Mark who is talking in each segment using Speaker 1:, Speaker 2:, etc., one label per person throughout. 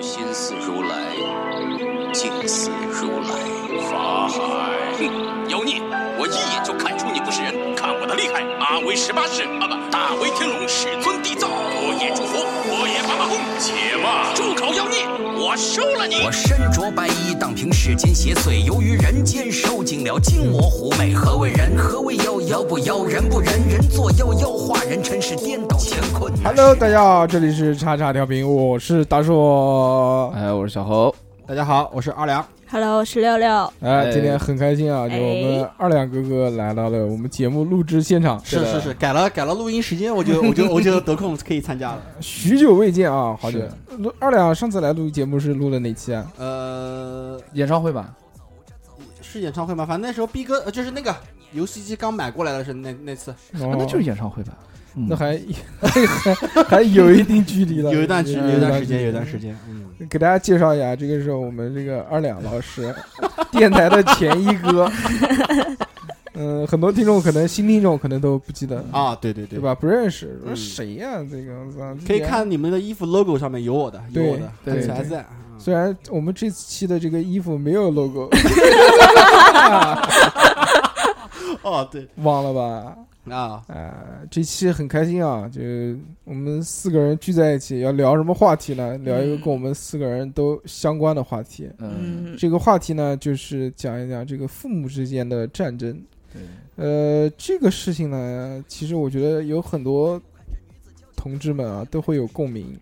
Speaker 1: 心似如来，静似如来。
Speaker 2: 法海，
Speaker 1: 哼，妖孽！我一眼就看出你不是人，看我的厉害！阿为十八式，啊不，大威天龙，世尊地藏，佛也诸佛，佛也法马轰，
Speaker 2: 且慢，
Speaker 1: 住口妖孽！我收了你！
Speaker 3: 我身着白衣，荡平世间邪祟。由于人间受尽了精魔狐媚。何为人？何为妖？妖不妖？人不人？人作妖，妖化人。尘世颠倒乾坤。
Speaker 4: Hello，大家好，这里是叉叉调频，我是大硕。
Speaker 5: 哎，我是小侯。
Speaker 6: 大家好，我是阿良。
Speaker 7: Hello，我是六六，
Speaker 4: 哎，
Speaker 5: 哎
Speaker 4: 今天很开心啊，就我们二两哥哥来到了我们节目录制现场，
Speaker 6: 是是是，改了改了录音时间，我 就我就我就得空可以参加了。
Speaker 4: 许久未见啊，好久
Speaker 5: 是。
Speaker 4: 录二两上次来录节目是录了哪期啊？
Speaker 6: 呃，
Speaker 5: 演唱会吧，
Speaker 6: 是演唱会吗？反正那时候逼哥呃就是那个游戏机刚买过来的时候，那那次
Speaker 4: 哦
Speaker 5: 啊那就是演唱会吧。嗯
Speaker 4: 那还 还还有一定距离了， 嗯
Speaker 6: 有一段时有一段时间，有一段
Speaker 4: 间。
Speaker 6: 时间，嗯，
Speaker 4: 给大家介绍一下，这个是我们这个二两老师， 电台的前一哥。嗯，很多听众可能新听众可能都不记得，
Speaker 6: 啊，对对
Speaker 4: 对？
Speaker 6: 对
Speaker 4: 吧？不认识，说
Speaker 6: 嗯
Speaker 4: 谁呀？这个我操
Speaker 6: 可以。
Speaker 4: 这个
Speaker 6: 看你们的衣服 logo 上面有我的，有
Speaker 4: 对
Speaker 6: 我的，
Speaker 5: 对
Speaker 6: 而且还
Speaker 4: 对
Speaker 6: 在。啊
Speaker 4: 虽然我们这期的这个衣服没有 logo，
Speaker 6: 哦，对
Speaker 4: 忘了吧？
Speaker 6: 啊，
Speaker 4: 啊，这期很开心啊！就我们四个人聚在一起，要聊什么话题呢？聊
Speaker 6: 嗯
Speaker 4: 一个跟我们四个人都相关的话题。
Speaker 5: 嗯，
Speaker 7: 嗯，
Speaker 4: 这个话题呢，就是讲一讲这个父母之间的战争。
Speaker 5: 对，
Speaker 4: 呃，这个事情呢，其实我觉得有很多同志们啊都会有共鸣，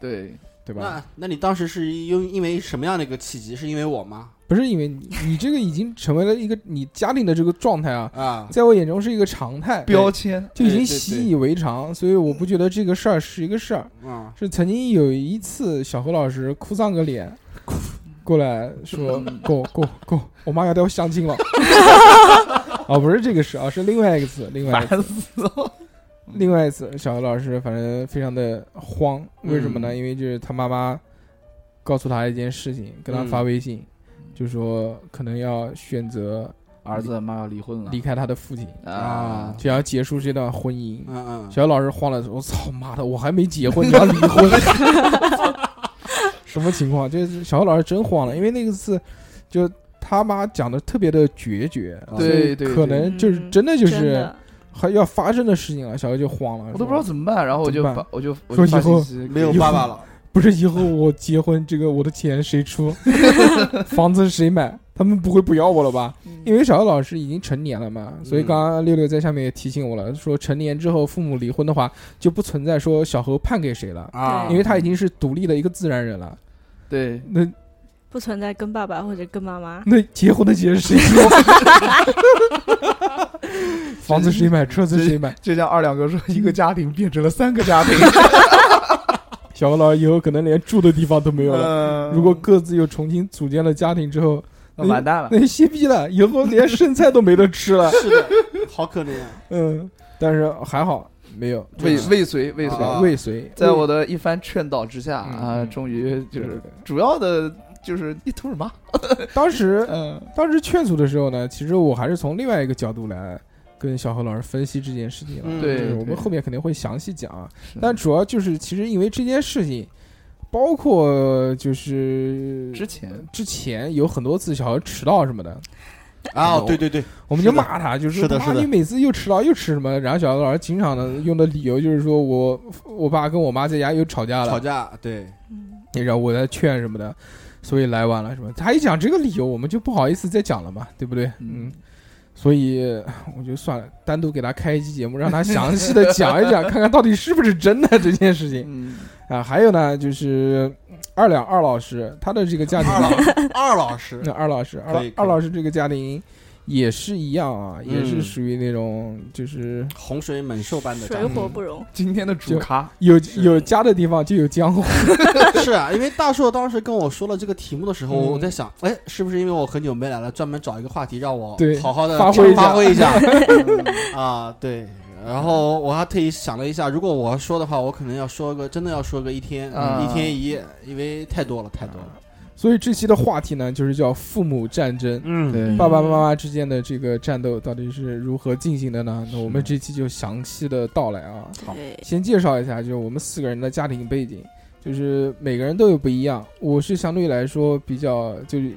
Speaker 5: 对，
Speaker 4: 对吧？
Speaker 6: 那那你当时是因因为什么样的一个契机？是因为我吗？
Speaker 4: 不是因为你，你这个已经成为了一个你家庭的这个状态啊，
Speaker 6: 啊，
Speaker 4: 在我眼中是一个常态，哎
Speaker 5: 标签
Speaker 4: 就已
Speaker 6: 对
Speaker 4: 经
Speaker 6: 对
Speaker 4: 习
Speaker 6: 对
Speaker 4: 以为常，所以我不觉得这个事儿是一个事儿。
Speaker 6: 嗯，
Speaker 4: 是曾经有一次，小何老师哭丧个脸，过来说：“过过过，我妈要带我相亲了。” 哦，不是这个事啊，是另外一个词，另外一个
Speaker 5: 烦
Speaker 4: 词，
Speaker 5: 死了。
Speaker 4: 另外一次，小何老师反正非常的慌，为什么呢？因为就是他妈妈告诉他一件事情，跟他发微信，就说可能要选择
Speaker 5: 儿子妈要离婚了
Speaker 4: 离开他的父亲，
Speaker 5: 啊，
Speaker 4: 就要结束这段婚姻。
Speaker 6: 嗯嗯，
Speaker 4: 小何老师慌了，我操妈的，我还没结婚，你要离婚？ 什么情况？就是小何老师真慌了，因为那个次，就他妈讲的特别的决绝，啊所
Speaker 5: 对
Speaker 4: 以
Speaker 5: 对对
Speaker 4: 可能就是真的就
Speaker 7: 嗯真
Speaker 4: 是
Speaker 7: 的
Speaker 4: 还要发生的事情了，小何就慌了，
Speaker 5: 我都不知道
Speaker 4: 说
Speaker 5: 怎么办，然后我就
Speaker 4: 怎么
Speaker 5: 把我就我
Speaker 4: 说
Speaker 5: 就发
Speaker 4: 以后
Speaker 5: 信息
Speaker 6: 没有
Speaker 5: 给
Speaker 6: 爸爸了，
Speaker 4: 不是以后我结婚这个我的钱谁出， 房子谁买？他们不会不要我了吧？因
Speaker 7: 嗯
Speaker 4: 为小何老师已经成年了嘛，所以
Speaker 5: 嗯
Speaker 4: 刚刚六六在下面也提醒我了，说成年之后父母离婚的话，就不存在说小何判给谁了。
Speaker 6: 啊，
Speaker 4: 因为他已经是独立的一个自然人了。
Speaker 5: 对
Speaker 4: 那
Speaker 7: 不存在跟爸爸或者跟妈妈，
Speaker 4: 那结婚的钱 谁说？房子谁买，车子谁买？
Speaker 5: 就像二两哥说，一个家庭变成了三个家庭。
Speaker 4: 小何老师以后可能连住的地方都 没有了。
Speaker 5: 嗯
Speaker 4: 如果各自又重新组建了家庭之后，
Speaker 5: 那完蛋了，
Speaker 4: 那歇逼了，以后连剩菜都没得吃 了。
Speaker 6: 是的，好可怜啊。
Speaker 4: 嗯，但是还好没有
Speaker 5: 未未遂未遂，
Speaker 6: 啊
Speaker 4: 未遂，
Speaker 5: 在我的一番劝导之下
Speaker 4: 嗯
Speaker 5: 啊，终于就
Speaker 4: 对对
Speaker 5: 是
Speaker 4: 对
Speaker 5: 主要的就是一图什么？
Speaker 4: 当时
Speaker 5: 嗯
Speaker 4: 当时劝阻的时候呢，其实我还是从另外一个角度来跟小何老师分析这件事情了。
Speaker 6: 嗯
Speaker 5: 对
Speaker 4: 就是我们
Speaker 5: 对
Speaker 4: 后面肯定会详细讲啊。
Speaker 5: 是
Speaker 4: 但主要就是，其实因为这件事情，包括就是
Speaker 5: 之前
Speaker 4: 之前有很多次小孩迟到什么的，
Speaker 6: 啊，
Speaker 4: 有
Speaker 6: 对对对，
Speaker 4: 我们就是
Speaker 6: 的
Speaker 4: 骂他，就是
Speaker 6: 是的
Speaker 4: 妈
Speaker 6: 是的
Speaker 4: 你每次又迟到又迟什么？然后小何老师经常 的用的理由就是说我我爸跟我妈在家又吵架
Speaker 6: 吵
Speaker 4: 了，
Speaker 6: 架，对，
Speaker 7: 嗯，
Speaker 4: 然后我在劝什么的，所以来晚了什么。他一讲这个理由，我们就不好意思再讲了嘛，对不对？嗯
Speaker 5: 嗯。
Speaker 4: 所以我就算了，单独给他开一期节目，让他详细的讲 一讲，看看到底是不是真的这件事情。
Speaker 5: 嗯，
Speaker 4: 啊，还有呢，就是二两二老师他的这个家庭
Speaker 6: 二， 老二老师
Speaker 4: 那二老师二老
Speaker 6: 可以可以
Speaker 4: 二老师这个家庭也是一样啊，也是
Speaker 6: 嗯
Speaker 4: 属于那种就是
Speaker 6: 洪水猛兽般的
Speaker 7: 水火不容，
Speaker 5: 今天的主咖
Speaker 4: 有有家的地方就有江湖，
Speaker 6: 是啊，因为大硕当时跟我说了这个题目的时候，
Speaker 4: 嗯
Speaker 6: 我在想，哎，是不是因为我很久没来了，专门找一个话题让我
Speaker 4: 对
Speaker 6: 好好的
Speaker 4: 发挥一下
Speaker 6: 发挥 一下嗯啊？对，然后我还特意想了一下，如果我要说的话，我可能要说个真的要说个一天、嗯
Speaker 5: 啊
Speaker 6: 一天一夜，因为太多了，太多了。
Speaker 4: 所以这期的话题呢，就是叫父母战争。
Speaker 6: 嗯
Speaker 5: 对
Speaker 4: 爸爸妈妈之间的这个战斗到底是如何进行的呢？那我们这期就详细的道来啊。
Speaker 7: 对，
Speaker 4: 先介绍一下，就是我们四个人的家庭背景。就是每个人都有不一样。我是相对来说比较就是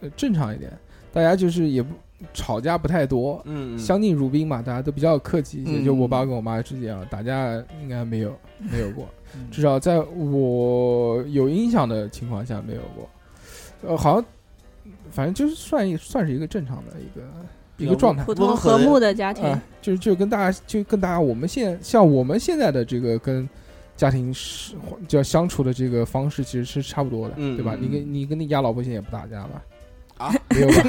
Speaker 4: 呃正常一点，大家就是也不吵架不太多，
Speaker 6: 嗯，嗯
Speaker 4: 相敬如宾嘛，大家都比较客气一些。
Speaker 5: 嗯
Speaker 4: 就我爸跟我妈之间啊，打架应该没有没有过，
Speaker 5: 嗯
Speaker 4: 至少在我有印象的情况下没有过。呃，好像反正就是算一算是一个正常的一个一个状态。
Speaker 7: 普通
Speaker 6: 温和
Speaker 7: 和
Speaker 6: 的
Speaker 7: 睦的家
Speaker 4: 啊
Speaker 7: 庭，，
Speaker 4: 就就跟大家就跟大家我们现像我们现在的这个跟家庭是叫相处的这个方式其实是差不多的，
Speaker 6: 嗯
Speaker 4: 对吧？
Speaker 6: 嗯
Speaker 4: 你跟你跟你家老婆现在也不打架吧？
Speaker 6: 啊，
Speaker 4: 没有吧？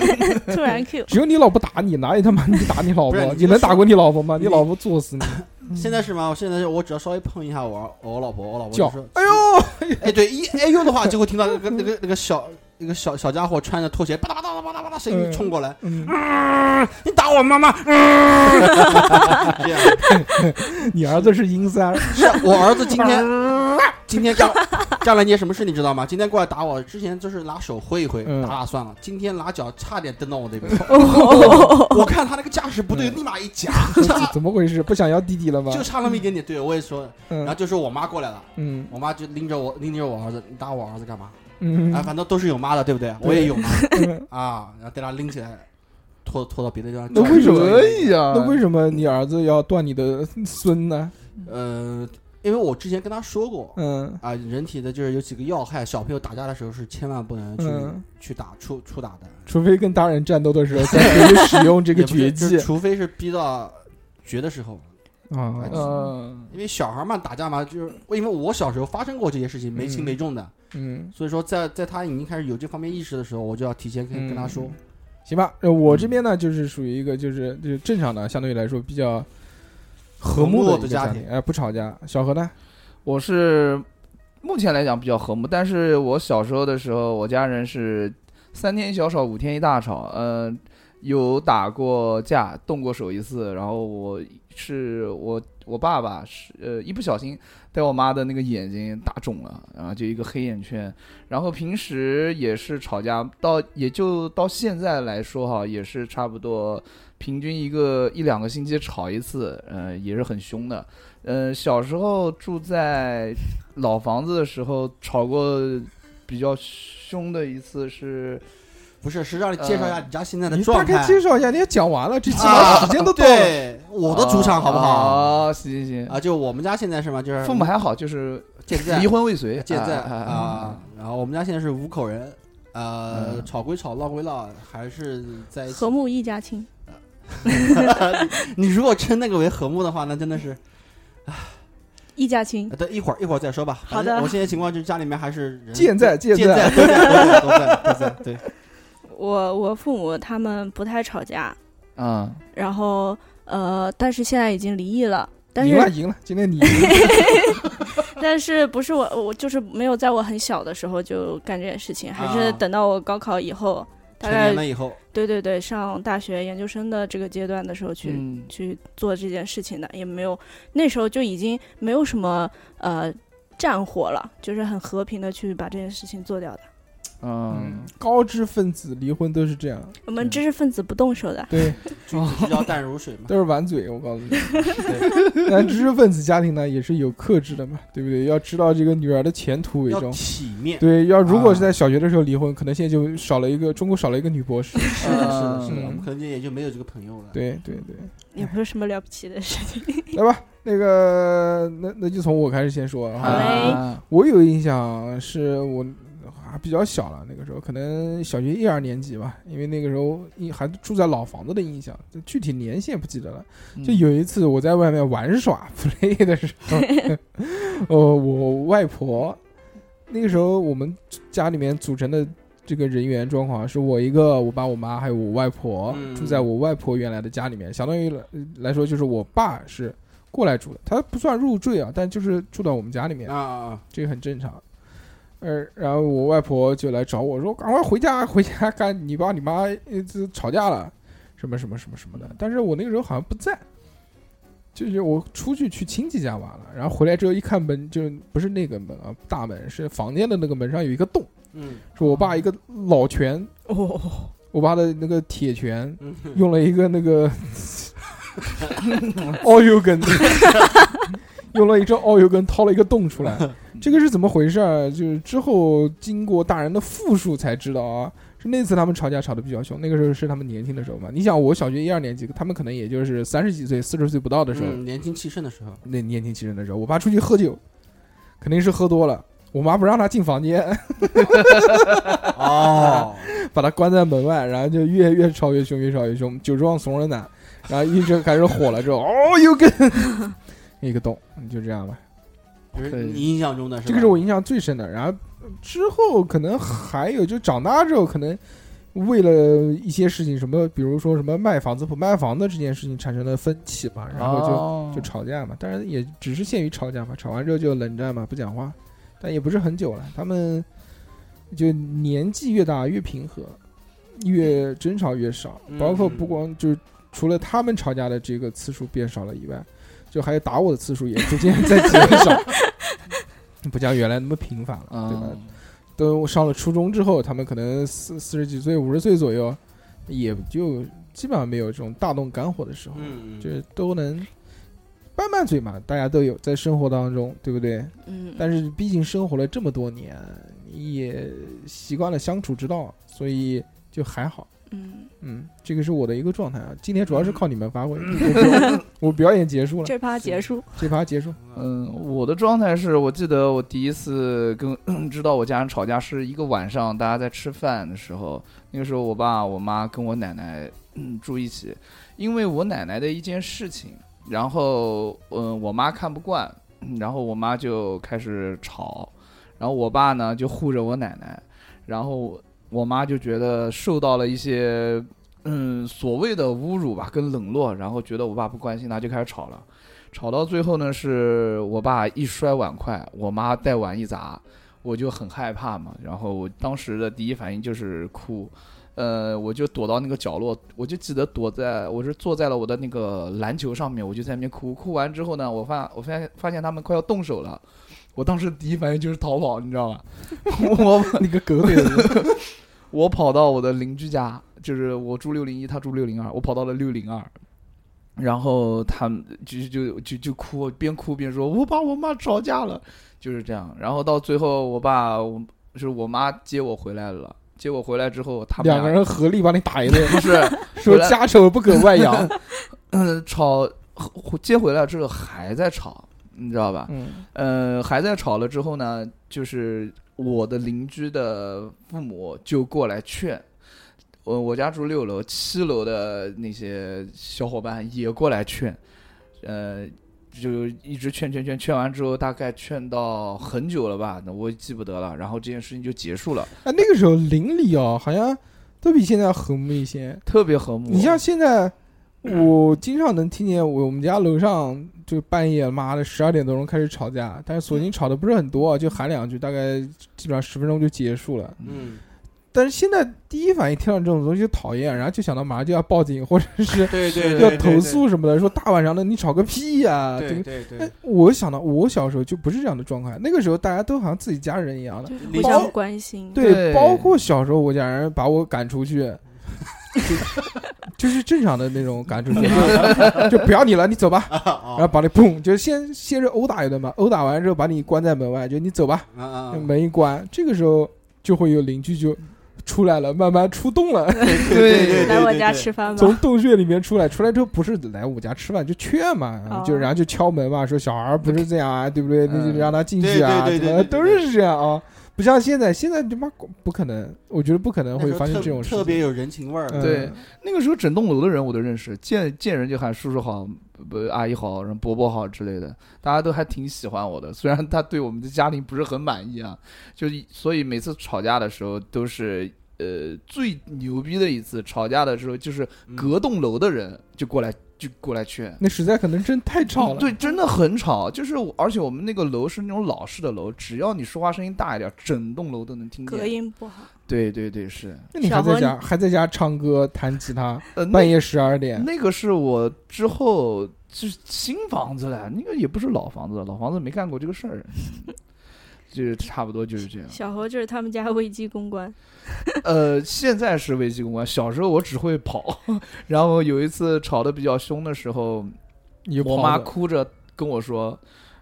Speaker 7: 突然 Q，
Speaker 4: 只有你老婆打你，哪有他妈你打你老
Speaker 6: 不是
Speaker 4: 婆？
Speaker 6: 你
Speaker 4: 你能打过你老婆吗？
Speaker 6: 你
Speaker 4: 你老婆作死你！
Speaker 6: 现在是吗？我现在是我只要稍微碰一下我我老婆，我老婆
Speaker 4: 叫
Speaker 6: 就说：“哎呦， 哎对，一哎呦的话，就会听到那个那个那个小那个小小家伙穿着拖鞋吧嗒吧嗒吧嗒吧嗒声音冲过来，嗯
Speaker 4: 嗯，
Speaker 6: 你打我妈妈！” 这样，
Speaker 4: 你儿子是阴三，
Speaker 6: 是我儿子今天今天干干了一件什么事，你知道吗？今天过来打我，之前就是拿手挥一挥，
Speaker 4: 嗯
Speaker 6: 打打算了。今天拿脚差点蹬到我这 边，我看他那个架势不对，
Speaker 4: 嗯
Speaker 6: 立马一 夹，
Speaker 4: 怎
Speaker 6: 差
Speaker 4: 怎么回事？不想要弟弟了吗？
Speaker 6: 就差那么一点点。对我也说，然后
Speaker 4: 嗯
Speaker 6: 就说我妈过来了，
Speaker 4: 嗯
Speaker 6: 我妈就拎着我拎着我儿子，你打我儿子干嘛？
Speaker 4: 嗯
Speaker 6: 啊，反正都是有妈的，对不对？
Speaker 4: 对
Speaker 6: 我也有妈
Speaker 4: 嗯
Speaker 6: 啊，然后带他拎起来，拖拖到别的地方。
Speaker 4: 那为什么哎
Speaker 5: 可以啊？
Speaker 4: 那为什么你儿子要断你的孙呢？
Speaker 6: 呃，因为我之前跟他说过，
Speaker 4: 嗯
Speaker 6: 啊，人体的就是有几个要害，小朋友打架的时候是千万不能去、
Speaker 4: 嗯
Speaker 6: 去打触触打的，
Speaker 4: 除非跟大人战斗的时候才可以使用这个
Speaker 6: 也不是
Speaker 4: 绝
Speaker 6: 就
Speaker 4: 技
Speaker 6: 是除非是逼到绝的时候，
Speaker 4: 啊
Speaker 5: 嗯，
Speaker 6: 因为小孩嘛打架嘛，就是因为我小时候发生过这些事情，没轻没重的，
Speaker 4: 嗯，
Speaker 6: 所以说在在他已经开始有这方面意识的时候，我就要提前
Speaker 4: 嗯
Speaker 6: 跟、跟他说，
Speaker 4: 行吧。
Speaker 6: 嗯
Speaker 4: 呃，我这边呢，就是属于一个就是就是正常的，相对来说比较和睦
Speaker 6: 和睦
Speaker 4: 一
Speaker 6: 的
Speaker 4: 个
Speaker 6: 家
Speaker 4: 家庭，哎，不吵架。小何呢？
Speaker 5: 我是目前来讲比较和睦，但是我小时候的时候，我家人是三天一小吵，五天一大吵，呃，有打过架，动过手一次，然后我是我我爸爸是呃一不小心带我妈的那个眼睛打肿了，然后就一个黑眼圈，然后平时也是吵架，到也就到现在来说哈，也是差不多平均一个一两个星期吵一次，呃，也是很凶的。呃，小时候住在老房子的时候，吵过比较凶的一次是，
Speaker 6: 不是是让你介绍一下
Speaker 5: 呃
Speaker 6: 你家现在的
Speaker 4: 你
Speaker 6: 状
Speaker 4: 大
Speaker 6: 态
Speaker 4: 概。介绍一下，你也讲完了，这起码
Speaker 6: 啊
Speaker 4: 时间都到了。
Speaker 6: 对，我的主场好不好？
Speaker 5: 啊，行行行，
Speaker 6: 啊，就我们家现在是吗？就是
Speaker 5: 父母还好，就是
Speaker 6: 健在
Speaker 5: 离婚未遂，
Speaker 6: 健在
Speaker 5: 啊
Speaker 6: 啊，然后我们家现在是五口人，呃，
Speaker 5: 嗯
Speaker 6: 吵归吵，闹归闹，还是 在一起
Speaker 7: 和。睦一家亲，
Speaker 6: 你如果称那个为和睦的话，那真的是，
Speaker 7: 一家亲，
Speaker 6: 呃等一会儿一会儿再说吧。
Speaker 7: 好
Speaker 6: 反
Speaker 7: 的
Speaker 6: 正我现在情况就是家里面还是人
Speaker 4: 健在健
Speaker 6: 健
Speaker 4: 在
Speaker 6: 在，都在都在都在都在，对，
Speaker 7: 我我父母他们不太吵架，
Speaker 5: 嗯，
Speaker 6: 啊
Speaker 7: 然后呃，但是现在已经离异了。但
Speaker 4: 赢了
Speaker 7: 是
Speaker 4: 赢了，今天你赢 了
Speaker 7: 但是不是我我就是没有在我很小的时候就干这件事情，还是
Speaker 6: 啊
Speaker 7: 等到我高考以后，大
Speaker 6: 成
Speaker 7: 概
Speaker 6: 年了以后，
Speaker 7: 对对对上大学研究生的这个阶段的时候去、
Speaker 5: 嗯
Speaker 7: 去做这件事情的，也没有那时候就已经没有什么呃战火了，就是很和平的去把这件事情做掉的。
Speaker 5: 嗯，
Speaker 4: 高知分子离婚都是这样，
Speaker 7: 我们知识分子不动手的，
Speaker 4: 对，
Speaker 6: 就叫淡如水 嘛。
Speaker 4: 都是玩嘴。我告诉你，
Speaker 6: 对，
Speaker 4: 但知识分子家庭呢也是有克制的嘛，对不对？要知道这个女儿的前途为
Speaker 6: 要
Speaker 4: 重。
Speaker 6: 体面。
Speaker 4: 对，要如果是
Speaker 6: 啊
Speaker 4: 在小学的时候离婚，可能现在就少了一个中国少了一个女博士。
Speaker 6: 是的，是的，是的，
Speaker 4: 嗯
Speaker 6: 我们可能也就没有这个朋友了。
Speaker 4: 对对对，
Speaker 7: 也不是什么了不起的事情。
Speaker 4: 来吧，那个，那那就从我开始先说啊。
Speaker 7: 好嘞
Speaker 5: 啊
Speaker 4: 我有印象是我还比较小了，那个时候可能小学一二年级吧，因为那个时候一还住在老房子的印象，就具体年限不记得了。
Speaker 5: 嗯
Speaker 4: 就有一次我在外面玩耍 play 的时候，哦，我外婆那个时候我们家里面组成的这个人员状况是我一个我爸我妈还有我外婆、
Speaker 6: 嗯
Speaker 4: 住在我外婆原来的家里面，相当于来来说就是我爸是过来住的，他不算入赘啊，但就是住到我们家里面
Speaker 6: 啊，，啊
Speaker 4: 这个很正常。呃，然后我外婆就来找我说：“赶快回家， 回家看你爸你妈呃这吵架了，什么什么什么什么的。”但是我那个时候好像不在，就是我出去去亲戚家玩了，然后回来之后一看门，就是不是那个门啊，大门是房间的那个门上有一个洞，
Speaker 6: 嗯
Speaker 4: 是我爸一个老拳，
Speaker 5: 哦，
Speaker 4: 我爸的那个铁拳
Speaker 6: 嗯，
Speaker 4: 用了一个那个 奥油根，用了一支奥油根掏了一个洞出来，这个是怎么回事儿？啊就是之后经过大人的复述才知道啊，是那次他们吵架吵得比较凶，那个时候是他们年轻的时候嘛。你想，我小学一二年级，他们可能也就是三十几岁、四十岁不到的时候，
Speaker 6: 嗯，年轻气盛的时候，
Speaker 4: 那年轻气盛的时候，我爸出去喝酒，肯定是喝多了。我妈不让他进房间，
Speaker 6: 哦，
Speaker 4: 把他关在门外，然后就越越吵越凶，越吵越凶，酒壮怂人胆，然后一直开始火了之后，哦， 又跟一个洞，就这样吧。
Speaker 6: 就是
Speaker 5: 对
Speaker 6: 你印象中的是吧？
Speaker 4: 这个是我印象最深的。然后之后可能还有，就长大之后可能为了一些事情，什么比如说什么卖房子不卖房子这件事情产生了分歧嘛，然后就、
Speaker 5: 哦
Speaker 4: 就吵架嘛。当然也只是限于吵架嘛，吵完之后就冷战嘛，不讲话，但也不是很久了。他们就年纪越大越平和，越争吵越少，
Speaker 6: 嗯
Speaker 4: 包括不光就是除了他们吵架的这个次数变少了以外，就还有打我的次数也逐渐在减少。不像原来那么频繁了，对吧？
Speaker 5: 嗯，
Speaker 4: 都上了初中之后，他们可能四四十几岁、五十岁左右，也就基本上没有这种大动肝火的时候。
Speaker 6: 嗯，
Speaker 4: 就是都能拌拌嘴嘛，大家都有在生活当中，对不对？
Speaker 7: 嗯，
Speaker 4: 但是毕竟生活了这么多年，也习惯了相处之道，所以就还好。
Speaker 7: 嗯，
Speaker 4: 嗯，这个是我的一个状态啊。今天主要是靠你们发挥，我 我表演结束了，
Speaker 7: 这趴结束，
Speaker 4: 这盘 结束。
Speaker 5: 嗯，我的状态是我记得我第一次跟 知道我家人吵架是一个晚上，大家在吃饭的时候，那个时候我爸、我妈跟我奶奶、嗯、住一起，因为我奶奶的一件事情，然后嗯，我妈看不惯，然后我妈就开始吵，然后我爸呢就护着我奶奶，然后我妈就觉得受到了一些嗯所谓的侮辱吧，跟冷落，然后觉得我爸不关心她，就开始吵了。吵到最后呢，是我爸一摔碗筷，我妈带碗一砸，我就很害怕嘛。然后我当时的第一反应就是哭，呃，我就躲到那个角落，我就记得躲在，我是坐在了我的那个篮球上面，我就在那边哭。哭完之后呢，我发我发现发现他们快要动手了，我当时第一反应就是逃跑，你知道吧？ 我
Speaker 4: 你个狗腿子！
Speaker 5: 我跑到我的邻居家，就是我住六零一，他住六零二，我跑到了六零二，然后他们就就就就哭，边哭边说：“我爸我妈吵架了。”就是这样。然后到最后，我爸我就是我妈接我回来了，接我回来之后，他们
Speaker 4: 两个人合力把你打一顿，
Speaker 5: 不是
Speaker 4: 说家丑不可外扬。
Speaker 5: 嗯吵，接回来之后还在吵，你知道吧？
Speaker 4: 嗯，
Speaker 5: 呃，还在吵了之后呢，就是我的邻居的父母就过来劝。呃我我家住六楼，七楼的那些小伙伴也过来劝，呃，就一直劝劝劝，劝完之后大概劝到很久了吧，那我也记不得了。然后这件事情就结束了，
Speaker 4: 哎，那个时候邻里哦，好像都比现在和睦一些。
Speaker 5: 特别和睦。
Speaker 4: 你像现在，我经常能听见我我们家楼上就半夜妈的十二点多钟开始吵架，但是索性吵的不是很多啊，就喊两句，大概基本上十分钟就结束了。
Speaker 6: 嗯，
Speaker 4: 但是现在第一反应听到这种东西就讨厌，然后就想到马上就要报警或者是
Speaker 6: 对对
Speaker 4: 要投，诉什么的，说大晚上的你吵个屁呀、这
Speaker 6: 对
Speaker 4: 个。
Speaker 6: 对对
Speaker 4: 哎，，我想到我小时候就不是这样的状况，那个时候大家都好像自己家人一样的，
Speaker 7: 就是哦
Speaker 6: 邻
Speaker 7: 互
Speaker 4: 居
Speaker 7: 相关心，
Speaker 4: 对，
Speaker 5: 对
Speaker 4: 包括小时候我家人把我赶出去，就 就是正常的那种赶出去，就 就不要你了，你走吧，然后把你砰，就先先是殴打一顿嘛，殴打完之后把你关在门外，就你走吧，
Speaker 6: 啊啊，
Speaker 4: 门一关，这个时候就会有邻居就出来了，慢慢出洞了，
Speaker 6: 对
Speaker 7: 来我家吃饭
Speaker 4: 从
Speaker 7: 吧，
Speaker 4: 洞穴里面出来，出来之后不是来我家吃饭，就劝嘛
Speaker 7: 哦，
Speaker 4: 就然后就敲门嘛，说小孩儿不是这样啊，对不对？
Speaker 5: 嗯
Speaker 4: 你就让他进去啊，
Speaker 6: 对对对
Speaker 4: 怎么
Speaker 6: 对对
Speaker 4: 都是这样啊，不像现在，现在他妈不可能，我觉得不可能会发生这种事情，
Speaker 6: 特别有人情味儿，
Speaker 4: 嗯
Speaker 5: 对，那个时候整栋楼的人我都认识，见见人就喊叔叔好，不阿姨好，然后伯伯好之类的，大家都还挺喜欢我的。 虽然他对我们的家庭不是很满意啊，就是所以每次吵架的时候都是呃最牛逼的一次吵架的时候，就是隔栋楼的人就过来就过来劝。
Speaker 4: 那实在可能真太吵了。
Speaker 5: 嗯对，真的很吵，就是我而且我们那个楼是那种老式的楼，只要你说话声音大一点，整栋楼都能听
Speaker 7: 隔
Speaker 5: 见。
Speaker 7: 音不好，
Speaker 5: 对对对，是。
Speaker 4: 那你还在家还在家唱歌弹吉他，
Speaker 5: 呃，那
Speaker 4: 半夜十二点，
Speaker 5: 那个是我之后就是新房子了，那个也不是老房子，老房子没干过这个事儿，就是差不多就是这 样。
Speaker 7: 小猴就是他们家危机公关，
Speaker 5: 呃，现在是危机公关，小时候我只会跑， 然后有一次吵得比较凶的时候，
Speaker 4: 你就
Speaker 5: 我
Speaker 4: 跑
Speaker 5: 妈
Speaker 4: 了
Speaker 5: 哭着跟我说：“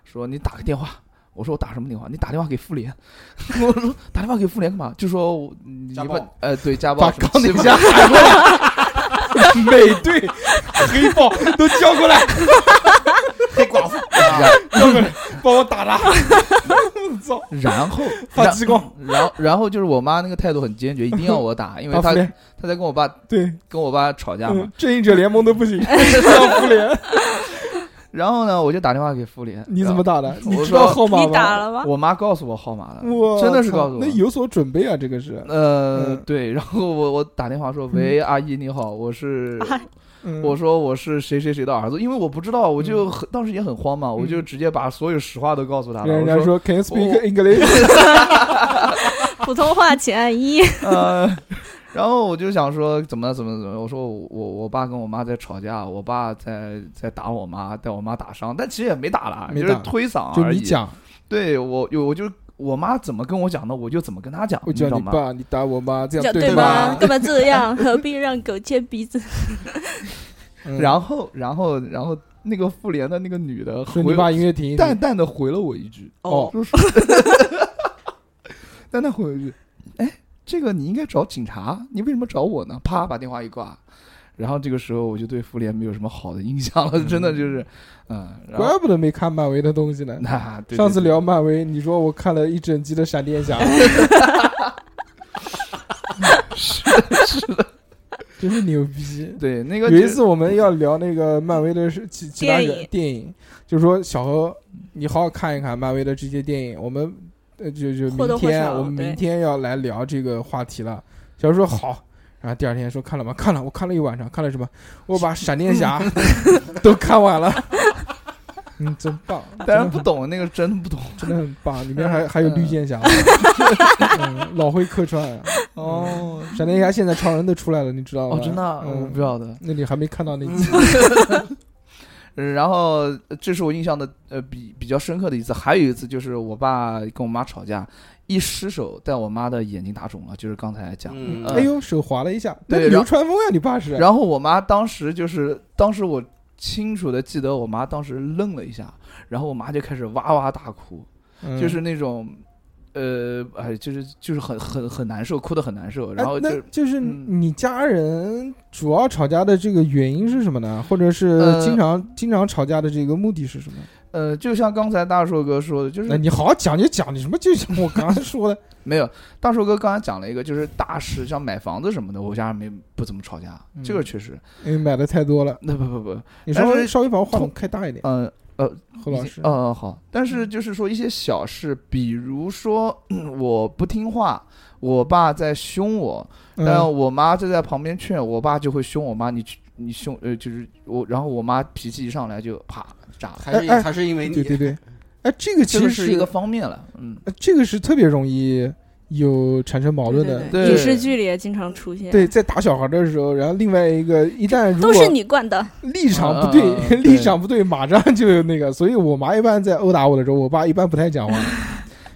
Speaker 5: 说你打个电话，我说我打什么电话？你打电话给妇联。 我说打电话给妇联干嘛？就说我你
Speaker 6: 家
Speaker 5: 把
Speaker 6: 暴
Speaker 5: 呃对家
Speaker 4: 把
Speaker 5: 暴什么
Speaker 4: 刚那
Speaker 5: 欺负
Speaker 4: 家喊过 来，美 队、黑豹都叫过来，
Speaker 6: 黑 寡妇，
Speaker 4: 叫过来帮我打他。操，
Speaker 5: 然后
Speaker 4: 发
Speaker 5: 然
Speaker 4: 激光，
Speaker 5: 然后然后就是我妈那个态度很坚决，一定要我 打，因为
Speaker 4: 打
Speaker 5: 她
Speaker 4: 复联，
Speaker 5: 她在跟我爸
Speaker 4: 对，
Speaker 5: 跟我爸吵架嘛
Speaker 4: 嗯。正义者联盟都不 行，叫复联，
Speaker 5: 然后呢，我就打电话给妇联。
Speaker 4: 你怎么
Speaker 5: 然
Speaker 4: 打的？你
Speaker 5: 我
Speaker 4: 知道号
Speaker 5: 说
Speaker 4: 码吗？
Speaker 7: 你打了吗？
Speaker 5: 后？我妈告诉我号码了，
Speaker 4: 我
Speaker 5: 真的是
Speaker 4: 操
Speaker 5: 告诉我
Speaker 4: 那有所准备啊，这个是。
Speaker 5: 呃
Speaker 4: 嗯，
Speaker 5: 对，然后我我打电话说，喂，阿姨你好，我 是，
Speaker 7: 啊
Speaker 4: 嗯
Speaker 5: 我说我是谁谁谁的儿子，因为我不知道，我就很当时也很慌嘛，我就直接把所有实话都告诉他了，
Speaker 4: 嗯人家
Speaker 5: 我说，
Speaker 4: 说 Can you speak
Speaker 5: 我
Speaker 4: English？
Speaker 7: 普通话请按一。
Speaker 5: 呃，然后我就想说怎么怎么怎么，我说我我我爸跟我妈在吵架，我爸在在打我妈，把我妈打伤，但其实也没打啦，
Speaker 4: 没
Speaker 5: 就是
Speaker 4: 打
Speaker 5: 推搿
Speaker 4: 就
Speaker 5: 而
Speaker 4: 你
Speaker 5: 已，
Speaker 4: 讲，
Speaker 5: 对我有我就我妈怎么跟我讲的，我就怎么跟她讲，
Speaker 4: 我
Speaker 5: 你知
Speaker 4: 叫
Speaker 5: 道
Speaker 4: 你
Speaker 5: 吗？
Speaker 4: 爸，你嗯打我妈，这样
Speaker 7: 叫
Speaker 4: 对
Speaker 6: 吧
Speaker 7: 吗？干嘛这样？何必让狗牵鼻子？
Speaker 4: 嗯
Speaker 5: 然后然后然后那个妇联的那个女的
Speaker 4: 说你
Speaker 5: 回
Speaker 4: 爸音乐厅，
Speaker 5: 淡淡的回了我一句，
Speaker 4: 哦
Speaker 5: 就是 淡淡回了一句，哎，这个你应该找警察，你为什么找我呢？啪，把电话一挂。然后这个时候我就对妇联没有什么好的印象了，真的就是，嗯，然后
Speaker 4: 怪不得没看漫威的东西呢。
Speaker 5: 那对
Speaker 4: 上次
Speaker 5: 对
Speaker 4: 聊漫威，你说我看了一整集的闪电 侠， 真是牛逼。
Speaker 5: 对那个
Speaker 4: 有一
Speaker 5: 就
Speaker 4: 次我们要聊那个漫威的是其其他
Speaker 7: 电
Speaker 4: 人
Speaker 7: 影
Speaker 4: 电影，就说小何，你好好看一看漫威的这些电影。我们呃，就就
Speaker 7: 或
Speaker 4: 明
Speaker 7: 多或
Speaker 4: 天
Speaker 7: 少
Speaker 4: 我们
Speaker 7: 对
Speaker 4: 明天要来聊这个话题了。小何说好，然后第二天说看了吗？看了，我看了一晚上，看了什么？我把闪电 侠 都看完了。嗯，真棒，
Speaker 5: 当
Speaker 4: 真
Speaker 5: 然
Speaker 4: 的
Speaker 5: 不嗯懂那个真的不 懂
Speaker 4: 真的很棒，里面还还有绿箭 侠，嗯老会客串啊。
Speaker 5: 哦
Speaker 4: 闪电侠现在超人都出来了，你知道吗？
Speaker 5: 哦，真的啊我
Speaker 4: 嗯
Speaker 5: 不知，道的。
Speaker 4: 那你还没看 到那集，
Speaker 5: 然后呃这是我印象的呃比比较深刻的一次，还有一次就是我爸跟我妈吵架，一失手在我妈的眼睛打肿了，就是刚才讲。
Speaker 6: 嗯，
Speaker 4: 哎呦，手滑了一下，那
Speaker 5: 对
Speaker 4: 是
Speaker 5: 然
Speaker 4: 流
Speaker 5: 后
Speaker 4: 川枫呀，你爸是？
Speaker 5: 然后我妈当时就是，当时我清楚的记得我妈当时愣了一下，然后我妈就开始哇哇大哭，
Speaker 4: 嗯
Speaker 5: 就是那种。呃，哎，就是就是很很很难受，哭得很难受，然后
Speaker 4: 哎
Speaker 5: 就、
Speaker 4: 那就是
Speaker 5: 嗯
Speaker 4: 你家人主要吵架的这个原因是什么呢？或者是
Speaker 5: 呃
Speaker 4: 经常经常吵架的这个目的是什么？
Speaker 5: 呃，就像刚才大硕哥说的，就是
Speaker 4: 那你好好讲就讲，你什么就像我刚才说 的，
Speaker 5: 没有，大硕哥刚才讲了一个，就是大事，像买房子什么的，我家人没不怎么吵架，
Speaker 4: 嗯
Speaker 5: 这个确实。
Speaker 4: 因为买的太多了。
Speaker 5: 那不不不，
Speaker 4: 你稍
Speaker 5: 但
Speaker 4: 微
Speaker 5: 是
Speaker 4: 稍微把我话筒开大一点，
Speaker 5: 呃，
Speaker 4: 何老师。
Speaker 5: 呃，好。但是就是说一些小事，比如说嗯我不听话，我爸在凶我，
Speaker 4: 嗯
Speaker 5: 但我妈就在旁边劝，我爸就会凶我妈，你去你凶呃，就是我，然后我妈脾气一上来就啪炸了，
Speaker 6: 还是
Speaker 4: 哎哎
Speaker 6: 还是因为
Speaker 4: 对对
Speaker 6: 你，
Speaker 4: 对，哎，这个其
Speaker 5: 这
Speaker 4: 实
Speaker 5: 个是一个方面了，嗯。
Speaker 4: 呃这个是特别容易有产生矛盾的。
Speaker 5: 对
Speaker 7: 影视剧里也经常出现。
Speaker 4: 对，在打小孩的时候，然后另外一个一旦如
Speaker 7: 都
Speaker 4: 果
Speaker 7: 是你惯的，
Speaker 4: 立场不
Speaker 5: 啊
Speaker 4: 对，
Speaker 5: 对
Speaker 4: 立场不对，马上就有那个。所以我妈一般在殴打我的时候，我爸一般不太讲话，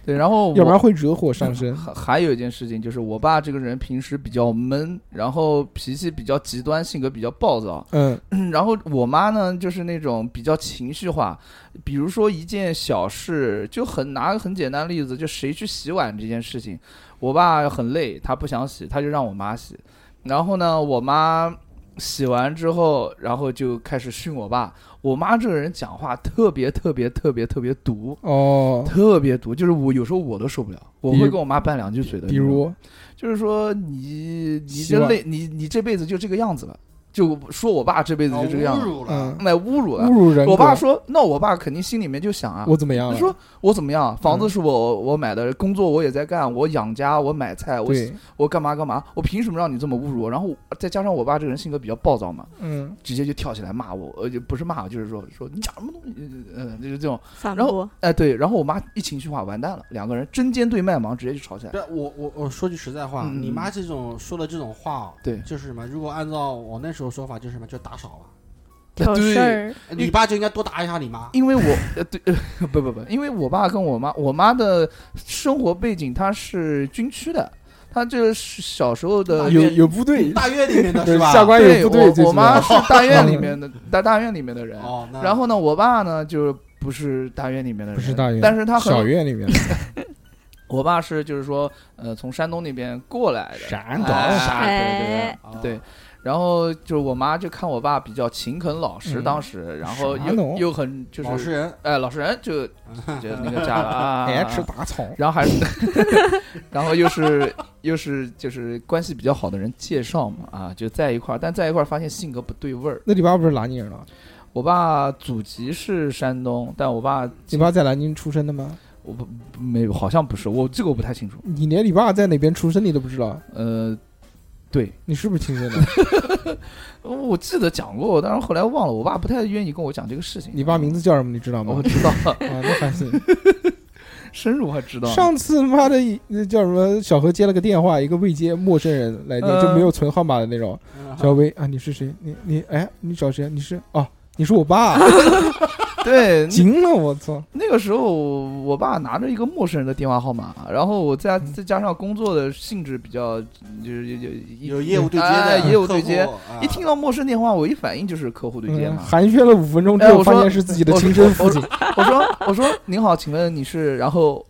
Speaker 5: 对，然后
Speaker 4: 要不
Speaker 5: 我
Speaker 4: 然会惹火上身。
Speaker 5: 还还有一件事情就是，我爸这个人平时比较闷，然后脾气比较极端，性格比较暴躁。
Speaker 4: 嗯
Speaker 5: 然后我妈呢，就是那种比较情绪化，比如说一件小事，就很拿个很简单的例子，就谁去洗碗这件事情，我爸很累，他不想洗，他就让我妈洗。然后呢，我妈洗完之后，然后就开始训我爸。我妈这个人讲话特别特别特别特别毒，
Speaker 4: 哦，
Speaker 5: 特别毒，就是我有时候我都受不了，我
Speaker 4: 比
Speaker 5: 会
Speaker 4: 如
Speaker 5: 跟我妈拌两句嘴的那
Speaker 4: 比
Speaker 5: 种。
Speaker 4: 如
Speaker 5: 就是说你你
Speaker 4: 希望
Speaker 5: 这辈你你这辈子就这个样子了，就说我爸这辈子
Speaker 6: 哦
Speaker 5: 就这个样
Speaker 6: 侮
Speaker 5: 子，
Speaker 6: 辱了
Speaker 4: 嗯，，
Speaker 5: 那侮辱
Speaker 4: 侮
Speaker 5: 了。
Speaker 4: 辱人格。
Speaker 5: 我爸说，那我爸肯定心里面就想啊，
Speaker 4: 我怎嗯么样
Speaker 5: 他
Speaker 4: 了？
Speaker 5: 说我怎么样，房子是我我买的，工作我也在干，我养家，我买菜，我
Speaker 4: 对，
Speaker 5: 我干嘛干嘛，我凭什么让你这么侮辱我？然后再加上我爸这个人性格比较暴躁嘛，
Speaker 4: 嗯，
Speaker 5: 直接就跳起来骂我，呃，就不是骂我，就是说说你讲什么东西，呃，就是这种，
Speaker 7: 反
Speaker 5: 然
Speaker 7: 驳。
Speaker 5: 哎、对，然后我妈一情绪化，完蛋了，两个人针尖对麦芒，直接就吵起来了。
Speaker 6: 这我我我说句实在话，
Speaker 5: 嗯
Speaker 6: 你妈这种说的这种话哦，
Speaker 5: 对
Speaker 6: 就是什么？如果按照我那时候说法，就是什么？就打少了，
Speaker 7: 挑
Speaker 5: 对
Speaker 7: 事儿，
Speaker 4: 哎
Speaker 6: 你爸就应该多打一下你妈。
Speaker 5: 因为我呃对呃不不不，因为我爸跟我妈，我妈的生活背景她是军区的，她就是小时候的
Speaker 4: 有有部 队，
Speaker 6: 大院里面的
Speaker 4: 哎对
Speaker 6: 是吧？
Speaker 4: 下关有
Speaker 5: 对
Speaker 4: 部队，
Speaker 5: 我我妈是大院里
Speaker 4: 嗯
Speaker 5: 面的大大院里面的人。
Speaker 6: 哦，那
Speaker 5: 然后呢，我爸呢就是不是大院里面的人，
Speaker 4: 不是大院，
Speaker 5: 但是他很
Speaker 4: 小院里面的，
Speaker 5: 我爸是就是说，呃，从山东那边过来的，
Speaker 4: 山
Speaker 5: 哎
Speaker 4: 东
Speaker 5: 哎对对对
Speaker 7: 哎，
Speaker 6: 啊
Speaker 5: 对，然后就是我妈就看我爸比较勤恳老实，
Speaker 4: 嗯
Speaker 5: 当时，然后
Speaker 4: 啥
Speaker 5: 又
Speaker 4: 农
Speaker 5: 又很就
Speaker 6: 老
Speaker 5: 是
Speaker 6: 实人，
Speaker 5: 哎老实人就就那个家了 啊，
Speaker 4: 爱哎吃大葱，
Speaker 5: 然后还是， 然后又是又是就是关系比较好的人介绍嘛啊，就在一块儿，但在一块儿发现性格不对味儿。
Speaker 4: 那你爸不是南宁人啊？
Speaker 5: 我爸祖籍是山东，但我爸
Speaker 4: 你爸在南京出生的吗？
Speaker 5: 我不没有，好像不是，我这个我不太清楚。
Speaker 4: 你连你爸在哪边出生你都不知道，
Speaker 5: 呃，对，
Speaker 4: 你是不是亲生的？
Speaker 5: 我记得讲过，但是后来忘了。我爸不太愿意跟我讲这个事情。
Speaker 4: 你爸名字叫什么？你知道吗？
Speaker 5: 我知道，
Speaker 4: 啊，那还行。
Speaker 5: 深入还知道。
Speaker 4: 上次妈的那叫什么？小何接了个电话，一个未接陌生人来电，
Speaker 5: 呃
Speaker 4: 就没有存号码的那种。
Speaker 6: 嗯
Speaker 4: 小薇啊，你是谁？你你哎，你找谁？你是哦，你是我爸，
Speaker 5: 对，那
Speaker 4: 惊了我操！
Speaker 5: 那个时候我爸拿着一个陌生人的电话号码，然后我再再加上工作的性质比较，就是有有
Speaker 6: 有业务对接
Speaker 5: 哎
Speaker 6: 的
Speaker 5: 业务
Speaker 6: 客
Speaker 5: 对接
Speaker 6: 户，啊
Speaker 5: 一听到陌生电话，我一反应就是客户对接
Speaker 4: 嗯，
Speaker 5: 嘛。
Speaker 4: 寒暄了五分钟之
Speaker 5: 哎
Speaker 4: 后，
Speaker 5: 我
Speaker 4: 发
Speaker 5: 说
Speaker 4: 现是自己的亲生父亲。
Speaker 5: 我说我说您好，请问你是？然后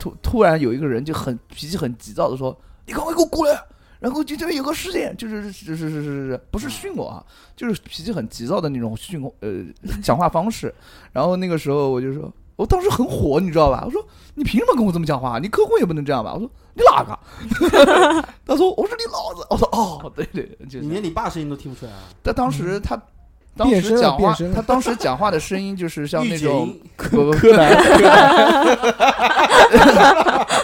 Speaker 5: 突突然有一个人就很脾气很急躁的说：“你赶快给我过来！”然后就这边有个事件，就是是是是是是，不是训我啊，就是脾气很急躁的那种训我，呃，讲话方式。然后那个时候我就说，我当时很火，你知道吧？我说你凭什么跟我这么讲话？你客户也不能这样吧？我说你哪个？ 他说我说你老子。我说哦，对对，就
Speaker 6: 你
Speaker 5: 是。
Speaker 6: 连你爸声音都听不出来啊，
Speaker 5: 但当时他当
Speaker 4: 嗯变身
Speaker 5: 时
Speaker 4: 了
Speaker 5: 讲话
Speaker 4: 变身，了
Speaker 5: 他当时讲话的声音就是像
Speaker 6: 御
Speaker 5: 那
Speaker 6: 姐
Speaker 5: 种
Speaker 6: 音
Speaker 5: 不不
Speaker 4: 柯南，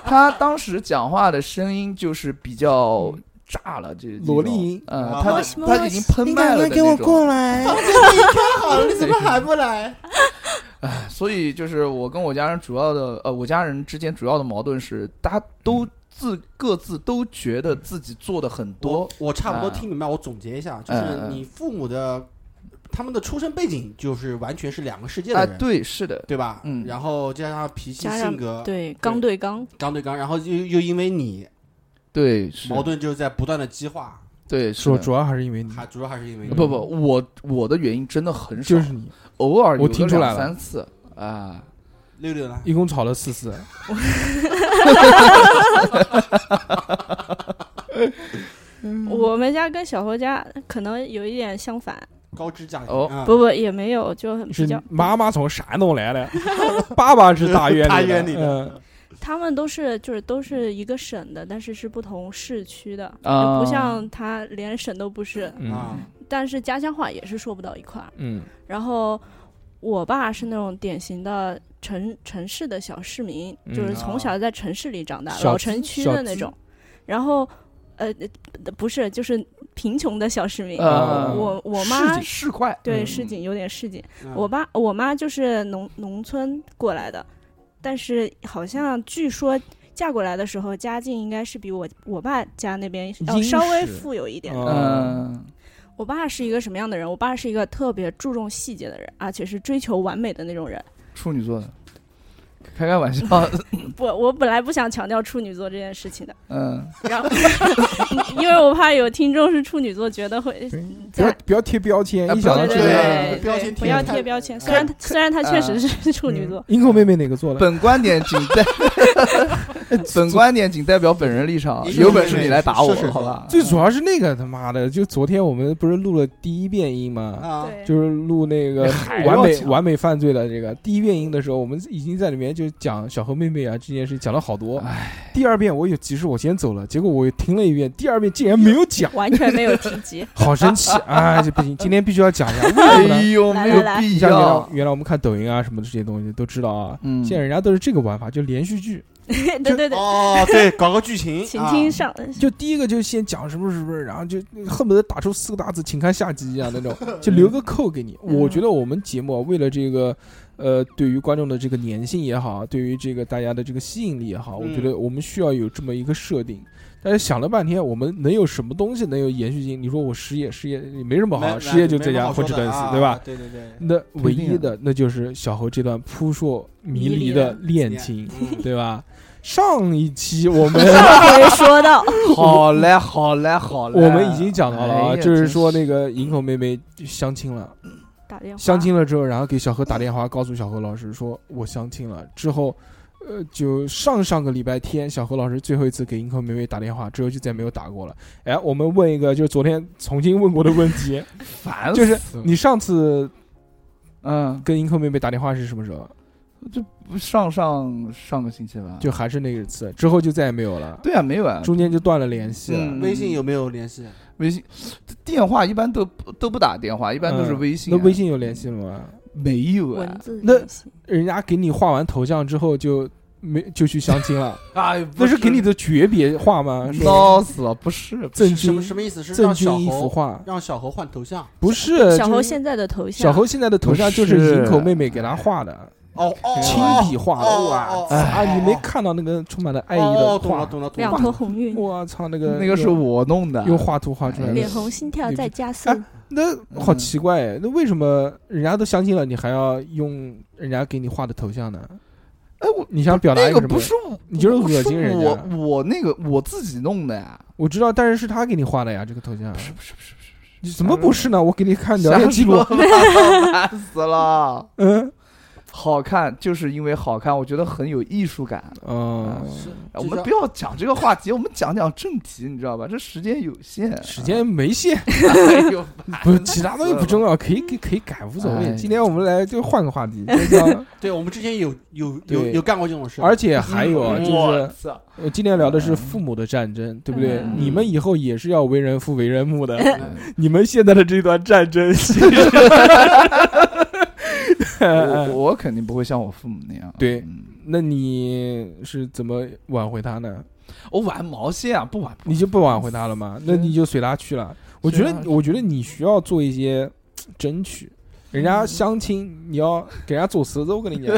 Speaker 5: 他当时讲话的声音就是比较炸了，这
Speaker 4: 萝莉音
Speaker 5: 呃，
Speaker 6: 啊
Speaker 5: 他的他已经喷麦了的那种，
Speaker 4: 来！
Speaker 6: 好，你怎么还不来？
Speaker 5: 所以就是我跟我家人主要的呃，我家人之间主要的矛盾是，大家都
Speaker 4: 嗯
Speaker 5: 自各自都觉得自己做的很多
Speaker 6: 我，我差不多
Speaker 5: 啊
Speaker 6: 听明白，我总结一下，就
Speaker 5: 嗯
Speaker 6: 是
Speaker 5: 嗯
Speaker 6: 你父母的他们的出生背景就是完全是两个世界
Speaker 5: 啊
Speaker 6: 的，人，
Speaker 5: 对，是的，
Speaker 6: 对吧？
Speaker 5: 嗯
Speaker 6: 然后加上脾气、
Speaker 7: 加上
Speaker 6: 性
Speaker 4: 啊
Speaker 6: 格，
Speaker 7: 对，刚对刚，
Speaker 6: 刚对刚，然后又又因为你
Speaker 5: 对，是
Speaker 6: 矛，盾就是在不断的激化，
Speaker 5: 对，是
Speaker 4: 说
Speaker 5: 的
Speaker 4: 主要还是因为你，
Speaker 6: 还主要还是因为你
Speaker 5: 不不，，我我的原因真的很少
Speaker 4: 就，是你，
Speaker 5: 偶尔有
Speaker 4: 我
Speaker 5: 个
Speaker 4: 听出来
Speaker 5: 两
Speaker 4: 了
Speaker 5: 三次啊，
Speaker 6: 六六呢？
Speaker 4: 一共吵了四次。
Speaker 7: 我们家跟小侯家可能有一点相反，
Speaker 6: 高知家庭
Speaker 5: 哦
Speaker 6: 啊
Speaker 7: 不不也没有，就很比
Speaker 4: 是
Speaker 7: 较，
Speaker 4: 妈妈从山东来的， 爸爸是大院
Speaker 6: 大
Speaker 4: 院
Speaker 6: 院里的
Speaker 4: 的。
Speaker 7: 他们都是就是都是一个省的，但是是不同市区的，
Speaker 5: 啊
Speaker 7: 就不像他连省都不是，
Speaker 4: 嗯嗯
Speaker 6: 啊，
Speaker 7: 但是家乡话也是说不到一块儿。
Speaker 4: 嗯，
Speaker 7: 然后我爸是那种典型的城城市的小市民，
Speaker 4: 嗯
Speaker 7: 就是从小在城市里长大，
Speaker 4: 小资
Speaker 7: 老城区的那
Speaker 4: 小
Speaker 7: 种。然后，呃，呃不是，就是贫穷的小市民。
Speaker 5: 呃，
Speaker 7: 哎我我妈
Speaker 5: 市井市侩，
Speaker 7: 对
Speaker 4: 嗯
Speaker 7: 市井有点市井，
Speaker 6: 嗯
Speaker 7: 我爸我妈就是农农村过来的，但是好像据说。嫁过来的时候，家境应该是比我我爸家那边要
Speaker 4: 殷
Speaker 7: 稍微
Speaker 4: 实
Speaker 7: 富有一
Speaker 6: 哦
Speaker 7: 点的。呃
Speaker 5: 嗯
Speaker 7: 我爸是一个什么样的人？我爸是一个特别注重细节的人，而且是追求完美的那种人。
Speaker 5: 处女座的，开 开玩笑，
Speaker 7: 不，我本来不想强调处女座这件事情的，
Speaker 5: 嗯。
Speaker 7: 然后因为我怕有听众是处女座，觉得会
Speaker 4: 对不要
Speaker 7: 在
Speaker 4: 不要贴标签，
Speaker 5: 哎
Speaker 4: 一想到
Speaker 7: 对
Speaker 4: 这
Speaker 7: 对
Speaker 6: 这
Speaker 4: 个
Speaker 6: 个
Speaker 7: 对
Speaker 6: 标签
Speaker 7: 对，不
Speaker 6: 贴
Speaker 7: 要
Speaker 6: 太啊嗯
Speaker 7: 贴标签。虽然虽然他确实是处女座，
Speaker 4: 嗯英口妹妹哪个做的？
Speaker 5: 本观点仅代， 本观点仅代表本人立场，
Speaker 6: 你是
Speaker 5: 有本事你来打我
Speaker 6: 是是，是
Speaker 5: 好吧？
Speaker 4: 啊最主要是那个他妈的，就昨天我们不是录了第一遍音
Speaker 5: 嗯
Speaker 4: 吗？
Speaker 6: 啊，
Speaker 7: 对，
Speaker 4: 就是录那个
Speaker 5: 还要
Speaker 4: 完美
Speaker 5: 讲
Speaker 4: 完美犯罪的这个第一遍音的时候，我们已经在里面就讲小何妹妹啊这件事讲了好多。第二遍我有急事我先走了，结果我又听了一遍，第二遍竟然没有 讲，
Speaker 7: 完全没有提及。
Speaker 4: 好生气！哎，这不行，今天必须要讲一下，为什么
Speaker 5: 哎
Speaker 4: 呢？
Speaker 5: 呦，
Speaker 7: 来
Speaker 5: 没有
Speaker 7: 来来
Speaker 5: 必
Speaker 4: 像原来
Speaker 5: 要。
Speaker 4: 原来我们看抖音啊什么的这些东西都知道啊，
Speaker 5: 嗯
Speaker 4: 现在人家都是这个玩法，就连续剧，
Speaker 7: 对对对，
Speaker 6: 哦，对，搞个剧 情，
Speaker 7: 请
Speaker 6: 啊
Speaker 7: 听上
Speaker 4: 就第一个就先讲什么什么，然后就恨不得打出四个大字“请看下集”一样那种，就留个扣给你。
Speaker 7: 嗯
Speaker 4: 我觉得我们节目啊为了这个，呃，对于观众的这个粘性也好，对于这个大家的这个吸引力也好，我
Speaker 6: 嗯
Speaker 4: 觉得我们需要有这么一个设定。但是想了半天，我们能有什么东西能有延续性？你说我失业，失业也没什么
Speaker 6: 没
Speaker 4: 好，失业就
Speaker 6: 没
Speaker 4: 在
Speaker 6: 什么
Speaker 4: 家
Speaker 6: 好
Speaker 4: 混吃
Speaker 6: 说
Speaker 4: 等
Speaker 6: 的
Speaker 4: 死，
Speaker 6: 啊
Speaker 4: 对吧？
Speaker 6: 对对对，
Speaker 4: 那唯一
Speaker 5: 不一定
Speaker 4: 的那就是小侯这段扑朔迷离的恋情，
Speaker 6: 嗯
Speaker 4: 对吧？上一期我们
Speaker 7: 回说到，
Speaker 5: 好嘞，好嘞，好嘞。
Speaker 4: 我们已经讲到了
Speaker 5: 哎
Speaker 4: 啊，
Speaker 5: 呀
Speaker 4: 就是说那
Speaker 5: 真
Speaker 4: 个营口妹妹相亲了，
Speaker 7: 打电话。
Speaker 4: 相亲了之后，然后给小何打电话，告诉小何老师说我相亲了。之后，呃，就上上个礼拜天，小何老师最后一次给银河美美打电话，之后就再没有打过了。哎，我们问一个，就是昨天重新问过的问 题，
Speaker 5: 烦
Speaker 4: 就是
Speaker 5: 死了
Speaker 4: 你上次
Speaker 5: 嗯，
Speaker 4: 跟银河妹妹打电话是什么时候？
Speaker 5: 这不上上上个星期吧？
Speaker 4: 就还是那一次，之后就再也没有了，
Speaker 5: 对啊，没有啊，
Speaker 4: 中间就断了联系了。
Speaker 5: 嗯
Speaker 6: 微信有没有联系？
Speaker 5: 微信电话一般都不都不打电话，一般都是微信啊、
Speaker 4: 嗯那微信有联系了吗？
Speaker 5: 没有
Speaker 7: 文
Speaker 5: 啊？
Speaker 7: 字
Speaker 4: 那
Speaker 7: 信息
Speaker 4: 人家给你画完头像之后就没就去相亲了，
Speaker 5: 哎，
Speaker 4: 那是 给你的诀别画吗？说
Speaker 5: 闹死了，不哦是
Speaker 4: 郑
Speaker 6: 什么
Speaker 4: 钧
Speaker 6: 什么意思？是
Speaker 4: 郑
Speaker 6: 让小
Speaker 4: 钧一幅
Speaker 6: 猴
Speaker 4: 画，
Speaker 6: 让小猴换头像？
Speaker 4: 不是
Speaker 7: 小
Speaker 4: 呃就
Speaker 7: 侯
Speaker 4: 是
Speaker 7: 现在的头像，
Speaker 4: 小侯现在的头像就是
Speaker 5: 不是
Speaker 4: 营口妹妹给他画的，
Speaker 6: 哦哦，
Speaker 4: 亲笔画的，
Speaker 5: 哦
Speaker 4: 哇塞！啊，你没看到那个充满了爱意的
Speaker 6: 哦，懂了
Speaker 4: 画？
Speaker 6: 懂了懂
Speaker 7: 两
Speaker 6: 了。
Speaker 7: 头红晕，
Speaker 4: 我操，那个
Speaker 5: 那个是
Speaker 4: 用
Speaker 5: 我弄的，
Speaker 4: 用画图画出来的
Speaker 7: 脸，红心跳
Speaker 4: 也不
Speaker 7: 在
Speaker 4: 是
Speaker 7: 加速。
Speaker 4: 哎那
Speaker 5: 嗯
Speaker 4: 好奇怪哎，那为什么人家都相亲了，你还要用人家给你画的头像呢？
Speaker 5: 哎，我
Speaker 4: 你想表达
Speaker 5: 那
Speaker 4: 一
Speaker 5: 个
Speaker 4: 什
Speaker 5: 不
Speaker 4: 么？
Speaker 5: 是我，
Speaker 4: 你就是
Speaker 5: 不
Speaker 4: 恶心人家
Speaker 5: 我我那个我自己弄的呀，
Speaker 4: 我知道，但是是他给你画的呀，这个头像
Speaker 5: 不。是不是不是不是，
Speaker 4: 你怎么不是呢？我给你看聊
Speaker 5: 瞎
Speaker 4: 天记录
Speaker 5: 说，啊烦 死了。
Speaker 4: 嗯，
Speaker 5: 好看就是因为好看，我觉得很有艺术感。
Speaker 4: 哦，
Speaker 6: 是
Speaker 5: 我
Speaker 6: 就
Speaker 5: 们
Speaker 6: 是
Speaker 5: 不要讲这个话题，我们讲讲正题，你知道吧？这时间有限，啊
Speaker 4: 时间没限，
Speaker 5: 哎呦，烦
Speaker 4: 不，其他东西不重
Speaker 5: 死了。
Speaker 4: 要，可以可以可以改，无所
Speaker 5: 哎
Speaker 4: 谓。今天我们来就换个话题，就叫
Speaker 6: 对我们之前有有有
Speaker 4: 对
Speaker 6: 有干过这种事，
Speaker 4: 而且还有
Speaker 5: 嗯
Speaker 4: 啊，就是
Speaker 5: 我操，
Speaker 4: 我今天聊的是父母的战争，对不对？
Speaker 7: 嗯
Speaker 4: 你们以后也是要为人父为人母的， 你们现在的这段战争， 其实
Speaker 5: 我我肯定不会像我父母那样。
Speaker 4: 对
Speaker 5: 嗯
Speaker 4: 那你是怎么挽回他呢？
Speaker 5: 我玩毛线啊，不玩不
Speaker 4: 你
Speaker 5: 玩
Speaker 4: 就不挽回他了吗？那你就随他去了。我觉
Speaker 5: 随他
Speaker 4: 得，
Speaker 5: 去
Speaker 4: 我觉得你需要做一些争取。人家相亲，你要给人家做 舌头，我跟你讲，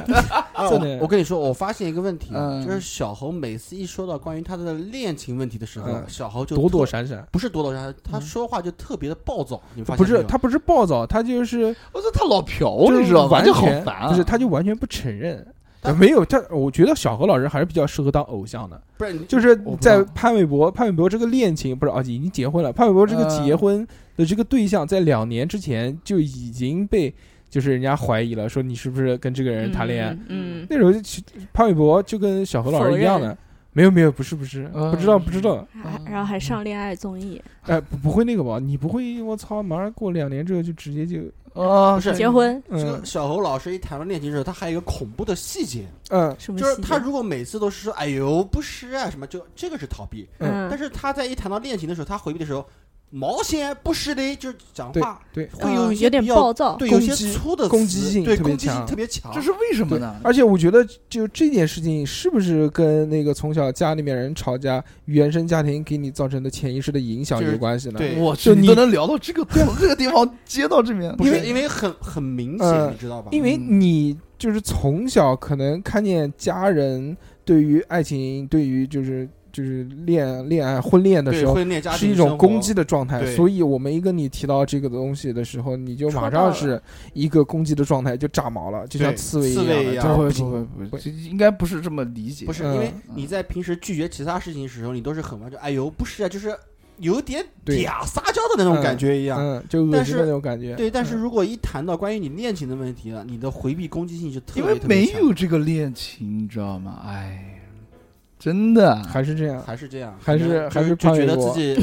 Speaker 6: 啊
Speaker 4: 真的
Speaker 6: 我我跟你说，我发现一个问题啊，
Speaker 5: 嗯
Speaker 6: 就是小猴每次一说到关于他的恋情问题的时候，
Speaker 4: 嗯
Speaker 6: 小猴就
Speaker 4: 躲躲
Speaker 6: 特
Speaker 4: 闪闪。
Speaker 6: 不是躲躲闪闪，他说话就特别的暴躁，你发现
Speaker 4: 不
Speaker 6: 没
Speaker 4: 是
Speaker 6: 有
Speaker 4: 他不是暴躁，他就是
Speaker 5: 我说他老嫖，
Speaker 4: 就是
Speaker 5: 你知道吧？
Speaker 4: 完
Speaker 5: 就好
Speaker 4: 全
Speaker 5: 烦啊。
Speaker 4: 不是，他就完全不承认。呃没有他，我觉得小何老师还是比较适合当偶像的，
Speaker 6: 不是你
Speaker 4: 就是
Speaker 5: 我不知
Speaker 4: 在
Speaker 5: 道
Speaker 4: 潘玮柏，潘玮柏这个恋情不是啊，已经结婚了。潘玮柏这个
Speaker 5: 嗯
Speaker 4: 结婚的这个对象，在两年之前就已经被就是人家怀疑了，说你是不是跟这个人谈恋爱？
Speaker 7: 嗯，嗯，
Speaker 4: 那时候就去潘玮柏就跟小何老师一样的，没有没有，不是不是，
Speaker 5: 嗯
Speaker 4: 不知道不知道，
Speaker 7: 嗯还然后还上恋爱综艺，
Speaker 4: 哎，不不会那个吧？你不会，我操，马上过两年之后就直接就
Speaker 5: 啊，
Speaker 6: 不是
Speaker 7: 结婚
Speaker 6: 这
Speaker 4: 嗯
Speaker 6: 个小猴老师一谈论恋情的时候，他还有一个恐怖的细节，
Speaker 4: 嗯
Speaker 7: 什么
Speaker 6: 就是
Speaker 7: 戏
Speaker 6: 他如果每次都是说“哎呦，不是啊”什么，就这个是逃避。但
Speaker 7: 嗯，
Speaker 6: 是他在一谈到恋情的时候，他回避的时候，毛线不是的，就是讲
Speaker 4: 对
Speaker 6: 话
Speaker 4: 对，
Speaker 6: 会有一
Speaker 7: 嗯
Speaker 6: 些
Speaker 7: 有点
Speaker 6: 比较
Speaker 7: 暴躁，
Speaker 6: 对，有一些
Speaker 4: 攻击
Speaker 6: 粗的词
Speaker 4: 攻击性
Speaker 6: 对
Speaker 4: 特别
Speaker 6: 攻击性
Speaker 4: 强
Speaker 6: 特别强。
Speaker 5: 这是为什么呢？
Speaker 4: 而且我觉得，就这件事情，是不是跟那个从小家里面人吵架，原生家庭给你造成的潜意识的影响
Speaker 6: 就是
Speaker 4: 有关系呢？
Speaker 6: 对
Speaker 5: 我
Speaker 4: 就
Speaker 5: 去，
Speaker 4: 你
Speaker 5: 你都能聊到这个从这个地方接到这边，
Speaker 6: 不
Speaker 5: 因
Speaker 6: 是
Speaker 5: 为
Speaker 6: 因为很很明
Speaker 4: 呃
Speaker 6: 显，你知道吧？
Speaker 4: 因为你就是从小可能看见家人对于爱情，对于就是就是恋恋爱婚恋的
Speaker 6: 对
Speaker 4: 时候。
Speaker 6: 婚恋家
Speaker 4: 是一
Speaker 6: 庭生
Speaker 4: 种
Speaker 6: 活
Speaker 4: 攻击，的状态，
Speaker 6: 对
Speaker 4: 所以我们一跟你提到这个东西的时候，你就马
Speaker 7: 戳到
Speaker 4: 上
Speaker 7: 了
Speaker 4: 是一个攻击的状态，就炸毛了，就像
Speaker 6: 对
Speaker 4: 刺猬
Speaker 6: 刺猬
Speaker 4: 一
Speaker 6: 一
Speaker 4: 样
Speaker 6: 样
Speaker 4: 的，
Speaker 5: 哎不
Speaker 4: 就
Speaker 5: 会
Speaker 4: 是不行
Speaker 5: 不会不会，这应该不是这么理解，
Speaker 6: 不是
Speaker 4: 嗯
Speaker 6: 因为你在平时拒绝其他事情的时候，你都是很完整，哎呦不是啊，就是有点
Speaker 4: 对
Speaker 6: 嗲撒娇的那种
Speaker 4: 嗯
Speaker 6: 感觉一样。
Speaker 4: 嗯，就恶
Speaker 6: 但
Speaker 4: 心
Speaker 6: 是
Speaker 4: 的那种感觉。
Speaker 6: 对，但是
Speaker 4: 嗯
Speaker 6: 如果一谈到关于你恋情的问题了，你的回避攻击性就特别
Speaker 5: 因为
Speaker 6: 特别
Speaker 5: 没
Speaker 6: 强
Speaker 5: 有这个恋情，你知道吗？哎，真的，
Speaker 4: 还是这样，
Speaker 6: 还是这样，
Speaker 4: 嗯还是
Speaker 6: 就是
Speaker 4: 还是
Speaker 6: 就就觉得
Speaker 4: 潘玮柏
Speaker 6: 自 己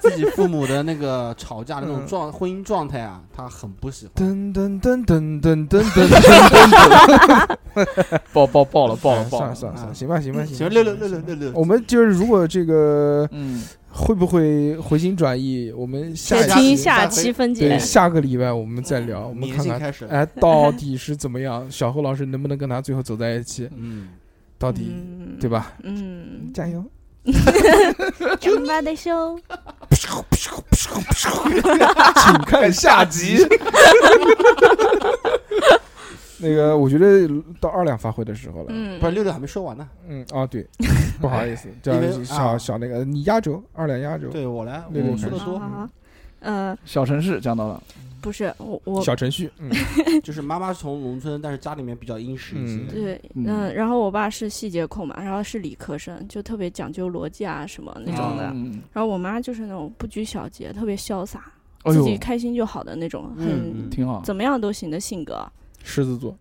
Speaker 6: 自己父母的那个吵架的
Speaker 4: 嗯
Speaker 6: 那种状婚姻状态啊，他很不喜欢。
Speaker 4: 噔噔噔噔噔噔噔噔噔，
Speaker 5: 爆爆爆了爆了爆
Speaker 4: 算了
Speaker 5: 哎了，
Speaker 4: 算了算了，
Speaker 6: 嗯
Speaker 4: 行吧行吧行
Speaker 6: 行，
Speaker 4: 吧，
Speaker 6: 六六六六六六，
Speaker 4: 我们就是如果这个
Speaker 5: 嗯，
Speaker 4: 会不会回心转意，我们下
Speaker 6: 下
Speaker 7: 且
Speaker 4: 一
Speaker 7: 听
Speaker 4: 期
Speaker 6: 期下
Speaker 7: 期
Speaker 6: 回
Speaker 7: 分
Speaker 4: 对
Speaker 7: 解。
Speaker 4: 下个礼拜我们再聊，我们
Speaker 6: 粘
Speaker 4: 看
Speaker 6: 性
Speaker 4: 看
Speaker 6: 开始，
Speaker 4: 哎到底是怎么样，小侯老师能不能跟他最后走在一起，
Speaker 6: 嗯，
Speaker 4: 到底
Speaker 7: 嗯
Speaker 4: 对？吧？
Speaker 7: 嗯，
Speaker 4: 加油！
Speaker 7: 就妈的羞，
Speaker 4: 请看下集。那个，我觉得到二两发挥的时候了。
Speaker 7: 嗯
Speaker 6: 不，是六六还没说完呢，
Speaker 4: 嗯，哦，对，不好意思，叫
Speaker 6: 因为
Speaker 4: 小
Speaker 6: 啊
Speaker 4: 小那个，你压轴，二两压轴。
Speaker 6: 对我来，
Speaker 4: 六六
Speaker 6: 我说的
Speaker 4: 开
Speaker 7: 好好
Speaker 6: 多，
Speaker 7: 好，呃，
Speaker 5: 小城市讲到了，
Speaker 7: 不是我我
Speaker 4: 小程序，嗯，
Speaker 6: 就是妈妈从农村，但是家里面比较殷实一
Speaker 4: 嗯
Speaker 6: 些，
Speaker 7: 对，
Speaker 5: 嗯
Speaker 7: 嗯，然后我爸是细节控嘛，然后是理科生，就特别讲究逻辑啊什么那种的。
Speaker 5: 嗯
Speaker 7: 然后我妈就是那种不拘小节，特别潇洒，
Speaker 5: 哎
Speaker 7: 自
Speaker 5: 呦
Speaker 7: 己开心就好的那种，很
Speaker 6: 嗯
Speaker 5: 挺好。
Speaker 7: 怎么样都行的性格，
Speaker 4: 狮子座，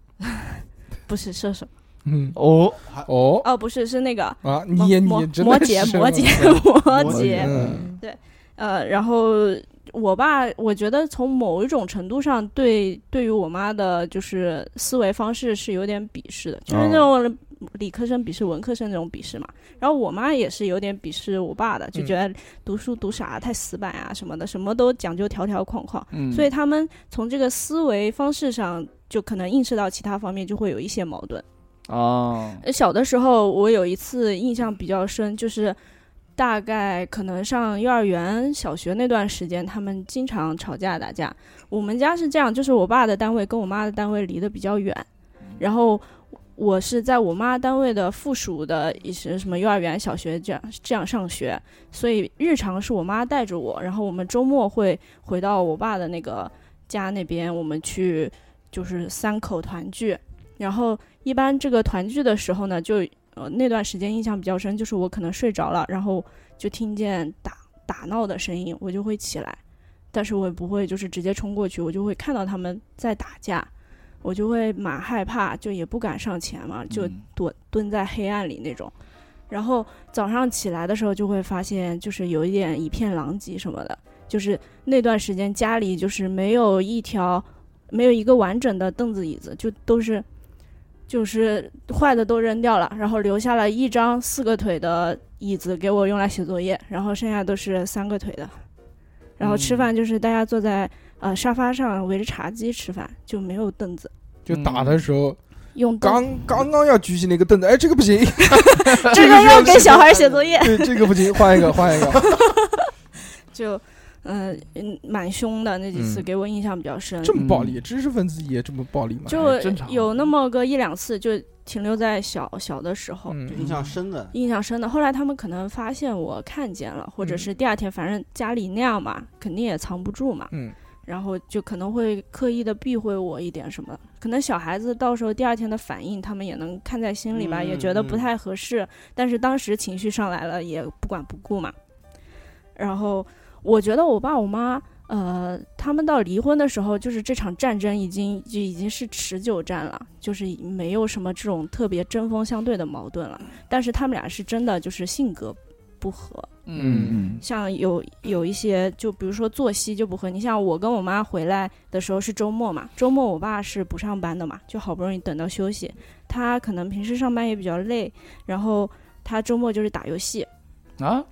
Speaker 7: 不是射手
Speaker 4: 嗯，
Speaker 5: 哦，
Speaker 4: 哦
Speaker 7: 哦，不是是那个
Speaker 4: 啊，
Speaker 7: 摩
Speaker 4: 你也
Speaker 7: 摩
Speaker 4: 你真
Speaker 7: 摩
Speaker 4: 的
Speaker 7: 羯
Speaker 4: 是啊
Speaker 7: 摩羯 摩
Speaker 6: 摩
Speaker 7: 羯，
Speaker 4: 嗯，
Speaker 7: 呃，然后我爸，我觉得从某一种程度上对对于我妈的，就是思维方式是有点鄙视的，就是那
Speaker 4: 哦
Speaker 7: 种理科生鄙视文科生那种鄙视嘛。然后我妈也是有点鄙视我爸的，就
Speaker 4: 嗯
Speaker 7: 觉得读书读傻太死板啊什么的，什么都讲究条条框框。
Speaker 5: 嗯，
Speaker 7: 所以他们从这个思维方式上，就可能映射到其他方面，就会有一些矛盾。
Speaker 5: 啊，
Speaker 7: 呃小的时候，我有一次印象比较深，就是大概可能上幼儿园、小学那段时间，他们经常吵架打架。我们家是这样，就是我爸的单位跟我妈的单位离得比较远，然后我是在我妈单位的附属的一些什么幼儿园、小学这样这样上学，所以日常是我妈带着我，然后我们周末会回到我爸的那个家那边，我们去就是三口团聚，然后一般这个团聚的时候呢，就呃那段时间印象比较深，就是我可能睡着了，然后就听见打打闹的声音，我就会起来，但是我也不会就是直接冲过去，我就会看到他们在打架，我就会蛮害怕，就也不敢上前嘛，就
Speaker 5: 嗯
Speaker 7: 躲蹲在黑暗里那种。然后早上起来的时候，就会发现就是有一点一片狼藉什么的，就是那段时间家里就是没有一条，没有一个完整的凳子椅子，就都是就是坏的都扔掉了，然后留下了一张四个腿的椅子给我用来写作业，然后剩下都是三个腿的。然后吃饭就是大家坐在呃沙发上围着茶几吃饭，就没有凳子，
Speaker 4: 就打的时
Speaker 7: 嗯
Speaker 4: 候，
Speaker 7: 用凳
Speaker 4: 刚刚刚要举起那个凳子，哎，这个不行，
Speaker 7: 这个要给小孩写作业，
Speaker 4: 对，这个不行，换一 个，换一个，
Speaker 7: 就嗯嗯蛮凶的那几次
Speaker 4: 嗯
Speaker 7: 给我印象比较深，
Speaker 4: 这么暴力，知识分子也这么暴力吗？
Speaker 7: 就
Speaker 5: 正常
Speaker 7: 有那么个一两次就停留在小小的时候，
Speaker 4: 嗯
Speaker 6: 就印象深的，
Speaker 7: 印象深的。后来他们可能发现我看见了，或者
Speaker 4: 嗯
Speaker 7: 是第二天，反正家里那样嘛，肯定也藏不住嘛，
Speaker 4: 嗯，
Speaker 7: 然后就可能会刻意的避讳我一点什么的。可能小孩子到时候第二天的反应，他们也能看在心里吧，
Speaker 6: 嗯
Speaker 7: 也觉得不
Speaker 6: 嗯
Speaker 7: 太合适，但是当时情绪上来了，也不管不顾嘛。然后我觉得我爸我妈。呃，他们到离婚的时候，就是这场战争已经就已经是持久战了，就是没有什么这种特别针锋相对的矛盾了。但是他们俩是真的就是性格不合，
Speaker 5: 嗯
Speaker 7: 像有有一些，就比如说作息就不合。你像我跟我妈回来的时候是周末嘛，周末我爸是不上班的嘛，就好不容易等到休息。他可能平时上班也比较累，然后他周末就是打游戏，
Speaker 5: 嗯啊，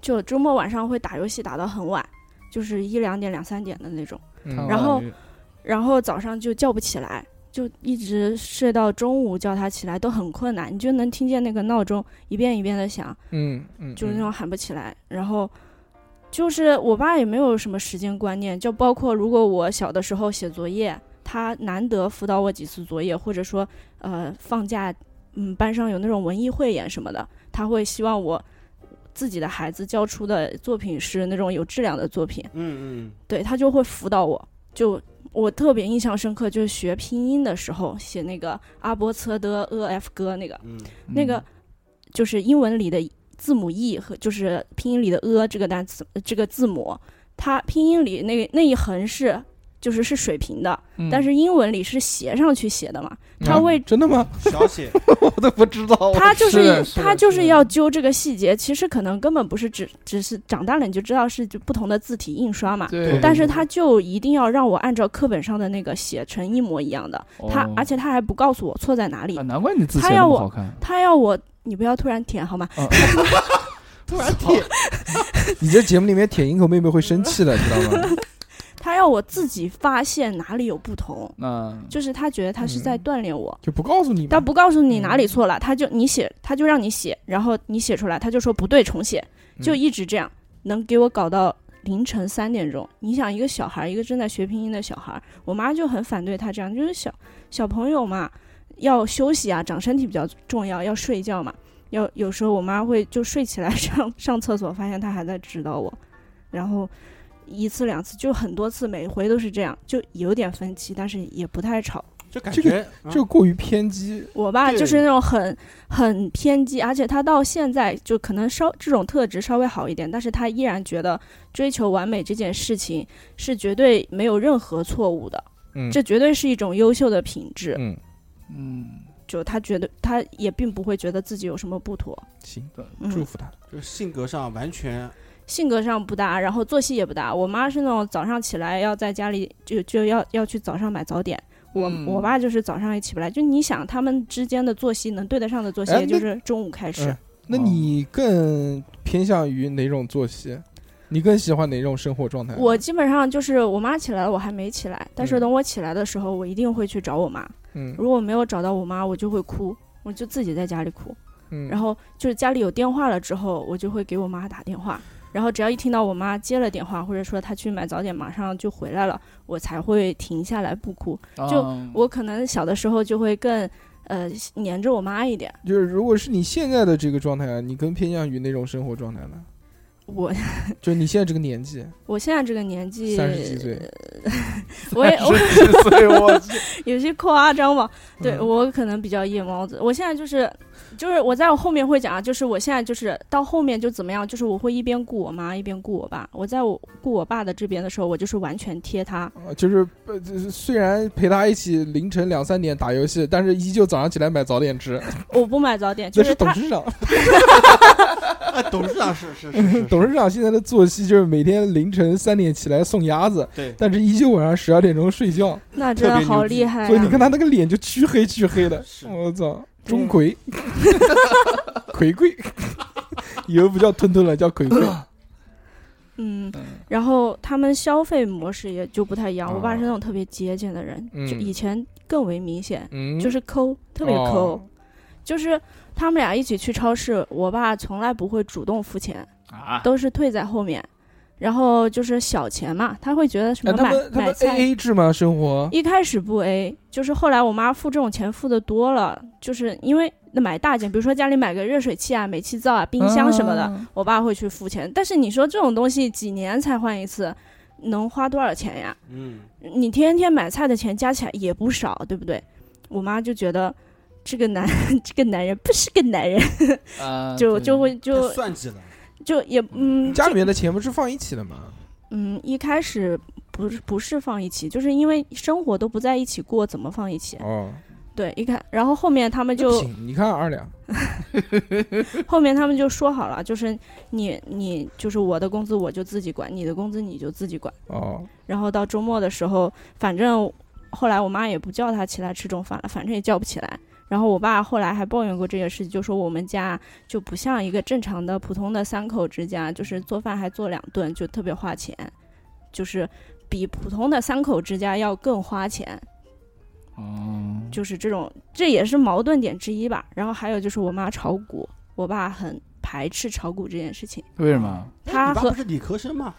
Speaker 7: 就周末晚上会打游戏打到很晚，就是一两点、两三点的那种。
Speaker 4: 嗯
Speaker 5: 看
Speaker 7: 然后
Speaker 5: 完了
Speaker 7: 然后早上就叫不起来，就一直睡到中午叫他起来都很困难，你就能听见那个闹钟一遍一遍的响。
Speaker 4: 嗯嗯，
Speaker 7: 就是那种喊不起来。然后就是我爸也没有什么时间观念，就包括如果我小的时候写作业，他难得辅导我几次作业，或者说呃放假，嗯班上有那种文艺汇演什么的，他会希望我。自己的孩子交出的作品是那种有质量的作品，
Speaker 6: 嗯
Speaker 7: 对他就会辅导我。就我特别印象深刻，就是学拼音的时候写那个阿波车的呃 f 歌那个，
Speaker 6: 嗯
Speaker 7: 那个就是英文里的字母 e 和就是拼音里的 a 这个单词呃这个字母，它拼音里那那一横是就是是水平的，
Speaker 5: 嗯，
Speaker 7: 但
Speaker 5: 是
Speaker 7: 是英文里是斜上去写的嘛，
Speaker 4: 嗯
Speaker 7: 他会
Speaker 4: 啊真的 吗？
Speaker 6: 嗯，小写，
Speaker 4: 我都不知道，
Speaker 7: 他就是
Speaker 5: 的是的
Speaker 7: 他就是
Speaker 5: 是的
Speaker 7: 要揪这个细节，其实可能根本不是只只是长大了你就知道是就不同的字体印刷嘛。
Speaker 5: 对，
Speaker 7: 但是他就一定要让我按照课本上的那个写成一模一样的，他
Speaker 5: 哦
Speaker 7: 而且他还不告诉我错在哪里
Speaker 5: 啊，难怪你字
Speaker 7: 他
Speaker 5: 写得
Speaker 7: 要
Speaker 5: 那么
Speaker 7: 我
Speaker 5: 好看。
Speaker 7: 他要我你不要突然舔好吗？
Speaker 6: 突然铁，
Speaker 4: 你这节目里面舔营口妹妹会生气的，知道吗？
Speaker 7: 他要我自己发现哪里有不同，
Speaker 5: 那
Speaker 7: 就是他觉得他是在锻炼我，
Speaker 4: 就不告诉你
Speaker 7: 他
Speaker 4: 们，
Speaker 7: 不告诉你哪里错了，他就你写，他就让你写，然后你写出来，他就说不对，重写，就一直这样，能给我搞到凌晨三点钟。你想，一个小孩儿，一个正在学拼音的小孩儿，我妈就很反对他这样，就是小小朋友嘛，要休息啊，长身体比较重要，要睡觉嘛。要有时候我妈会就睡起来 上上厕所，发现他还在指导我，然后一次两次就很多次，每回都是这样，就有点分歧，但是也不太吵。
Speaker 6: 就感
Speaker 4: 这个
Speaker 6: 觉嗯
Speaker 4: 这个过于偏激。
Speaker 7: 我爸
Speaker 6: 对
Speaker 7: 就是那种很很偏激，而且他到现在就可能稍这种特质稍微好一点，但是他依然觉得追求完美这件事情是绝对没有任何错误的，
Speaker 4: 嗯
Speaker 7: 这绝对是一种优秀的品质。
Speaker 4: 嗯，
Speaker 5: 嗯，
Speaker 7: 就他觉得他也并不会觉得自己有什么不妥，
Speaker 4: 行，祝
Speaker 7: 嗯，
Speaker 4: 福他。
Speaker 6: 就是性格上完全
Speaker 7: 性格上不搭，然后作息也不搭。我妈是那种早上起来要在家里就就要要去早上买早点。我、
Speaker 5: 嗯
Speaker 7: 我爸就是早上也起不来，就你想他们之间的作息能对得上的作息，
Speaker 4: 哎
Speaker 7: 也就
Speaker 4: 那
Speaker 7: 是中午开始。
Speaker 4: 嗯那你更偏向于哪种作息？你更喜欢哪种生活状态？
Speaker 7: 我基本上就是我妈起来了，我还没起来，但是
Speaker 4: 嗯
Speaker 7: 等我起来的时候，我一定会去找我妈。
Speaker 4: 嗯
Speaker 7: 如果没有找到我妈，我就会哭，我就自己在家里哭。
Speaker 4: 嗯，
Speaker 7: 然后就是家里有电话了之后，我就会给我妈打电话。然后只要一听到我妈接了电话，或者说她去买早点，马上就回来了，我才会停下来不哭。就
Speaker 5: 嗯
Speaker 7: 我可能小的时候就会更呃黏着我妈一点。
Speaker 4: 就是如果是你现在的这个状态啊，你更偏向于哪种生活状态呢？
Speaker 7: 我
Speaker 4: 就是你现在这个年纪，
Speaker 7: 我现在这个年纪，
Speaker 4: 三十几岁，
Speaker 7: 我也我
Speaker 5: 所以我
Speaker 7: 有些夸张吧。对、
Speaker 4: 嗯
Speaker 7: 我可能比较夜猫子，我现在就是，就是我在我后面会讲啊，就是我现在就是到后面就怎么样，就是我会一边顾我妈一边顾我爸。我在我顾我爸的这边的时候，我就是完全贴他，
Speaker 4: 啊，就是呃，就是虽然陪他一起凌晨两三点打游戏，但是依旧早上起来买早点 吃，
Speaker 7: 我不买早点，就
Speaker 4: 那
Speaker 7: 是
Speaker 4: 是董
Speaker 7: 他。
Speaker 4: 事 长。
Speaker 6: 啊，董事长是是是是
Speaker 4: 董事长现在的作息就是每天凌晨三点起来送鸭子，
Speaker 6: 对，
Speaker 4: 但是依旧晚上十二点钟睡觉，
Speaker 7: 那真的好厉害、
Speaker 4: 所以你
Speaker 7: 啊！
Speaker 4: 看他那个脸就黢黑黢黑的，
Speaker 6: 是
Speaker 4: 我操，
Speaker 7: 嗯
Speaker 4: 钟 馗， 葵葵， 以后不叫吞吞了，叫 葵葵。
Speaker 7: 嗯
Speaker 5: 嗯，
Speaker 7: 然后他们消费模式也就不太一样。我爸
Speaker 4: 哦
Speaker 7: 是那种特别节俭的人，
Speaker 4: 嗯
Speaker 7: 就以前更为明显，
Speaker 4: 嗯，哦
Speaker 7: 就是是抠，特别抠。就是他们俩一起去超市，我爸从来不会主动付钱，
Speaker 2: 啊，
Speaker 7: 都是退在后面，然后就是小钱嘛，他会觉得什
Speaker 4: 哎，
Speaker 7: 么
Speaker 4: 他
Speaker 7: 买、
Speaker 4: 们他
Speaker 7: 买
Speaker 4: 们
Speaker 7: 菜。
Speaker 4: A A 制吗？生活？
Speaker 7: 一开始不 A，就是后来我妈付这种钱付的多了，就是因为那买大件，比如说家里买个热水器啊、煤气灶啊、冰箱什么的，
Speaker 5: 啊
Speaker 7: 我爸会去付钱。但是你说这种东西几年才换一次，能花多少钱呀？
Speaker 6: 嗯，
Speaker 7: 你天天买菜的钱加起来也不少，对不对？我妈就觉得这个男 这个男人不是个男人，
Speaker 5: 啊
Speaker 7: 就
Speaker 5: 对
Speaker 7: 就会就
Speaker 6: 太算计了，
Speaker 7: 就也嗯，
Speaker 4: 家里面的钱不是放一起的吗？
Speaker 7: 嗯，一开始不是不是放一起，就是因为生活都不在一起过，怎么放一起？
Speaker 4: 哦，
Speaker 7: 对，一开，然后后面他们
Speaker 4: 那不
Speaker 7: 就
Speaker 4: 行，你看二两，
Speaker 7: 后面他们就说好了，就是你你就是我的工资我就自己管，你的工资你就自己管。
Speaker 4: 哦，
Speaker 7: 然后到周末的时候，反正后来我妈也不叫他起来吃中饭了，反正也叫不起来。然后我爸后来还抱怨过这个事情，就说我们家就不像一个正常的普通的三口之家，就是做饭还做两顿，就特别花钱，就是比普通的三口之家要更花钱，
Speaker 5: 哦
Speaker 7: 就是这种，这也是矛盾点之一吧。然后还有就是我妈炒股，我爸很排斥炒股这件事情，
Speaker 5: 为什么？
Speaker 7: 他
Speaker 6: 哎你爸
Speaker 7: 和
Speaker 6: 不是理科生吗？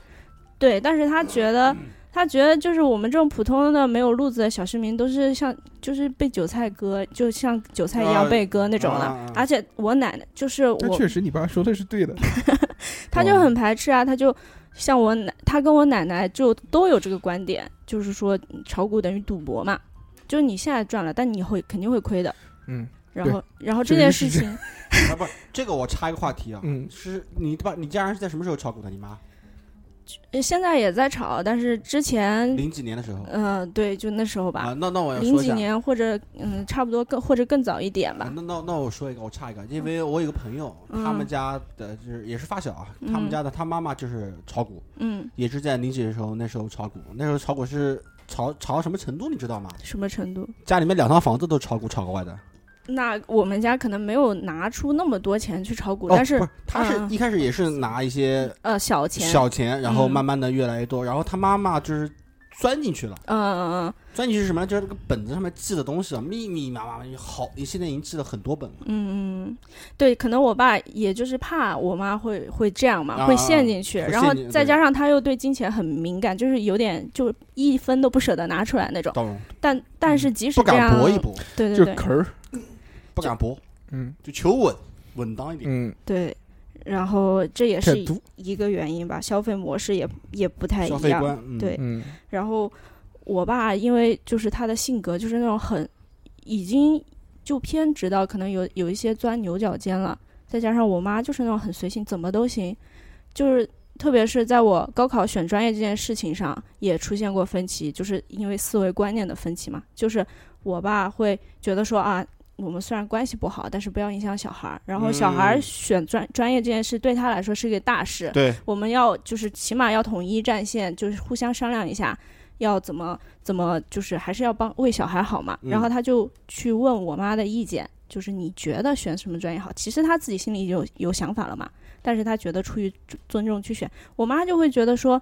Speaker 7: 对，但是他觉得，
Speaker 6: 嗯
Speaker 7: 他觉得就是我们这种普通的没有路子的小市民，都是像就是被韭菜割，就像韭菜一样
Speaker 6: 啊
Speaker 7: 被割那种的。
Speaker 6: 啊啊啊
Speaker 7: 而且我奶奶就是
Speaker 4: 那
Speaker 7: 我，
Speaker 4: 确实你爸说的是 对的。
Speaker 7: 他
Speaker 6: 哦
Speaker 7: 就很排斥啊，他就像我奶，他跟我奶奶就都有这个观点，就是说炒股等于赌博嘛，就是你现在赚了，但你会肯定会亏的。
Speaker 4: 嗯，
Speaker 7: 然后，然后
Speaker 4: 确
Speaker 7: 这件
Speaker 4: 实是这
Speaker 7: 事情，
Speaker 6: 啊，不，这个我插一个话题啊，
Speaker 4: 嗯
Speaker 6: 是你爸，你家人是在什么时候炒股的？你妈
Speaker 7: 呃现在也在炒，但是之前，
Speaker 6: 零几年的时候
Speaker 7: 嗯、对，就那时候吧
Speaker 6: 啊，，那那我要
Speaker 7: 零
Speaker 6: 说一
Speaker 7: 几
Speaker 6: 下。
Speaker 7: 年或者嗯，差不多更或者更早一点吧
Speaker 6: 啊。那那那我说一个，我插一个，因为我有个朋友，他们
Speaker 7: 嗯
Speaker 6: 家的就是也是发小啊，
Speaker 7: 嗯
Speaker 6: 他们家的他妈妈就是炒股，
Speaker 7: 嗯，
Speaker 6: 也是在零几的时候，那时候炒股，那时候炒股是炒炒到什么程度，你知道吗？
Speaker 7: 什么程度？
Speaker 6: 家里面两套房子都炒股炒过来的。
Speaker 7: 那我们家可能没有拿出那么多钱去炒股，
Speaker 6: 哦，
Speaker 7: 但是
Speaker 6: 不是，他
Speaker 7: 嗯
Speaker 6: 是一开始也是拿一些
Speaker 7: 呃小钱，
Speaker 6: 小钱，然后
Speaker 7: 嗯
Speaker 6: 慢慢的越来越多，然后他妈妈就是钻进去了。
Speaker 7: 嗯嗯
Speaker 6: 钻进去是什么呢？就是这个本子上面记的东西啊，密密麻麻，好，你现在已经记了很多本了。
Speaker 7: 嗯嗯嗯，对，可能我爸也就是怕我妈会会这样嘛，
Speaker 6: 啊
Speaker 7: 会陷进去，
Speaker 6: 会陷
Speaker 7: 然后
Speaker 6: 进
Speaker 7: 再
Speaker 6: 对
Speaker 7: 加上他又对金钱很敏感，就是有点就一分都不舍得拿出来那种。
Speaker 6: 懂，
Speaker 7: 但但是即
Speaker 6: 嗯
Speaker 7: 使
Speaker 6: 不
Speaker 7: 这样
Speaker 6: 敢，搏一搏，
Speaker 7: 对对
Speaker 4: 就
Speaker 7: 对
Speaker 4: 壳儿，
Speaker 6: 不敢搏，
Speaker 4: 嗯
Speaker 6: 就求稳，稳当一点。
Speaker 4: 嗯，
Speaker 7: 对，然后这也
Speaker 4: 太
Speaker 7: 是
Speaker 4: 毒，
Speaker 7: 哎一个原因吧，消费模式也也不太
Speaker 6: 消
Speaker 7: 一
Speaker 6: 费
Speaker 7: 样。
Speaker 6: 观，嗯
Speaker 7: 对
Speaker 4: 嗯，
Speaker 7: 然后我爸因为就是他的性格就是那种很已经就偏执到可能有有一些钻牛角尖了，再加上我妈就是那种很随性，怎么都行，就是特别是在我高考选专业这件事情上也出现过分歧，就是因为思维观念的分歧嘛，就是我爸会觉得说啊。我们虽然关系不好，但是不要影响小孩儿。然后小孩儿
Speaker 6: 嗯
Speaker 7: 选专专业这件事对他来说是个大事，
Speaker 6: 对，
Speaker 7: 我们要就是起码要统一战线，就是互相商量一下，要怎么怎么，就是还是要帮为小孩好嘛。
Speaker 6: 嗯
Speaker 7: 然后他就去问我妈的意见，就是你觉得选什么专业好？其实他自己心里有有想法了嘛，但是他觉得出于尊尊重去选。我妈就会觉得说，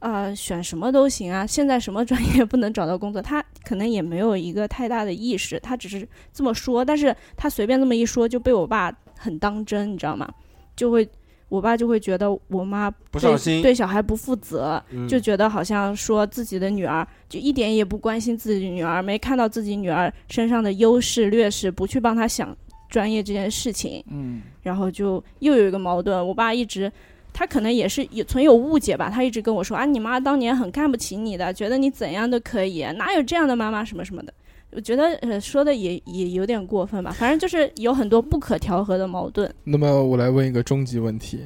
Speaker 7: 呃，选什么都行啊，现在什么专业不能找到工作，她可能也没有一个太大的意识，她只是这么说，但是她随便这么一说就被我爸很当真，你知道吗？就会。我爸就会觉得我妈
Speaker 6: 不
Speaker 7: 对
Speaker 6: 上心
Speaker 7: 对小孩不负责，
Speaker 6: 嗯
Speaker 7: 就觉得好像说自己的女儿就一点也不关心自己的女儿，没看到自己女儿身上的优势劣势，不去帮她想专业这件事情，
Speaker 5: 嗯，
Speaker 7: 然后就又有一个矛盾。我爸一直，他可能也是也存有误解吧，他一直跟我说啊，你妈当年很看不起你的，觉得你怎样都可以，哪有这样的妈妈什么什么的。我觉得呃说的也也有点过分吧，反正就是有很多不可调和的矛盾。
Speaker 4: 那么我来问一个终极问题：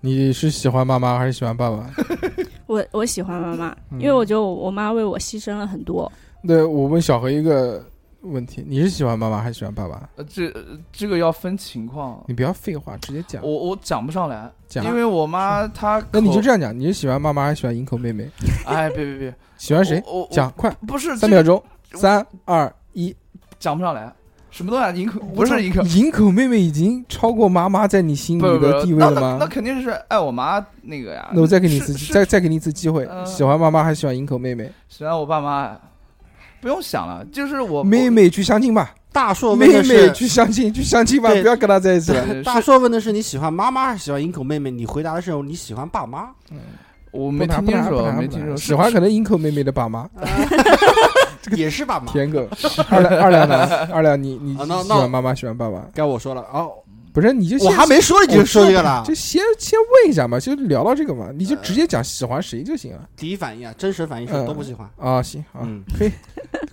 Speaker 4: 你是喜欢妈妈还是喜欢爸爸？
Speaker 7: 我我喜欢妈妈，
Speaker 4: 嗯
Speaker 7: 因为我觉得我我妈为我牺牲了很多。
Speaker 4: 对，我问小何一个问题：你是喜欢妈妈还是喜欢爸爸？
Speaker 5: 呃这呃这个要分情况，
Speaker 4: 你不要废话，直接讲
Speaker 5: 我我讲不上来，
Speaker 4: 讲。
Speaker 5: 因为我妈她
Speaker 4: 那你就
Speaker 5: 口
Speaker 4: 这样讲，你是喜欢妈妈还是喜欢营口妹妹？
Speaker 5: 哎别别别，
Speaker 4: 喜欢谁？
Speaker 5: 我我
Speaker 4: 讲快，
Speaker 5: 不是
Speaker 4: 三
Speaker 5: 这
Speaker 4: 秒钟，三二一。
Speaker 5: 讲不上来，什么东西啊？银口不是银口，
Speaker 4: 营口妹妹已经超过妈妈在你心里
Speaker 5: 不是不
Speaker 4: 的
Speaker 5: 是，
Speaker 4: 地位
Speaker 5: 那
Speaker 4: 了
Speaker 5: 那那
Speaker 4: 吗？
Speaker 5: 肯定是爱我妈那个呀。
Speaker 4: 那我再给你一
Speaker 5: 是
Speaker 4: 次，
Speaker 5: 是
Speaker 4: 再再给你一次机会
Speaker 5: 呃，
Speaker 4: 喜欢妈妈还是喜欢营口妹妹？
Speaker 5: 喜欢我爸妈，不用想了，就是我
Speaker 4: 妹妹去相亲吧，
Speaker 6: 大硕问
Speaker 4: 妹
Speaker 6: 的
Speaker 4: 妹
Speaker 6: 是
Speaker 4: 去相亲，去相亲吧，
Speaker 6: 对
Speaker 4: 不要跟她在一起了。
Speaker 5: 对
Speaker 6: 大
Speaker 5: 是
Speaker 6: 硕问的是你喜欢妈妈还是喜欢营口妹妹？你回答的是你喜欢爸妈。
Speaker 5: 我
Speaker 4: 不
Speaker 5: 没
Speaker 4: 拿
Speaker 5: 听
Speaker 4: 不拿
Speaker 5: 清
Speaker 4: 不
Speaker 5: 楚，
Speaker 4: 拿
Speaker 5: 没
Speaker 4: 不
Speaker 5: 听啊
Speaker 4: 拿
Speaker 5: 清楚，
Speaker 4: 喜欢可能营口妹妹的爸妈，
Speaker 6: 也是爸妈。
Speaker 4: 舔 狗。二两二两呢？二两你你
Speaker 6: 啊那
Speaker 4: 喜欢妈妈喜欢爸爸？
Speaker 6: 该我说了哦，
Speaker 4: 不是你就先
Speaker 6: 我还没啊说你就说这个了
Speaker 4: 就，先先问一下嘛，就聊到这个嘛，你
Speaker 6: 呃
Speaker 4: 就直接讲喜欢谁就行了。
Speaker 6: 第一反应啊，真实反应是
Speaker 4: 嗯
Speaker 6: 都不喜欢。
Speaker 4: 啊，行啊
Speaker 6: 嗯，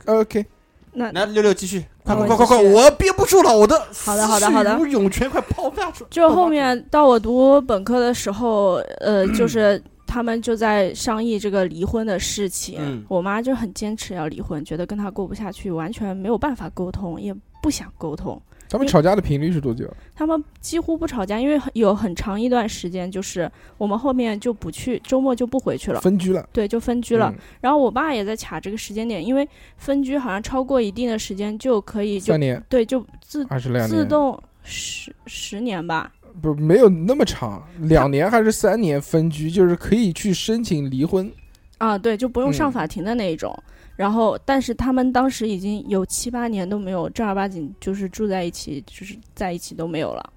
Speaker 4: ，OK，
Speaker 7: 那
Speaker 6: 来六六继续，快快
Speaker 7: 我
Speaker 6: 快快快，
Speaker 7: 继续
Speaker 6: 我憋不住了，我的
Speaker 7: 哦好的好的好的
Speaker 6: 思绪如涌泉，快爆发出。
Speaker 7: 就后面到我读本科的时候，呃，就是他们就在商议这个离婚的事情。
Speaker 6: 嗯
Speaker 7: 我妈就很坚持要离婚，觉得跟他过不下去，完全没有办法沟通，也不想沟通。
Speaker 4: 他
Speaker 6: 嗯
Speaker 4: 们吵架的频率是多久？
Speaker 7: 他们几乎不吵架，因为很有很长一段时间，就是我们后面就不去，周末就不回
Speaker 6: 啊
Speaker 7: 去了，
Speaker 4: 分居了，
Speaker 7: 对，就分居了。
Speaker 4: 嗯，
Speaker 7: 然后我爸也在卡这个时间点，因为分居好像超过一定的时间就可以就
Speaker 4: 三年
Speaker 7: 对就自
Speaker 4: 还是两
Speaker 7: 自
Speaker 4: 年？
Speaker 7: 动十十年吧，
Speaker 4: 不没有那么长，两年还是三年分居，就是可以去申请离 婚。
Speaker 7: 啊，对，就不用
Speaker 4: 嗯
Speaker 7: 上法庭的那一种。然后，但是他们当时已经有七八年都没有正儿八经就是住在一起，就是在一起都没有了，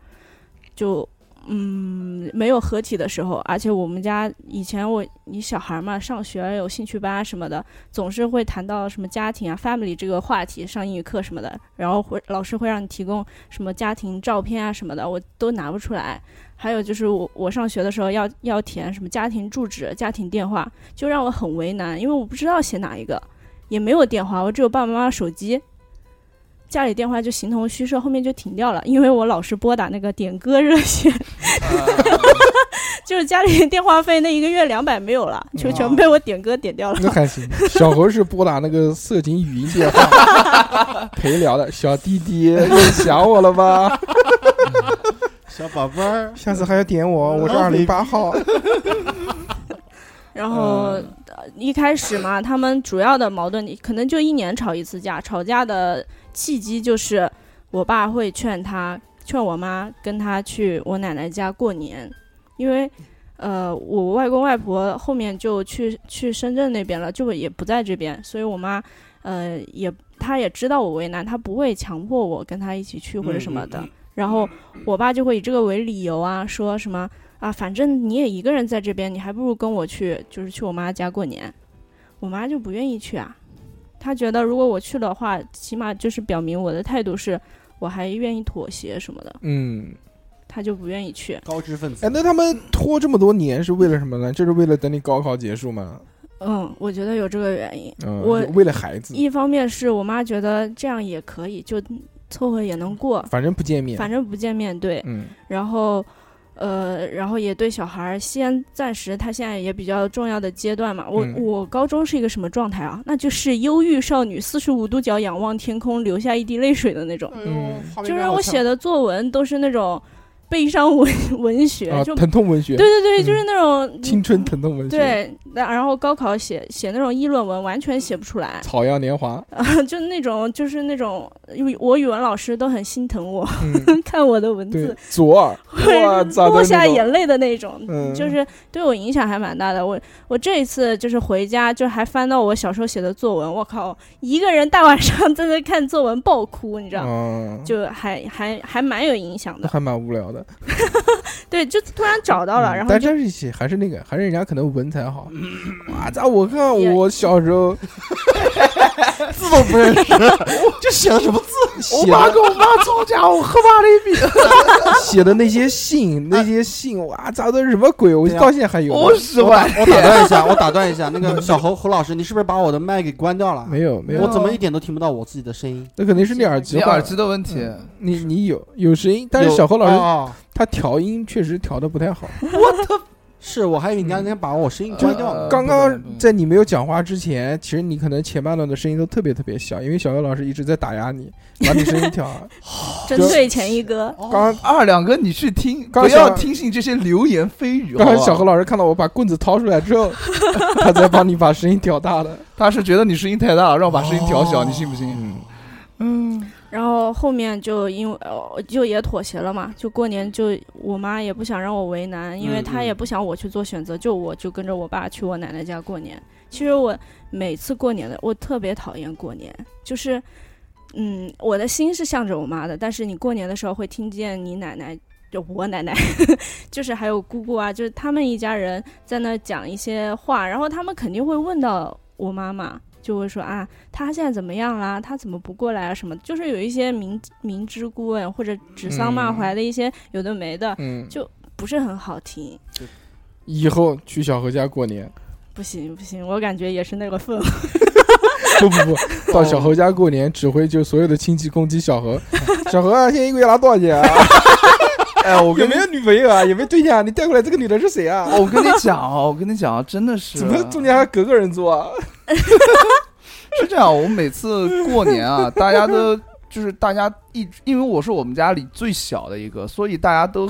Speaker 7: 就嗯没有合体的时候。而且我们家以前我你小孩嘛，上学有兴趣班什么的，总是会谈到什么家庭啊、family 这个话题，上英语课什么的，然后会老师会让你提供什么家庭照片啊什么的，我都拿不出来。还有就是我我上学的时候要要填什么家庭住址、家庭电话，就让我很为难，因为我不知道写哪一个，也没有电话，我只有爸爸妈妈手机。家里电话就形同虚设，后面就停掉了，因为我老是拨打那个点歌热线，就是家里电话费那一个月两百没有了，就全被我点歌点掉了。
Speaker 4: 那还行。小猴是拨打那个色情语音电话 陪聊的，小弟弟，又想我了吧？
Speaker 6: 小宝贝儿，
Speaker 4: 下次还要点我，
Speaker 7: 嗯
Speaker 4: 我是二零八号。
Speaker 7: 然后、呃一开始嘛，他们主要的矛盾可能就一年吵一次架，吵架的契机就是我爸会劝他，劝我妈跟他去我奶奶家过年，因为呃我外公外婆后面就去去深圳那边了，就也不在这边，所以我妈呃也她也知道我为难，她不会强迫我跟她一起去或者什么的。然后我爸就会以这个为理由啊，说什么啊，反正你也一个人在这边，你还不如跟我去，就是去我妈家过年。我妈就不愿意去啊，她觉得如果我去的话，起码就是表明我的态度是我还愿意妥协什么的，
Speaker 4: 嗯，
Speaker 7: 她就不愿意去。
Speaker 6: 高知分子
Speaker 4: 哎，。那他们拖这么多年是为了什么呢？就是为了等你高考结束吗？
Speaker 7: 嗯，我觉得有这个原因。
Speaker 4: 嗯，
Speaker 7: 我
Speaker 4: 就为了孩子，
Speaker 7: 一方面是我妈觉得这样也可以，就凑合也能过，
Speaker 4: 反正不见面，
Speaker 7: 反正不见面对。
Speaker 4: 嗯
Speaker 7: 然后，呃，然后也对小孩儿先暂时，他现在也比较重要的阶段嘛。我、
Speaker 4: 嗯
Speaker 7: 我高中是一个什么状态啊？那就是忧郁少女四十五度角仰望天空，流下一滴泪水的那种。
Speaker 4: 嗯，
Speaker 7: 就是我写的作文都是那种悲伤文 文学，
Speaker 4: 啊，
Speaker 7: 就
Speaker 4: 疼痛文学
Speaker 7: 对，对对，
Speaker 4: 嗯
Speaker 7: 就是那种
Speaker 4: 青春疼痛文学，，
Speaker 7: 对。那然后高考写写那种议论文，完全写不出来，
Speaker 4: 草样年华，
Speaker 7: 就那种就是那种，因为我语文老师都很心疼我，
Speaker 4: 嗯，
Speaker 7: 看我的文字
Speaker 4: 对，左耳，
Speaker 7: 会
Speaker 4: 哇咋
Speaker 7: 落
Speaker 4: 的
Speaker 7: 下
Speaker 4: 那种
Speaker 7: 眼泪的那种，
Speaker 4: 嗯
Speaker 7: 就是对我影响还蛮大的。我我这一次就是回家，就还翻到我小时候写的作文，我靠，一个人大晚上在那看作文爆哭，你知道，
Speaker 4: 嗯，
Speaker 7: 就还还还蛮有影响
Speaker 4: 那
Speaker 7: 的。
Speaker 4: 还蛮无聊的。
Speaker 7: 对，就突然找到了，
Speaker 4: 嗯
Speaker 7: 然后
Speaker 4: 但
Speaker 7: 就
Speaker 4: 但是写还是那个，还是人家可能文采好。哇咋我看
Speaker 7: 也
Speaker 4: 我小时候
Speaker 6: 字都不认识，这写的什么字？
Speaker 4: 写的
Speaker 5: 跟我妈吵架，我喝妈的逼，
Speaker 4: 写的那些信，那些信哇咋都是什么鬼？我
Speaker 6: 对啊
Speaker 4: 到现在还有呢。
Speaker 5: 我喜
Speaker 6: 我打
Speaker 5: 欢。
Speaker 6: 我打断一下，我打断一下，那个小侯侯老师，你是不是把我的麦给关掉了？
Speaker 4: 没有没
Speaker 6: 我
Speaker 4: 有，
Speaker 6: 怎么一点都听不到我自己的声音？
Speaker 4: 那肯定是你耳机
Speaker 5: 你
Speaker 4: 坏
Speaker 5: 耳
Speaker 4: 了。
Speaker 5: 机的问题，
Speaker 4: 你你有有声音，但是小何
Speaker 6: 侯
Speaker 4: 老师
Speaker 6: 师
Speaker 4: 他调音确实调的不太好。
Speaker 6: 是我还以为你刚才把我声
Speaker 4: 嗯
Speaker 6: 音关掉了
Speaker 5: 呃。
Speaker 4: 刚
Speaker 5: 不不
Speaker 4: 刚
Speaker 5: 不
Speaker 4: 在你没有讲话之前，其实你可能前半段的声音都特别特别小，因为小何老师一直在打压你，把你声音调 好。
Speaker 7: 针对前一哥，
Speaker 6: 哦
Speaker 4: 刚
Speaker 5: 二两哥，你去听，
Speaker 4: 刚
Speaker 5: 不
Speaker 4: 想
Speaker 5: 要听信这些流言蜚语。
Speaker 4: 刚
Speaker 5: 好
Speaker 4: 才
Speaker 5: 不好
Speaker 4: 小何老师看到我把棍子掏出来之后，他才帮你把声音调大 的。
Speaker 5: 他是觉得你声音太大了，让我把声音调小，
Speaker 6: 哦
Speaker 5: 你信不信？
Speaker 4: 嗯，
Speaker 5: 嗯，
Speaker 7: 然后后面就因为呃就也妥协了嘛，就过年就我妈也不想让我为难，因为
Speaker 6: 嗯
Speaker 7: 她
Speaker 6: 嗯
Speaker 7: 也不想我去做选择，就我就跟着我爸去我奶奶家过年。其实我每次过年的我特别讨厌过年，就是嗯我的心是向着我妈的，但是你过年的时候会听见你奶奶。就我奶奶， 就是还有姑姑啊，就是他们一家人在那讲一些话，然后他们肯定会问到我妈妈，就会说啊，他现在怎么样啦？他怎么不过来啊？什么的？就是有一些明明知故问或者指桑骂槐的一些有的没的，
Speaker 4: 嗯，
Speaker 7: 就不是很好听。
Speaker 4: 以后去小何家过年，
Speaker 7: 不行不行，我感觉也是那个氛围。
Speaker 4: 不不不，到小何家过年只会就所有的亲戚攻击小 何。小何啊，现在一个月拿多少钱啊？
Speaker 5: 哎，我
Speaker 4: 有
Speaker 5: 跟
Speaker 4: 没有女朋友啊？有没有对象啊？你带过来这个女的是谁啊？
Speaker 5: 我跟你讲哦，我跟你讲哦，真的是
Speaker 4: 怎么中间还隔个人坐啊？
Speaker 5: 是这样，我每次过年啊，大家都就是大家一，因为我是我们家里最小的一个，所以大家都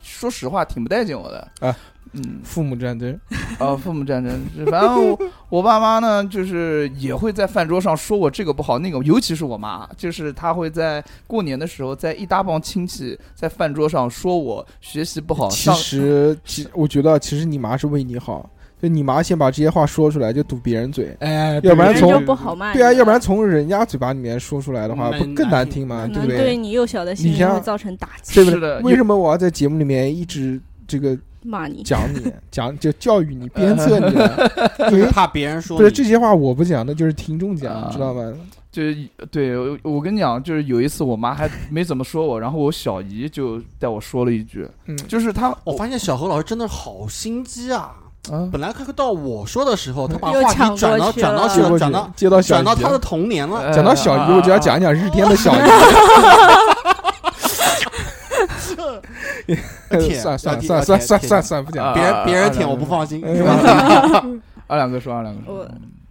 Speaker 5: 说实话挺不待见我的。
Speaker 4: 啊
Speaker 5: 嗯，
Speaker 4: 父母战争，
Speaker 5: 呃，父母战争，是反正我我爸妈呢，就是也会在饭桌上说我这个不好那个，尤其是我妈，就是她会在过年的时候，在一大帮亲戚在饭桌上说我学习不好，
Speaker 4: 其
Speaker 5: 上
Speaker 4: 实其我觉得其实你妈是为你好，就你妈先把这些话说出来，就堵别人嘴。
Speaker 6: 哎，
Speaker 4: 要不然
Speaker 7: 人
Speaker 4: 从
Speaker 7: 就不好骂你
Speaker 4: 对
Speaker 7: 了。
Speaker 4: 啊，要不然从人家嘴巴里面说出来的话，
Speaker 6: 那
Speaker 4: 不更难
Speaker 6: 难
Speaker 4: 听吗？
Speaker 7: 可
Speaker 4: 对
Speaker 7: 能
Speaker 4: 不
Speaker 7: 对
Speaker 4: 对？
Speaker 7: 你幼小的心
Speaker 4: 你
Speaker 7: 灵
Speaker 4: 像
Speaker 7: 会造成打击，
Speaker 4: 对不
Speaker 5: 是的
Speaker 4: 对？为什么我要在节目里面一直这个
Speaker 7: 骂你。
Speaker 4: 讲你，讲就教育你、鞭策你呢？
Speaker 6: 就是怕别人说
Speaker 4: 不是
Speaker 6: 你
Speaker 4: 这些话我不讲，那就是听众讲，
Speaker 5: 啊
Speaker 4: 你知道吗？
Speaker 5: 就是对我我跟你讲，就是有一次我妈还没怎么说我，然后我小姨就带我说了一句，
Speaker 4: 嗯
Speaker 5: 就是她
Speaker 6: 我发现小何老师真的好心机啊！
Speaker 5: 啊，
Speaker 6: 本来快到我说的时候，他把
Speaker 7: 又
Speaker 6: 话
Speaker 7: 抢
Speaker 6: 题
Speaker 7: 过
Speaker 6: 转到
Speaker 7: 去
Speaker 6: 转到
Speaker 7: 了
Speaker 4: 接过去
Speaker 6: 转到
Speaker 4: 接到小
Speaker 6: 转到
Speaker 4: 姨
Speaker 6: 他的，童年
Speaker 5: 哎
Speaker 6: 了。
Speaker 4: 讲到小
Speaker 5: 啊
Speaker 4: 姨，我就要讲一讲日天的小姨。
Speaker 6: 舔
Speaker 4: 算算
Speaker 6: 要舔
Speaker 4: 算算
Speaker 6: 要舔
Speaker 4: 算
Speaker 6: 舔
Speaker 4: 算算不讲
Speaker 5: 啊
Speaker 4: 了，
Speaker 6: 别人别人
Speaker 5: 啊
Speaker 6: 舔
Speaker 5: 啊
Speaker 6: 我不放心，
Speaker 4: 嗯
Speaker 6: 是吧？
Speaker 5: 二啊两哥说，二两哥说
Speaker 7: 我，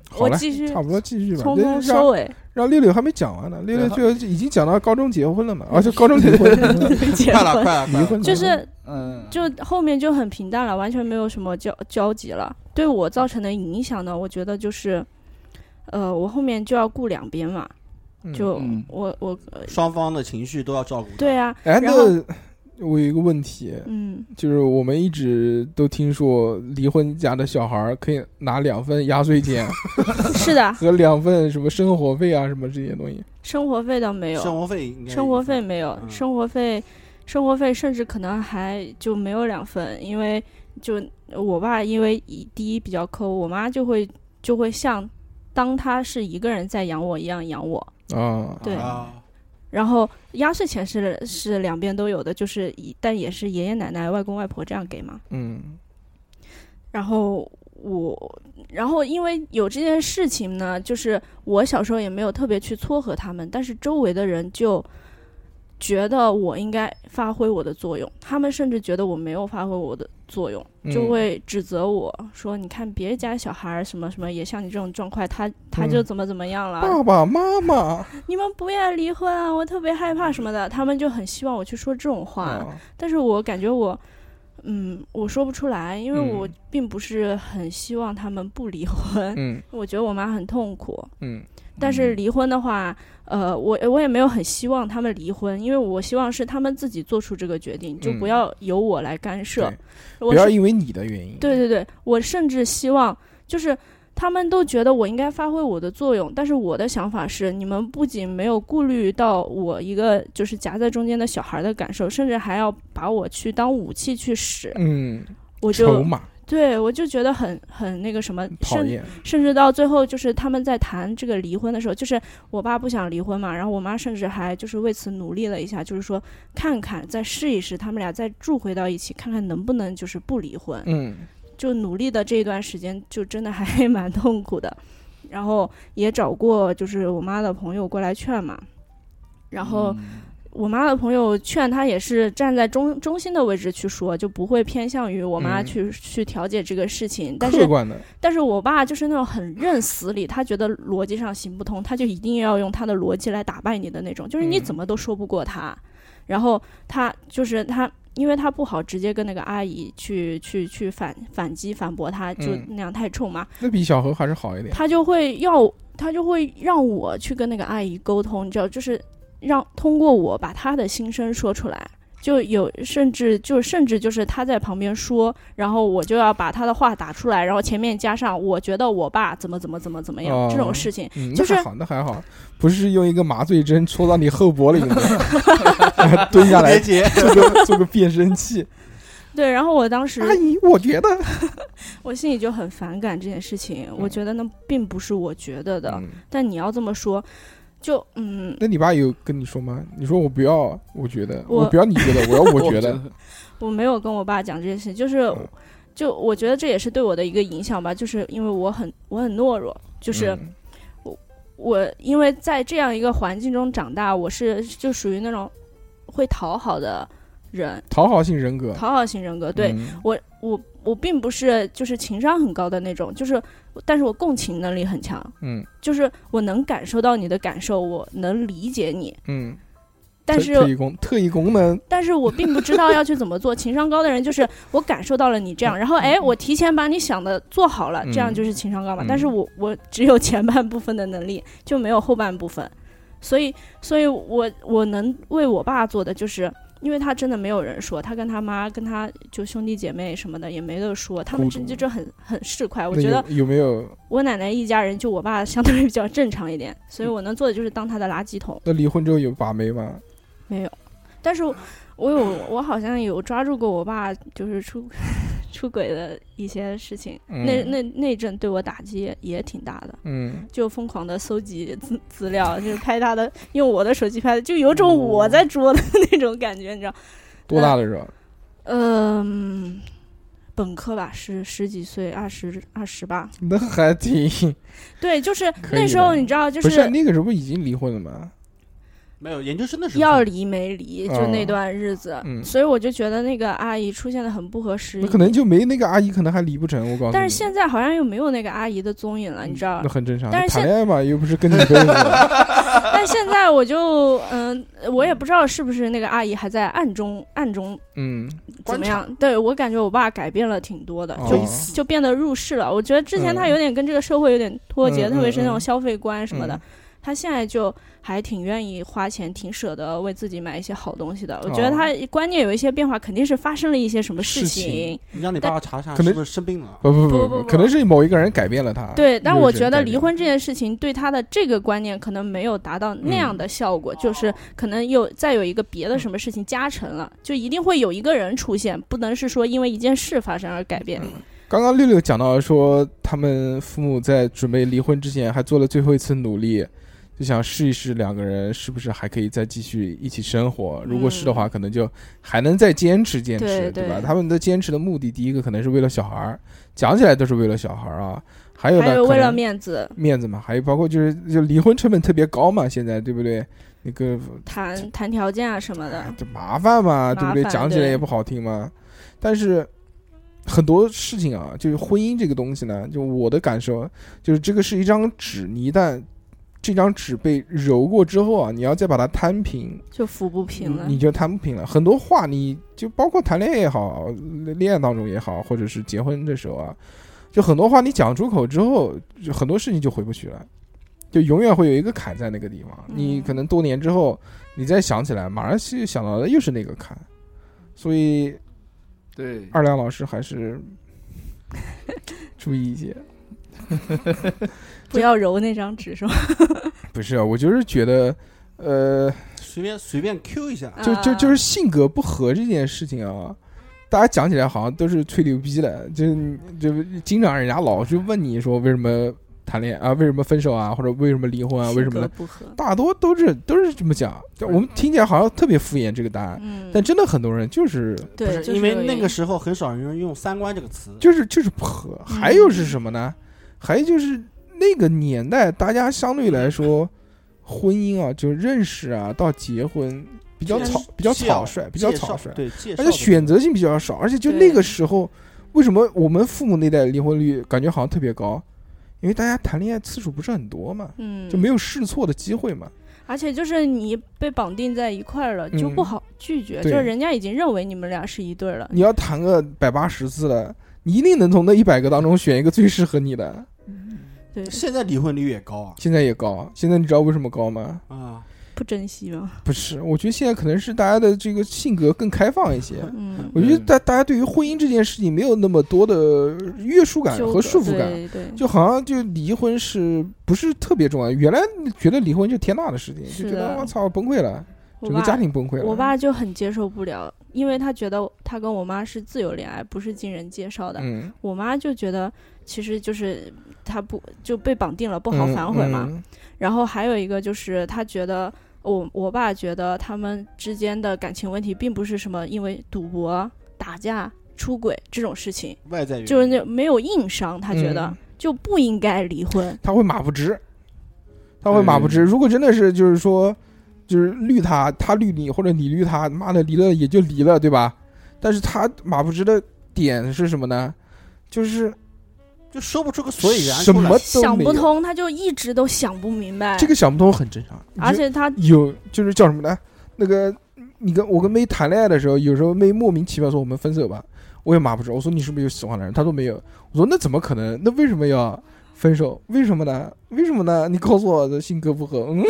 Speaker 4: 好
Speaker 7: 我
Speaker 4: 了，
Speaker 7: 继续
Speaker 4: 差不多继续吧。
Speaker 7: 匆
Speaker 4: 那
Speaker 7: 匆
Speaker 4: 就
Speaker 7: 收
Speaker 4: 让
Speaker 7: 尾，
Speaker 4: 让六六还没讲完呢，六六
Speaker 5: 对
Speaker 4: 就已经讲到高中结婚了嘛，而且高中结婚
Speaker 7: 结
Speaker 6: 快了
Speaker 7: 婚
Speaker 6: 快了，快
Speaker 4: 离
Speaker 6: 了
Speaker 4: 婚
Speaker 7: 嗯就是
Speaker 5: 嗯，
Speaker 7: 就后面就很平淡了，完全没有什么交交集了。对我造成的影响呢，我觉得就是，呃，我后面就要顾两边嘛，
Speaker 4: 嗯
Speaker 7: 就、
Speaker 5: 嗯
Speaker 7: 我我、呃
Speaker 6: 双方的情绪都要照顾。
Speaker 7: 对，啊，
Speaker 4: 哎，
Speaker 7: 然后
Speaker 4: 那我有一个问题，
Speaker 7: 嗯，
Speaker 4: 就是我们一直都听说离婚家的小孩儿可以拿两份压岁钱
Speaker 7: 是的，
Speaker 4: 和两份什么生活费啊什么这些东西，
Speaker 7: 生活费倒没有，
Speaker 6: 生活费应该
Speaker 7: 生活费没有，
Speaker 6: 嗯
Speaker 7: 生活费，生活费甚至可能还就没有两份，因为就我爸因为一第一比较抠，我妈就会就会像当他是一个人在养我一样养我，
Speaker 4: 啊，
Speaker 7: 对
Speaker 6: 啊，
Speaker 7: 然后压岁钱是是两边都有的，就是一但也是爷爷奶奶、外公外婆这样给嘛。
Speaker 4: 嗯，
Speaker 7: 然后我，然后因为有这件事情呢，就是我小时候也没有特别去撮合他们，但是周围的人就觉得我应该发挥我的作用，他们甚至觉得我没有发挥我的作用，就
Speaker 4: 嗯
Speaker 7: 会指责我说：“你看别人家小孩儿什么什么也像你这种状况，他他就
Speaker 4: 嗯
Speaker 7: 怎么怎么样了，
Speaker 4: 爸爸妈妈，
Speaker 7: 你们不要离婚啊，我特别害怕什么
Speaker 4: 嗯
Speaker 7: 的。”他们就很希望我去说这种话。嗯
Speaker 4: 啊
Speaker 7: 但是我感觉我，嗯，我说不出来，因为
Speaker 4: 嗯
Speaker 7: 我并不是很希望他们不离婚。
Speaker 4: 嗯
Speaker 7: 我觉得我妈很痛苦，
Speaker 4: 嗯
Speaker 7: 但是离婚的话，呃，我我也没有很希望他们离婚，因为我希望是他们自己做出这个决定，就
Speaker 4: 嗯
Speaker 7: 不要由我来干涉。
Speaker 4: 对
Speaker 7: 我
Speaker 4: 不要
Speaker 7: 是
Speaker 4: 因为你的原因，
Speaker 7: 对对对，我甚至希望就是。他们都觉得我应该发挥我的作用，但是我的想法是，你们不仅没有顾虑到我一个就是夹在中间的小孩的感受，甚至还要把我去当武器去使，
Speaker 4: 嗯，
Speaker 7: 我
Speaker 4: 筹
Speaker 7: 就
Speaker 4: 码
Speaker 7: 对我就觉得很很那个什么，
Speaker 4: 讨
Speaker 7: 甚
Speaker 4: 厌，
Speaker 7: 甚至到最后就是他们在谈这个离婚的时候，就是我爸不想离婚嘛，然后我妈甚至还就是为此努力了一下，就是说看看再试一试，他们俩再住回到一起，看看能不能就是不离婚。
Speaker 4: 嗯
Speaker 7: 就努力的这一段时间，就真的还 蛮痛苦的。然后也找过就是我妈的朋友过来劝嘛，然后
Speaker 4: 嗯
Speaker 7: 我妈的朋友劝她也是站在中中心的位置去说，就不会偏向于我妈
Speaker 4: 嗯
Speaker 7: 去、去调解这个事情。但
Speaker 4: 客
Speaker 7: 是
Speaker 4: 观的，
Speaker 7: 但是我爸就是那种很认死理，他觉得逻辑上行不通，他就一定要用他的逻辑来打败你的那种，就是你
Speaker 4: 嗯
Speaker 7: 怎么都说不过他。然后他就是他，因为他不好直接跟那个阿姨去去去反反击反驳他，就
Speaker 4: 嗯
Speaker 7: 那样太冲嘛，
Speaker 4: 那比小何还是好一点，
Speaker 7: 他就会要他就会让我去跟那个阿姨沟通，你知道，就是让通过我把他的心声说出来。就有，甚至就甚至就是他在旁边说，然后我就要把他的话打出来，然后前面加上我觉得我爸怎么怎么怎么怎么样、这
Speaker 4: 哦
Speaker 7: 种事情，
Speaker 4: 嗯，
Speaker 7: 就
Speaker 4: 那
Speaker 7: 是
Speaker 4: 还好，那还好，不是用一个麻醉针戳到你后脖 里面，蹲下来
Speaker 6: 别结，
Speaker 4: 做个做个变声器，
Speaker 7: 对。然后我当时
Speaker 4: 阿姨，我觉得
Speaker 7: 我心里就很反感这件事情，我觉得那并不是我觉得的，
Speaker 4: 嗯
Speaker 7: 但你要这么说，就嗯，
Speaker 4: 那你爸有跟你说吗？你说我不要，我觉得
Speaker 7: 我
Speaker 4: 我不要你觉得， 我要我觉
Speaker 5: 我
Speaker 4: 得
Speaker 5: 觉，
Speaker 7: 我没有跟我爸讲这件事，就是
Speaker 4: 嗯，
Speaker 7: 就我觉得这也是对我的一个影响吧，就是因为我很我很懦弱，就是
Speaker 4: 嗯
Speaker 7: 我因为在这样一个环境中长大，我是就属于那种会讨好的人，
Speaker 4: 讨好型人格，
Speaker 7: 讨好型人格，对
Speaker 4: 嗯，
Speaker 7: 我我我并不是就是情商很高的那种，就是但是我共情能力很强，
Speaker 4: 嗯
Speaker 7: 就是我能感受到你的感受，我能理解你，
Speaker 4: 嗯，
Speaker 7: 但
Speaker 4: 特
Speaker 7: 是
Speaker 4: 特异功特异功能，
Speaker 7: 但是我并不知道要去怎 么做。情商高的人就是我感受到了你这样，然后哎，我提前把你想的做好了，
Speaker 4: 嗯
Speaker 7: 这样就是情商高嘛。
Speaker 4: 嗯
Speaker 7: 但是我我只有前半部分的能力，就没有后半部分，所以所以我我能为我爸做的就是。因为他真的没有人说，他跟他妈、跟他就兄弟姐妹什么的也没得说，他们
Speaker 4: 孤
Speaker 7: 这
Speaker 4: 独
Speaker 7: 就就很很市侩。我
Speaker 4: 那
Speaker 7: 觉
Speaker 4: 有
Speaker 7: 得
Speaker 4: 有没有？
Speaker 7: 我奶奶一家人，就我爸相对比较正常一点，所以我能做的就是当他的垃圾桶。
Speaker 4: 那离婚之后有把妹吗？
Speaker 7: 但
Speaker 4: 嗯
Speaker 7: 是我有，我好像有抓住过我爸就是出 出轨的一些事情，
Speaker 4: 嗯
Speaker 7: 那那那阵对我打击也也挺大的，
Speaker 4: 嗯，
Speaker 7: 就疯狂的搜集资资料，就是拍他的，用我的手机拍的，就有
Speaker 4: 哦
Speaker 7: 种我在捉的那种感觉，你知道？
Speaker 4: 多大的时候？
Speaker 7: 嗯、本科吧，十十几岁，二十二十吧，
Speaker 4: 那还挺
Speaker 7: 对，就是
Speaker 4: 可以
Speaker 7: 那时候
Speaker 4: 的
Speaker 7: 你知道，就
Speaker 4: 不是
Speaker 7: 是
Speaker 4: 那个时候不已经离婚了吗？
Speaker 6: 没有研究生的时候
Speaker 7: 要离没离，就那
Speaker 4: 哦
Speaker 7: 段日子，
Speaker 4: 嗯
Speaker 7: 所以我就觉得那个阿姨出现的很不合时宜
Speaker 4: 那。可能就没那个阿姨，可能还离不成。我告诉你，
Speaker 7: 嗯但是现在好像又没有那个阿姨的踪影了，
Speaker 4: 嗯
Speaker 7: 你 知道
Speaker 4: 那？很正常，
Speaker 7: 但是
Speaker 4: 谈
Speaker 7: 现
Speaker 4: 恋爱嘛，又不是跟你分手。
Speaker 7: 但现在我就嗯、我也不知道是不是那个阿姨还在暗中暗中
Speaker 4: 嗯，
Speaker 7: 怎
Speaker 6: 观
Speaker 7: 么
Speaker 6: 察
Speaker 7: 样？对我感觉我爸改变了挺多的，
Speaker 4: 哦
Speaker 7: 就就变得入世了。我觉得之前他有点跟这个社会有点脱节，
Speaker 4: 嗯
Speaker 7: 特别是那
Speaker 4: 嗯
Speaker 7: 种
Speaker 4: 嗯
Speaker 7: 消费观什么的。
Speaker 4: 嗯
Speaker 7: 他现在就还挺愿意花钱，挺舍得为自己买一些好东西的。我觉
Speaker 4: 哦
Speaker 7: 得他观念有一些变化，肯定是发生了一些什么
Speaker 4: 事情
Speaker 7: 情
Speaker 6: 你让你爸爸查查
Speaker 4: 可能
Speaker 6: 是不是生病了。
Speaker 4: 不不
Speaker 7: 不
Speaker 4: 不
Speaker 7: 不不
Speaker 4: 可能是某一个人改变了他。
Speaker 7: 对，但我
Speaker 4: 有一个
Speaker 7: 觉
Speaker 4: 人
Speaker 7: 得
Speaker 4: 改变
Speaker 7: 离婚这件事情对他的这个观念可能没有达到
Speaker 4: 嗯
Speaker 7: 那样的效果，就是可能有再有一个别的什么事情加成了，就一定会有一个人出现，不能是说因为一件事发生而改变。
Speaker 4: 刚刚六六讲到说，他们父母在准备离婚之前还做了最后一次努力，就想试一试两个人是不是还可以再继续一起生活。如果是的话，可能就还能再坚持坚持，
Speaker 7: 嗯对
Speaker 4: 对
Speaker 7: 对
Speaker 4: 吧？他们的坚持的目的，第一个可能是为了小孩儿，讲起来都是为了小孩儿啊，还有呢，
Speaker 7: 还有
Speaker 4: 可
Speaker 7: 为了
Speaker 4: 能
Speaker 7: 面子
Speaker 4: 面子嘛，还有包括就是就离婚成本特别高嘛，现在对不对？那个
Speaker 7: 谈谈条件啊什么的，
Speaker 4: 就麻烦嘛，
Speaker 7: 麻
Speaker 4: 对不对？
Speaker 7: 烦
Speaker 4: 讲起来
Speaker 7: 对
Speaker 4: 也不好听嘛。但是很多事情啊，就是婚姻这个东西呢，就我的感受就是这个是一张纸，你一旦这张纸被揉过之后啊，你要再把它摊平，
Speaker 7: 就扶不平了。
Speaker 4: 你就摊不平了。很多话，你就包括谈恋爱也好，恋爱当中也好，或者是结婚的时候啊，就很多话你讲出口之后，就很多事情就回不去了，就永远会有一个坎在那个地方。
Speaker 7: 嗯
Speaker 4: 你可能多年之后，你再想起来，马上就想到的又是那个坎。所以
Speaker 5: 对，
Speaker 4: 二亮老师还是注意一些。
Speaker 7: 不要揉那张纸是吧？
Speaker 4: 不是啊，我就是觉得，呃，
Speaker 6: 随便随便 Q 一下，
Speaker 4: 就就就是
Speaker 7: 啊
Speaker 4: 性格不合这件事情啊，大家讲起来好像都是吹牛逼的，就就经常人家老是问你说为什么谈恋爱啊，为什么分手啊，或者为什么离婚啊，为什么
Speaker 7: 性格
Speaker 4: 呢？
Speaker 7: 不合？
Speaker 4: 大多都是都是这么讲，但我们听起来好像特别敷衍这个答案，
Speaker 7: 嗯，
Speaker 4: 但真的很多人就是
Speaker 6: 不
Speaker 7: 对，就是是
Speaker 6: 因为
Speaker 7: 有
Speaker 6: 那
Speaker 7: 一
Speaker 6: 个时候很少人用“三观”这个词，
Speaker 4: 就是就是不合。还有是什么呢？还有就是那个年代，大家相对来说，婚姻啊，就认识啊，到结婚比较
Speaker 7: 就是
Speaker 4: 草比较
Speaker 6: 介
Speaker 4: 草
Speaker 6: 绍
Speaker 4: 率，比较
Speaker 6: 介
Speaker 4: 草
Speaker 6: 绍
Speaker 4: 率，
Speaker 6: 对，介绍
Speaker 4: 而且
Speaker 6: 的
Speaker 4: 选择性比较少，而且就那个时候，为什么我们父母那代离婚率感觉好像特别高？因为大家谈恋爱次数不是很多嘛，
Speaker 7: 嗯，
Speaker 4: 就没有试错的机会嘛。
Speaker 7: 而且就是你被绑定在一块儿了，就
Speaker 4: 嗯
Speaker 7: 不好拒绝，
Speaker 4: 对
Speaker 7: 就是人家已经认为你们俩是一对儿了。
Speaker 4: 你要谈个百八十次了，你一定能从那一百个当中选一个最适合你的。
Speaker 7: 对，
Speaker 6: 现在离婚率也高啊
Speaker 4: 现在也高，现在你知道为什么高吗？
Speaker 6: 啊，
Speaker 7: 不珍惜吗？
Speaker 4: 不是，我觉得现在可能是大家的这个性格更开放一 些。
Speaker 7: 嗯，
Speaker 4: 我觉得大大家对于婚姻这件事情没有那么多的约束感
Speaker 7: 纠
Speaker 4: 和
Speaker 7: 葛
Speaker 4: 束缚感，
Speaker 7: 对对，
Speaker 4: 就好像就离婚是不是特别重要？原来觉得离婚就天大的事情，
Speaker 7: 是
Speaker 4: 就觉
Speaker 7: 的
Speaker 4: 得我操崩溃了，
Speaker 7: 我
Speaker 4: 整个
Speaker 7: 爸
Speaker 4: 家庭崩溃了。
Speaker 7: 我爸就很接受不了，因为他觉得他跟我妈是自由恋爱，不是经人介绍的。
Speaker 4: 嗯，
Speaker 7: 我妈就觉得其实就是他不就被绑定了，不好
Speaker 4: 嗯
Speaker 7: 反悔嘛。
Speaker 4: 嗯
Speaker 7: 然后还有一个就是他觉得。我我爸觉得他们之间的感情问题并不是什么因为赌博、打架、出轨这种事情，
Speaker 6: 外在原因
Speaker 7: 就是那没有硬伤，他觉得
Speaker 4: 嗯
Speaker 7: 就不应该离婚。
Speaker 4: 他会马不直，他会马不直。
Speaker 5: 嗯
Speaker 4: 如果真的是就是说，就是绿他，他绿你，或者你绿他，妈的离了也就离了，对吧？但是他马不直的点是什么呢？就是
Speaker 6: 就说不出个所以然
Speaker 4: 什
Speaker 6: 出来
Speaker 4: 么都
Speaker 7: 想
Speaker 4: 没
Speaker 7: 不
Speaker 4: 有。
Speaker 7: 通，他就一直都想不明白。
Speaker 4: 这个想不通很正常，
Speaker 7: 而且他
Speaker 4: 有就是叫什么呢？那个你跟我跟妹谈恋爱的时候，有时候妹莫名其妙说我们分手吧，我也骂不着。我说你是不是有喜欢的人？她说没有。我说那怎么可能？那为什么要分手？为什么呢？ 为什么呢？你告诉我的性格不合，嗯，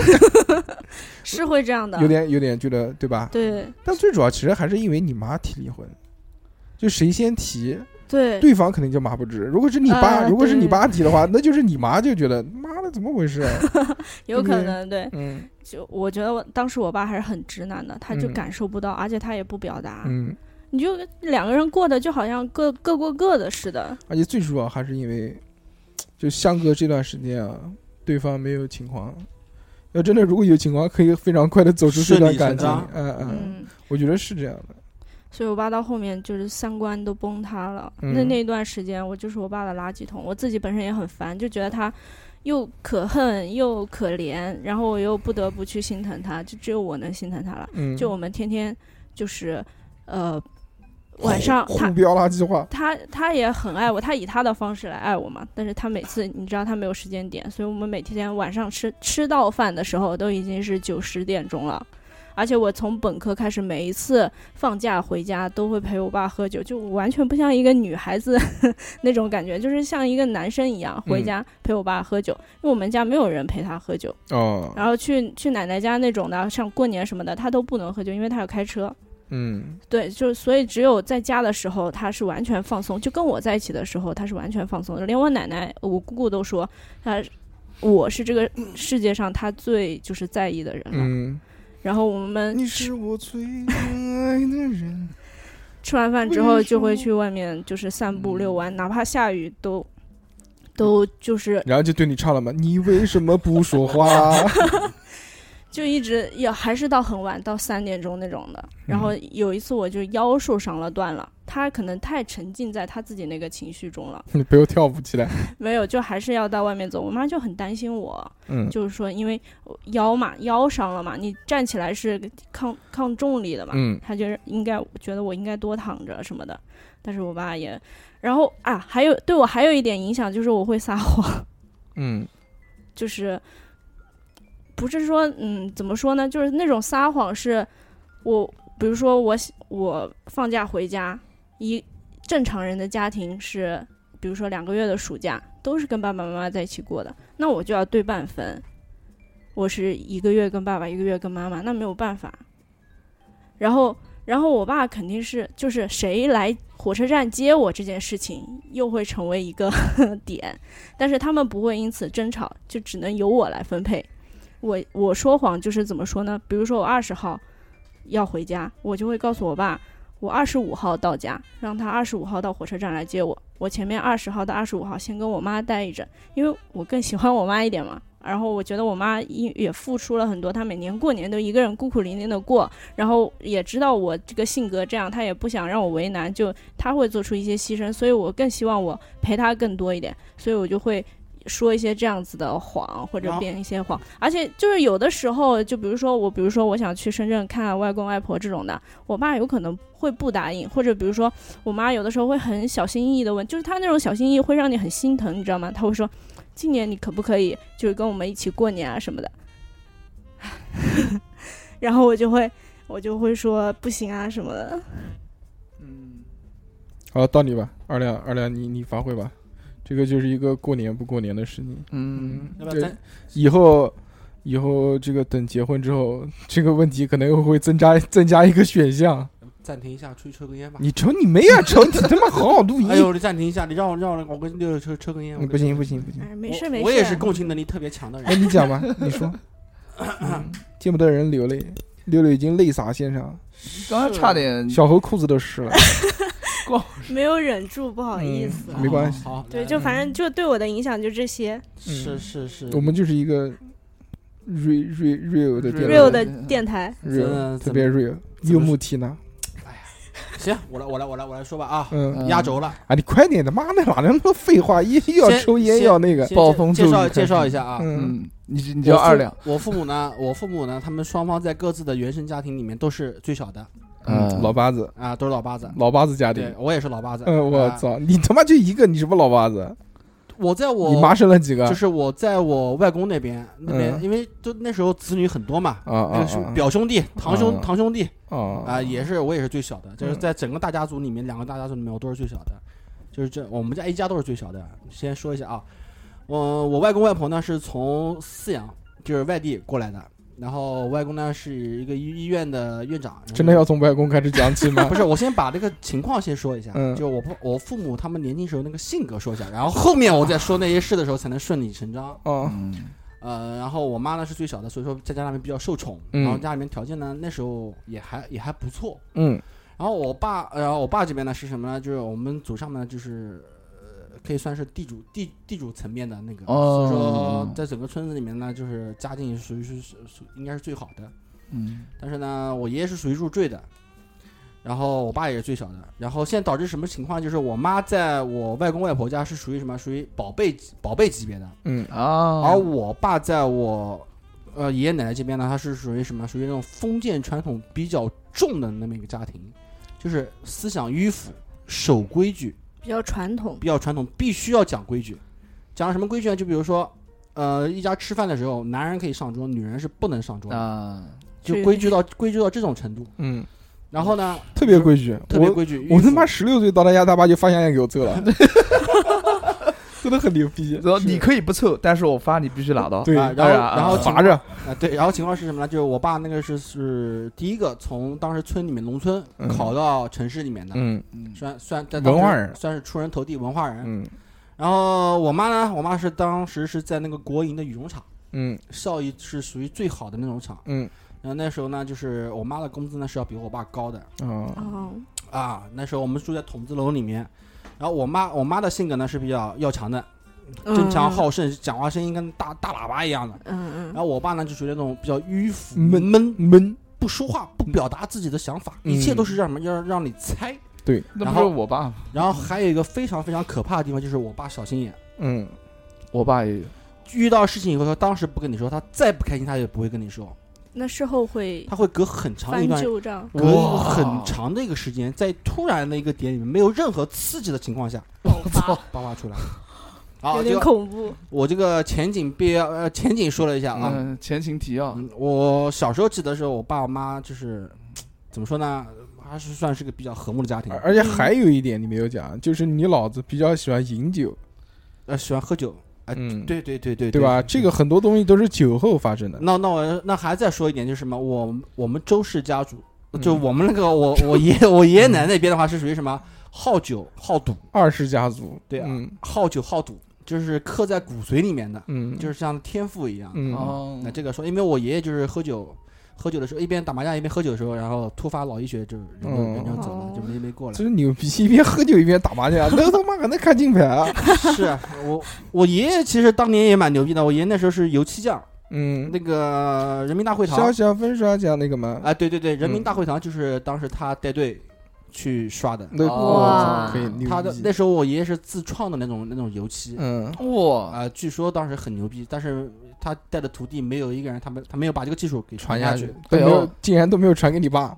Speaker 7: 是会这样的，
Speaker 4: 有点有点觉得对吧？
Speaker 7: 对
Speaker 4: 但最主要其实还是因为你妈提离婚，就谁先提，
Speaker 7: 对
Speaker 4: 对方肯定就骂不直。如果是你爸，
Speaker 7: 啊
Speaker 4: 如果是你
Speaker 7: 对
Speaker 4: 爸提的话，那就是你妈就觉得妈的怎么回事啊？
Speaker 7: 有可
Speaker 4: 对
Speaker 7: 能对。
Speaker 4: 嗯
Speaker 7: 就我觉得我当时我爸还是很直男的，他就
Speaker 4: 嗯
Speaker 7: 感受不到，而且他也不表达，
Speaker 4: 嗯，
Speaker 7: 你就两个人过得就好像各各过各的似的。
Speaker 4: 而且最主要还是因为，就相隔这段时间啊，对方没有情况。要真的如果有情况，可以非常快的走出这段感情
Speaker 6: 顺理成。
Speaker 4: 嗯嗯，
Speaker 7: 嗯，
Speaker 4: 我觉得是这样的。
Speaker 7: 所以我爸到后面就是三观都崩塌了。
Speaker 4: 嗯
Speaker 7: 那那段时间，我就是我爸的垃圾桶，我自己本身也很烦，就觉得他又可恨又可怜，然后我又不得不去心疼他，就只有我能心疼他了。
Speaker 4: 嗯，
Speaker 7: 就我们天天就是呃晚上
Speaker 4: 互
Speaker 7: 他
Speaker 4: 互飙垃圾话。
Speaker 7: 他他也很爱我，他以他的方式来爱我嘛。但是他每次你知道他没有时间点，所以我们每天晚上吃吃到饭的时候都已经是九十点钟了。而且我从本科开始，每一次放假回家都会陪我爸喝酒，就完全不像一个女孩子 那种感觉，就是像一个男生一样回家陪我爸喝酒。因为我们家没有人陪他喝酒，
Speaker 4: 哦，
Speaker 7: 然后去去奶奶家那种的，像过年什么的，他都不能喝酒，因为他要开车。
Speaker 4: 嗯，
Speaker 7: 对，就是所以只有在家的时候，他是完全放松，就跟我在一起的时候，他是完全放松的。连我奶奶、我姑姑都说，他我是这个世界上他最就是在意的人了。
Speaker 4: 嗯，
Speaker 7: 然后我们
Speaker 4: 你是我最爱的人。
Speaker 7: 吃完饭之后就会去外面就是散步遛弯，哪怕下雨都都就是
Speaker 4: 然后就对你唱了嘛，你为什么不说话？
Speaker 7: 就一直也还是到很晚，到三点钟那种的。然后有一次我就腰受伤了，断了。他可能太沉浸在他自己那个情绪中了，
Speaker 4: 你陪我跳舞起来。
Speaker 7: 没有就还是要到外面走。我妈就很担心我，
Speaker 4: 嗯，
Speaker 7: 就是说因为腰嘛，腰伤了嘛，你站起来是抗抗重力的嘛，
Speaker 4: 嗯
Speaker 7: 她就是应该觉得我应该多躺着什么的。但是我爸也，然后啊，还有对我还有一点影响就是我会撒谎。
Speaker 4: 嗯
Speaker 7: 就是不是说嗯怎么说呢，就是那种撒谎是，我比如说我喜我放假回家，一正常人的家庭是，比如说两个月的暑假都是跟爸爸妈妈在一起过的，那我就要对半分，我是一个月跟爸爸，一个月跟妈妈，那没有办法。然后然后我爸肯定是就是谁来火车站接我这件事情，又会成为一个 点。但是他们不会因此争吵，就只能由我来分配。我我说谎就是怎么说呢？比如说我二十号要回家，我就会告诉我爸，我二十五号到家，让他二十五号到火车站来接我。我前面二十号到二十五号先跟我妈待一阵，因为我更喜欢我妈一点嘛。然后我觉得我妈也也付出了很多，她每年过年都一个人孤苦伶仃的过，然后也知道我这个性格这样，她也不想让我为难，就她会做出一些牺牲，所以我更希望我陪她更多一点。所以我就会说一些这样子的谎，或者
Speaker 6: 然后
Speaker 7: 编一些谎。而且就是有的时候，就比如说我，比如说我想去深圳看啊外公外婆这种的，我爸有可能会不答应，或者比如说我妈有的时候会很小心翼翼的问，就是她那种小心翼翼会让你很心疼，你知道吗？她会说，今年你可不可以就是跟我们一起过年啊什么的， 然后我就会。我就会说不行啊什么的，
Speaker 5: 嗯，
Speaker 4: 好，到你吧，二亮，二亮，你你发挥吧。这个就是一个过年不过年的事情。
Speaker 5: 嗯，
Speaker 6: 要不
Speaker 4: 对
Speaker 6: 要咱
Speaker 4: 以后，以后这个等结婚之后，这个问题可能又会增加增加一个选项。
Speaker 6: 暂停一下，出去抽根烟吧？
Speaker 4: 你瞅你妹啊，瞅你他妈好好录音
Speaker 6: 哎。呦，你暂停一下，你让我让我我跟六六抽抽根烟。
Speaker 4: 嗯
Speaker 6: 我跟
Speaker 4: 不行不行不行，
Speaker 7: 哎，没
Speaker 6: 我
Speaker 7: 事没事，
Speaker 6: 我也是共情能力特别强的
Speaker 4: 哎，
Speaker 6: 人。
Speaker 4: 你讲吧，你说。嗯见不得人流泪，六六已经泪洒现场，
Speaker 5: 刚刚差点
Speaker 4: 小猴裤子都湿了。嗯
Speaker 7: 没有忍住，不好意思。
Speaker 4: 没关系，
Speaker 6: 好，好
Speaker 7: 对，
Speaker 6: 来
Speaker 7: 就反正就对我的影响就这些。
Speaker 6: 是是是，
Speaker 4: 嗯我们就是一个 real real real 的电
Speaker 7: real
Speaker 4: 台
Speaker 7: 的电台，
Speaker 4: real
Speaker 6: 嗯
Speaker 4: 特别 real，
Speaker 6: 么
Speaker 4: 柚木缇娜。
Speaker 6: 行，我来我来我来我来说吧啊，
Speaker 4: 嗯，
Speaker 6: 压轴了。
Speaker 4: 啊，你快点的，妈的，哪那么多废话，又又要
Speaker 6: 先
Speaker 4: 抽烟，
Speaker 6: 先
Speaker 4: 又要那个。
Speaker 6: 先
Speaker 5: 暴风
Speaker 6: 介
Speaker 5: 骤雨
Speaker 6: 绍
Speaker 5: 开
Speaker 6: 介绍
Speaker 5: 始
Speaker 6: 一下啊，
Speaker 4: 嗯，
Speaker 5: 嗯，你你
Speaker 6: 我
Speaker 5: 叫二
Speaker 6: 父
Speaker 5: 两，。
Speaker 6: 我父母呢，我父母呢，他们双方在各自的原生家庭里面都是最小的
Speaker 4: 嗯老八子，
Speaker 6: 啊，都是老八子。
Speaker 4: 老八子家
Speaker 6: 对
Speaker 4: 庭。
Speaker 6: 我也是 老八子。
Speaker 4: 嗯，我
Speaker 6: 啊！
Speaker 4: 操，你他妈就一个，你什么老八子？
Speaker 6: 我在我
Speaker 4: 你妈生了几个
Speaker 6: 就？是我在我外公那边那边，
Speaker 4: 嗯
Speaker 6: 因为就那时候子女很多嘛。
Speaker 4: 啊啊
Speaker 6: 那个
Speaker 4: 啊
Speaker 6: 是表兄弟、堂兄、
Speaker 4: 啊
Speaker 6: 堂兄弟
Speaker 4: 啊啊
Speaker 6: 啊，也是我也是最小的，就是
Speaker 4: 嗯
Speaker 6: 在整个大家族里面，两个大家族里面我都是最小的，就是这我们家一家都是最小的。先说一下啊，我我外公外婆呢是从四阳，就是外地过来的，然后我外公呢是一个医医院的院长，
Speaker 4: 真的要从外公开始讲起吗
Speaker 6: 不？是，我先把这个情况先说一下，
Speaker 4: 嗯
Speaker 6: 就是我父我父母他们年轻时候那个性格说一下，然后后面我再说那些事的时候才能顺理成章。
Speaker 4: 哦，
Speaker 5: 嗯
Speaker 6: 呃，然后我妈呢是最小的，所以说在家里面比较受宠，
Speaker 4: 嗯
Speaker 6: 然后家里面条件呢那时候也还也还不错。
Speaker 4: 嗯
Speaker 6: 然后我爸，然后我爸这边呢是什么呢？就是我们祖上呢就是。呃可以算是地主地地主层面的那个，
Speaker 5: 哦
Speaker 6: 所以说在整个村子里面呢，就是呃家境属于是属属应该是最好的。
Speaker 5: 嗯，
Speaker 6: 但是呢，我爷爷是属于入赘的，然后我爸也是最小的，然后现在导致什么情况？就是我妈在我外公外婆家是属于什么？属于宝贝级宝贝级别的，
Speaker 4: 嗯
Speaker 5: 啊，
Speaker 6: 而我爸在我呃爷爷奶奶这边呢，他是属于什么？属于那种封建传统比较重的那么一个家庭，就是思想迂腐、守规矩，
Speaker 7: 比较传统。
Speaker 6: 比较传统，必须要讲规矩。讲什么规矩呢？就比如说，呃，一家吃饭的时候，男人可以上桌，女人是不能上桌的，
Speaker 5: 啊，
Speaker 6: 就
Speaker 7: 对
Speaker 6: 规矩到规矩到这种程度。
Speaker 4: 嗯，
Speaker 6: 然后呢，
Speaker 4: 特别规矩，
Speaker 6: 特别
Speaker 4: 我
Speaker 6: 规矩。
Speaker 4: 我
Speaker 6: 迂
Speaker 4: 他
Speaker 6: 腐
Speaker 4: 妈十六岁到他家大巴就发现要给我揍 了，真的很牛逼。
Speaker 5: 然后呃你可以不凑，但是我发你必须拿到。
Speaker 4: 对，哎
Speaker 6: 啊，然后
Speaker 5: 当然啊
Speaker 6: 然后情
Speaker 4: 罚着，
Speaker 6: 啊对，然后情况是什么呢？就是我爸那个是是第一个从当时村里面农村
Speaker 4: 嗯
Speaker 6: 考到城市里面的，
Speaker 4: 嗯
Speaker 5: 嗯
Speaker 6: 算算在
Speaker 4: 文化
Speaker 6: 当时
Speaker 4: 人
Speaker 6: 算是出人头地文化人。
Speaker 4: 嗯
Speaker 6: 然后我妈呢，我妈是当时是在那个国营的羽绒厂，
Speaker 4: 嗯
Speaker 6: 效益是属于最好的那种厂。
Speaker 4: 嗯
Speaker 6: 然后那时候呢，就是我妈的工资呢是要比我爸高的
Speaker 4: 啊，
Speaker 7: 哦，
Speaker 6: 啊。那时候我们住在筒子楼里面，然后我妈我妈的性格呢是比较要强的，争强好胜，讲话声音跟大大喇叭一样的。
Speaker 7: 嗯
Speaker 6: 然
Speaker 7: 嗯
Speaker 6: 后我爸呢就觉得那种比较迂腐、
Speaker 4: 闷嗯
Speaker 6: 闷，
Speaker 4: 闷，
Speaker 6: 不说话，不表达自己的想法，一切都是让什么要让你猜。
Speaker 5: 那
Speaker 6: 然
Speaker 5: 不是
Speaker 6: 后
Speaker 5: 我爸
Speaker 4: 啊
Speaker 5: 吗？
Speaker 6: 然后还有一个非常非常可怕的地方，就是我爸小心眼，
Speaker 4: 嗯，
Speaker 5: 我爸也有。
Speaker 6: 遇到事情以后，他当时不跟你说，他再不开心他也不会跟你说，
Speaker 7: 那事后会
Speaker 6: 他会隔很长
Speaker 7: 翻
Speaker 6: 一段，
Speaker 7: 旧账，
Speaker 6: 隔一个
Speaker 5: 哇
Speaker 6: 很长的一个时间，在突然的一个点里面，没有任何刺激的情况下
Speaker 7: 爆发，
Speaker 6: 爆发出来。好，
Speaker 7: 有
Speaker 6: 这
Speaker 7: 点
Speaker 6: 个
Speaker 7: 恐怖。
Speaker 6: 我这个前景毕业呃前景说了一下啊，
Speaker 5: 嗯，前情提要，
Speaker 6: 嗯，我小时候记得是我爸我妈就是怎么说呢，还是算是个比较和睦的家庭
Speaker 4: 而，而且还有一点你没有讲，就是你老子比较喜欢饮酒，
Speaker 6: 呃，喜欢喝酒，哎、
Speaker 4: 嗯
Speaker 6: 对对对对
Speaker 4: 对吧？这个很多东西都是酒后发生的。
Speaker 6: 那那我那还再说一点，就是什么，我我们周氏家族，
Speaker 4: 嗯
Speaker 6: 就我们那个我我爷我爷爷奶奶那边的话是属于什么，好酒好赌，
Speaker 4: 二世家族，
Speaker 6: 对啊
Speaker 4: 嗯
Speaker 6: 好酒好赌，就是刻在骨髓里面的，
Speaker 4: 嗯，
Speaker 6: 就是像天赋一样。
Speaker 4: 嗯
Speaker 5: 哦
Speaker 6: 那，这个说，因为我爷爷就是喝酒。喝酒的时候，一边打麻将一边喝酒的时候，然后突发脑溢血，就是人就人就走了，
Speaker 7: 哦
Speaker 6: 就没没过来。
Speaker 4: 真牛逼！一边喝酒一边打麻 将，那他妈还能看金牌啊？
Speaker 6: 是啊我我爷爷其实当年也蛮牛逼的，我爷爷那时候是油漆匠，
Speaker 4: 嗯，
Speaker 6: 那个人民大会
Speaker 4: 小
Speaker 6: 堂
Speaker 4: 小分刷奖那个嘛，
Speaker 6: 啊，对对对，
Speaker 4: 嗯
Speaker 6: 人民大会堂就是当时他带队去刷的，
Speaker 4: 那
Speaker 5: 哇
Speaker 4: 可以嗯牛逼。
Speaker 6: 他的那时候我爷爷是自创的那种那种油漆。
Speaker 4: 嗯，
Speaker 5: 哇，
Speaker 6: 啊、据说当时很牛逼，但是他带的徒弟没有一个人，他们他没有把这个技术给
Speaker 4: 传
Speaker 6: 下
Speaker 4: 下去都
Speaker 5: 对
Speaker 4: 没
Speaker 5: 哦
Speaker 4: 有，竟然都没有传给你爸。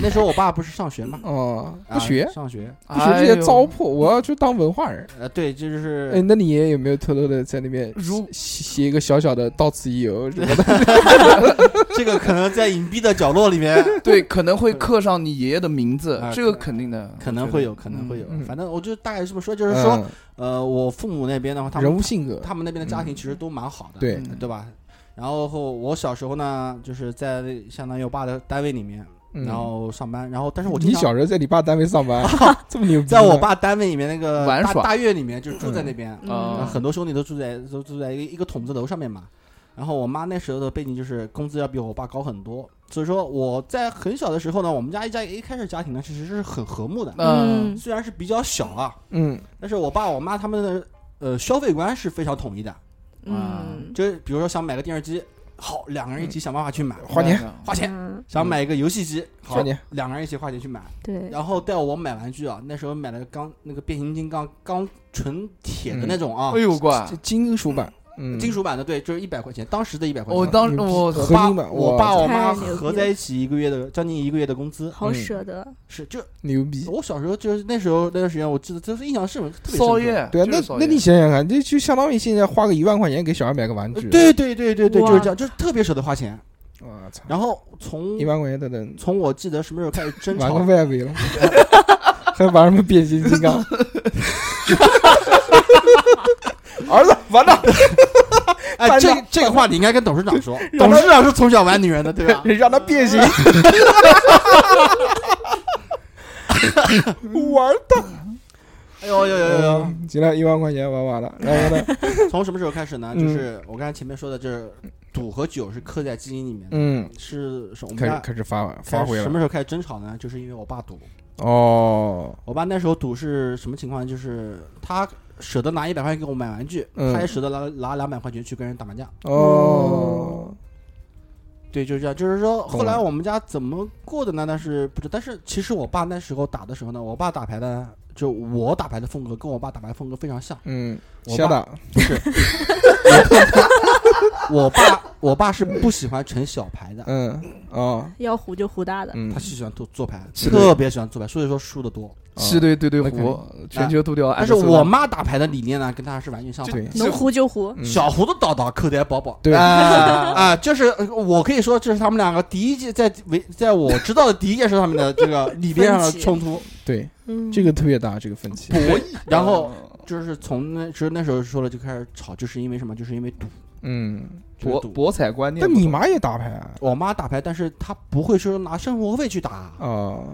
Speaker 6: 那时候我爸不是上学嘛，
Speaker 4: 哦，
Speaker 6: 啊
Speaker 4: 不学，
Speaker 6: 上学，
Speaker 4: 不学这
Speaker 5: 哎
Speaker 4: 些糟粕，我要去当文化人。
Speaker 6: 呃，对，这哎就是、
Speaker 4: 哎，那你爷爷有没有偷偷的在那边
Speaker 5: 如
Speaker 4: 写写一个小小的“到此一 游”什么的？
Speaker 6: 这个可能在隐蔽的角落里 面
Speaker 5: 对，可能会刻上你爷爷的名字
Speaker 6: 啊，
Speaker 5: 这个肯定的，
Speaker 6: 可能会有，可能会有，
Speaker 4: 嗯嗯
Speaker 6: 反正我就大概这么说，就是说，
Speaker 4: 嗯
Speaker 6: 呃，我父母那边的话，他们
Speaker 4: 人物性格，
Speaker 6: 他们那边的家庭其实都蛮好的，
Speaker 4: 对，
Speaker 5: 嗯
Speaker 6: 对吧？然后后我小时候呢，就是在相当于我爸的单位里面，
Speaker 4: 嗯
Speaker 6: 然后上班，然后但是我经
Speaker 4: 你
Speaker 6: 常
Speaker 4: 小时候在你爸单位上 班，这么牛逼吗？
Speaker 6: 在我爸单位里面那个
Speaker 5: 玩
Speaker 6: 大
Speaker 5: 耍
Speaker 6: 大院里面，就住在那边，
Speaker 5: 啊
Speaker 6: 然后
Speaker 7: 嗯
Speaker 6: 很多兄弟都住在都住在一个一个筒子楼上面嘛。然后我妈那时候的背景就是工资要比我爸高很多，所以说我在很小的时候呢，我们家一家一开始家庭呢其实是很和睦的，
Speaker 5: 嗯，
Speaker 7: 嗯
Speaker 6: 虽然是比较小啊，
Speaker 4: 嗯，
Speaker 6: 但是我爸我妈他们的呃消费观是非常统一的。
Speaker 7: 嗯，
Speaker 6: 啊就是比如说想买个电视机，好，两个人一起想办法去买，
Speaker 4: 花钱，
Speaker 6: 花钱；
Speaker 7: 嗯
Speaker 6: 想买一个游戏机，好
Speaker 4: 花，钱，
Speaker 6: 两个人一起花钱去买。
Speaker 7: 对，
Speaker 6: 然后带我买玩具啊，那时候买了钢那个变形金刚钢纯铁的那种啊
Speaker 5: 哎，呦乖
Speaker 4: 这，金属版，嗯，
Speaker 6: 金属版的，对，就是一百块钱，当时的一百块
Speaker 5: 我
Speaker 6: 钱。
Speaker 5: 当时
Speaker 4: 牛逼
Speaker 5: 我
Speaker 4: 合
Speaker 6: 爸
Speaker 4: 金版，
Speaker 6: 我爸我妈
Speaker 7: 太牛逼了
Speaker 6: 合在一起一个月的将近一个月的工资
Speaker 7: 好
Speaker 4: 嗯
Speaker 7: 舍得，
Speaker 6: 是就
Speaker 4: 牛逼。
Speaker 6: 我小时候就是那时候那段时间我记得就是印象深特别深
Speaker 5: 骚
Speaker 6: 刻。
Speaker 5: 夜，
Speaker 4: 对啊，那
Speaker 5: 就是骚
Speaker 4: 那
Speaker 5: 夜
Speaker 4: 你想想看，这就相当于现在花个一万块钱给小孩买个玩具，，
Speaker 6: 呃对对对对对，
Speaker 7: 哇
Speaker 6: 就是这样，就是特别舍得花钱。
Speaker 4: 我操，
Speaker 6: 然后从
Speaker 4: 一万块钱都能
Speaker 6: 从我记得什么时候开始 争
Speaker 4: 玩
Speaker 6: 吵
Speaker 4: 个外围了，还玩什么变形金刚？儿子，完了，
Speaker 6: 哎，
Speaker 4: 搬
Speaker 6: 这
Speaker 4: 到
Speaker 6: 个这个话你应该跟董事长 说，
Speaker 4: 让
Speaker 6: 董
Speaker 4: 他？
Speaker 6: 事长是从小玩女人的，对吧
Speaker 4: 让他变形， 玩的。
Speaker 6: 哎呦呦呦呦！
Speaker 4: 嗯行了，一万块钱玩完了，然后呢？
Speaker 6: 从什么时候开始呢？
Speaker 4: 嗯
Speaker 6: 就是我刚才前面说的，就是赌和酒是刻在基因里面的。
Speaker 4: 嗯，
Speaker 6: 是是我们
Speaker 4: 开始
Speaker 6: 家
Speaker 4: 开始发完
Speaker 6: 开
Speaker 4: 发
Speaker 6: 始
Speaker 4: 挥
Speaker 6: 什
Speaker 4: 了
Speaker 6: 么。时候开始争吵呢？就是因为我爸赌，
Speaker 4: 哦，
Speaker 6: 我爸那时候赌是什么情况？就是他舍得拿一百块钱给我买玩具，
Speaker 4: 嗯
Speaker 6: 他也舍得拿拿两百块钱去跟人打麻将。
Speaker 4: 哦，
Speaker 6: 对，就是这样。就是说，
Speaker 4: 懂
Speaker 6: 后
Speaker 4: 了
Speaker 6: 来我们家怎么过的呢？那是不知，但是其实我爸那时候打的时候呢，我爸打牌呢，就我打牌的风格跟我爸打牌风格非常像。
Speaker 4: 嗯，
Speaker 6: 我
Speaker 4: 瞎
Speaker 6: 爸
Speaker 4: 打，
Speaker 6: 不是，我爸我爸是不喜欢乘小牌的，
Speaker 4: 嗯，哦，
Speaker 7: 要胡就胡大的，
Speaker 4: 嗯
Speaker 6: 他，是喜欢做做牌，
Speaker 5: 是的
Speaker 6: 特别喜欢做牌，所以说输的多。
Speaker 5: 西
Speaker 6: 嗯
Speaker 5: 队对对
Speaker 4: 那肯
Speaker 5: 胡，全球独钓，
Speaker 6: 但是我妈打牌的理念呢，跟他是完全相反。
Speaker 4: 对，
Speaker 7: 能胡就胡，
Speaker 4: 嗯
Speaker 6: 小胡子叨叨，口袋饱饱。
Speaker 4: 对
Speaker 6: 啊啊，就是呃我可以说，这是他们两个第一件在为在我知道的第一件事上面的这个理念上的
Speaker 7: 分歧
Speaker 6: 冲突
Speaker 4: 对，
Speaker 7: 嗯，
Speaker 4: 这个特别大，这个分歧
Speaker 6: 博。弈，然后
Speaker 5: 嗯
Speaker 6: 就是从那其实那时候说了就开始吵，就是因为什么？就是因为赌，
Speaker 4: 嗯，
Speaker 6: 就是
Speaker 5: 博
Speaker 6: 赌。
Speaker 5: 博彩观念
Speaker 4: 但
Speaker 5: 不同，
Speaker 4: 你妈也打牌啊？
Speaker 6: 我妈打牌，但是她不会说拿生活费去打，
Speaker 4: 哦，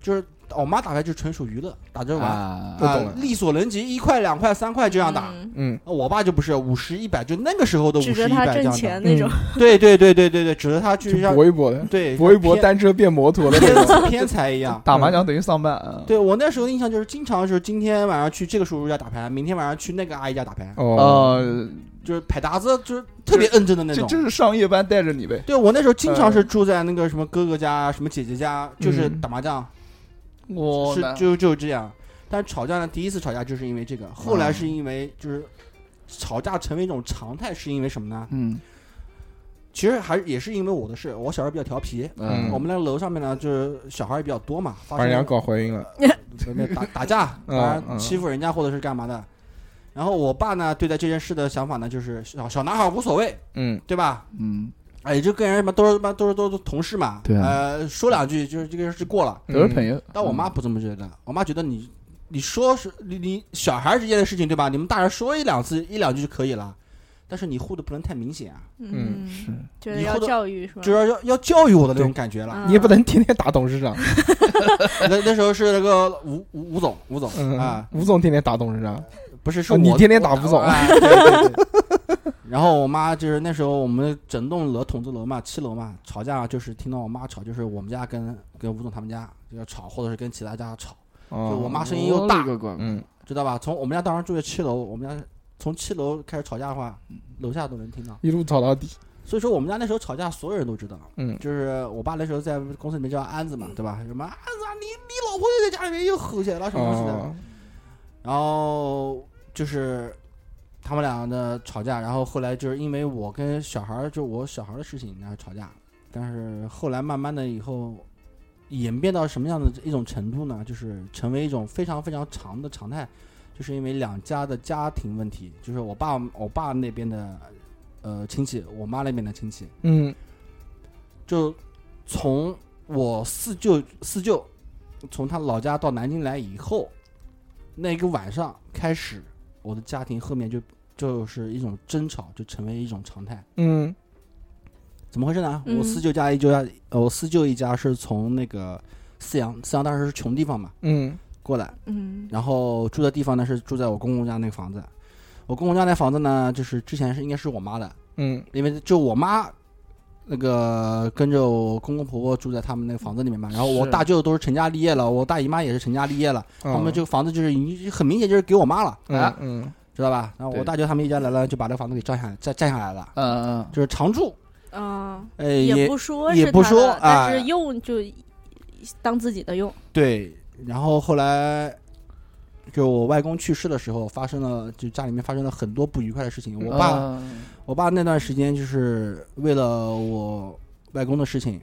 Speaker 6: 就是我妈打牌就纯属娱乐，打着玩，
Speaker 5: 啊
Speaker 4: 我
Speaker 6: 啊
Speaker 4: 懂了
Speaker 6: 力所能及，一块、两块、三块这样打。
Speaker 7: 嗯
Speaker 4: 嗯，
Speaker 6: 啊我爸就不是五十一百，就那个时候的五
Speaker 7: 指
Speaker 6: 十
Speaker 7: 着
Speaker 6: 一
Speaker 7: 他
Speaker 6: 百这
Speaker 7: 挣
Speaker 6: 样打。
Speaker 7: 钱那种，
Speaker 6: 对对对对对对，指着他
Speaker 4: 就
Speaker 6: 去让
Speaker 4: 搏一搏的，
Speaker 6: 对
Speaker 4: 搏一搏，
Speaker 6: 像
Speaker 4: 单车变摩托了
Speaker 6: 偏
Speaker 4: 那种。
Speaker 6: 偏偏财一样。
Speaker 5: 打麻将等于上班，嗯
Speaker 6: 对我那时候的印象就是，经常就是今天晚上去这个叔叔家打牌，明天晚上去那个阿姨家打牌，
Speaker 4: 哦，
Speaker 5: 哦，
Speaker 6: 就是牌搭子就是特别认真的那
Speaker 5: 这
Speaker 6: 种。
Speaker 5: 这是上夜班带着你呗，
Speaker 6: 对我那时候经常是住在那个什么哥哥家、什么姐姐家，就是
Speaker 4: 嗯
Speaker 6: 打麻将，
Speaker 5: 我
Speaker 6: 是就就这样。但是吵架呢，第一次吵架就是因为这个，后来是因为就是吵架成为一种常态，是因为什么呢？
Speaker 5: 嗯
Speaker 6: 其实还是也是因为我的事，我小时候比较调皮，
Speaker 4: 嗯
Speaker 6: 我们那个楼上面呢就是小孩也比较多嘛，发
Speaker 4: 把人
Speaker 6: 生
Speaker 4: 家搞怀孕了，
Speaker 6: 没有打打架，
Speaker 4: 嗯
Speaker 6: 啊
Speaker 4: 嗯
Speaker 6: 欺负人家或者是干嘛的。然后我爸呢对待这件事的想法呢就是小小男孩无所谓，
Speaker 4: 嗯，
Speaker 6: 对吧？
Speaker 5: 嗯，
Speaker 6: 哎，就跟人嘛都是嘛都是都是同事嘛，
Speaker 5: 对啊
Speaker 6: 呃，说两句就是这个事过了。
Speaker 5: 都是朋友。
Speaker 6: 嗯
Speaker 5: 嗯
Speaker 6: 但我
Speaker 4: 嗯
Speaker 6: 妈不这么觉得，我妈觉得你你说是你你小孩之间的事情对吧？你们大人说一两次一两句就可以了，但是你护的不能太明显啊，
Speaker 4: 嗯
Speaker 7: 嗯，
Speaker 5: 是
Speaker 7: 就是
Speaker 6: 以
Speaker 7: 要
Speaker 6: 后的
Speaker 7: 教育是吧？
Speaker 6: 就是要要要教育我的那种感觉了。
Speaker 7: 嗯
Speaker 4: 你也不能天天打董事长，
Speaker 6: 那那时候是那个吴吴吴总，吴总
Speaker 4: 嗯
Speaker 6: 啊，，
Speaker 4: 吴总天天打董事长，
Speaker 6: 不是是
Speaker 4: 哦
Speaker 6: 我
Speaker 4: 你天天
Speaker 6: 我
Speaker 4: 打吴总
Speaker 6: 啊对对对 然后我妈就是那时候我们整栋楼筒子楼嘛，七楼嘛，吵架就是听到我妈吵，就是我们家跟跟吴总他们家要吵，或者是跟其他家吵，就我
Speaker 4: 哦，
Speaker 6: 妈声音又大，
Speaker 5: 我勒个乖
Speaker 4: 嗯，
Speaker 6: 知道吧？从我们家当时住在七楼，我们家从七楼开始吵架的话，
Speaker 4: 嗯
Speaker 6: 楼下都能听到。
Speaker 4: 一路吵到 底，
Speaker 6: 所以说我们家那时候吵架，所有人都知道。
Speaker 4: 嗯
Speaker 6: 就是我爸那时候在公司里面叫安子嘛，对吧？什么安子啊，你你老婆又在家里面又吼起来了什么之类的。
Speaker 4: 哦，
Speaker 6: 然后就是他们俩的吵架，然后后来就是因为我跟小孩儿，就我小孩儿的事情然后吵架，但是后来慢慢的以后演变到什么样的一种程度呢？就是成为一种非常非常长的常态，就是因为两家的家庭问题，就是我爸我爸那边的呃亲戚，我妈那边的亲戚，
Speaker 4: 嗯，
Speaker 6: 就从我四舅四舅从他老家到南京来以后，那个晚上开始，我的家庭后面就就是一种争吵，就成为一种常态。
Speaker 4: 嗯，
Speaker 6: 怎么回事呢？
Speaker 7: 嗯
Speaker 6: 我四舅家一舅家，呃，我四舅一家是从那个四阳，四阳当时是穷地方嘛，
Speaker 4: 嗯，
Speaker 6: 过来，
Speaker 7: 嗯
Speaker 6: 然后住的地方呢是住在我公公家那个房子。我公公家那房子呢，就是之前是应该是我妈的，
Speaker 4: 嗯，
Speaker 6: 因为就我妈那个跟着我公公婆婆住在他们那个房子里面嘛，然后我
Speaker 5: 是嗯
Speaker 6: 大舅都是成家立业了，我大姨妈也是成家立业了，他们这
Speaker 4: 就，
Speaker 6: 个房子就是已经很明显就是给我妈了，
Speaker 4: 哦
Speaker 5: 哎
Speaker 4: 嗯嗯，
Speaker 6: 知道吧？然后我
Speaker 5: 对
Speaker 6: 大舅他们一家来了，就把这房子给占下来，占占下来了，
Speaker 5: 嗯嗯，
Speaker 6: 就是常住，
Speaker 7: 啊，
Speaker 6: 哎，
Speaker 7: 也
Speaker 6: 也
Speaker 7: 不说
Speaker 6: 也
Speaker 7: 是
Speaker 6: 不
Speaker 7: 他
Speaker 6: 说
Speaker 7: 的但
Speaker 6: 哎
Speaker 7: 是用就当自己的用，
Speaker 6: 对。然后后来就我外公去世的时候，发生了就家里面发生了很多不愉快的事情，我爸。
Speaker 5: 嗯
Speaker 6: 我爸那段时间就是为了我外公的事情，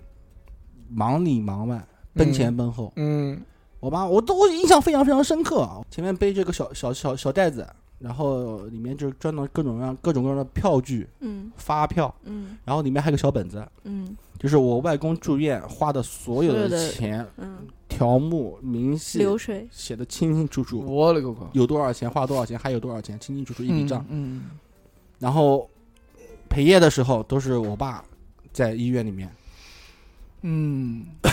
Speaker 6: 忙里忙外，奔前奔后。
Speaker 4: 嗯，
Speaker 6: 我妈，我都印象非常非常深刻啊。前面背着个小小小小袋子，然后里面就是装了各种各样各种各样的票据、
Speaker 7: 嗯
Speaker 6: 发票，
Speaker 7: 嗯
Speaker 6: 然后里面还有个小本子，
Speaker 7: 嗯
Speaker 6: 就是我外公住院花的所有
Speaker 7: 所
Speaker 6: 的
Speaker 7: 有的
Speaker 6: 钱，
Speaker 7: 嗯，
Speaker 6: 条目明细
Speaker 7: 流水，
Speaker 6: 写的清清楚楚，
Speaker 5: 我勒个乖，
Speaker 6: 有多少钱花多少钱，还有多少钱，清清楚楚一笔账。
Speaker 5: 嗯，嗯
Speaker 6: 然后陪夜的时候都是我爸在医院里面。
Speaker 5: 嗯，哎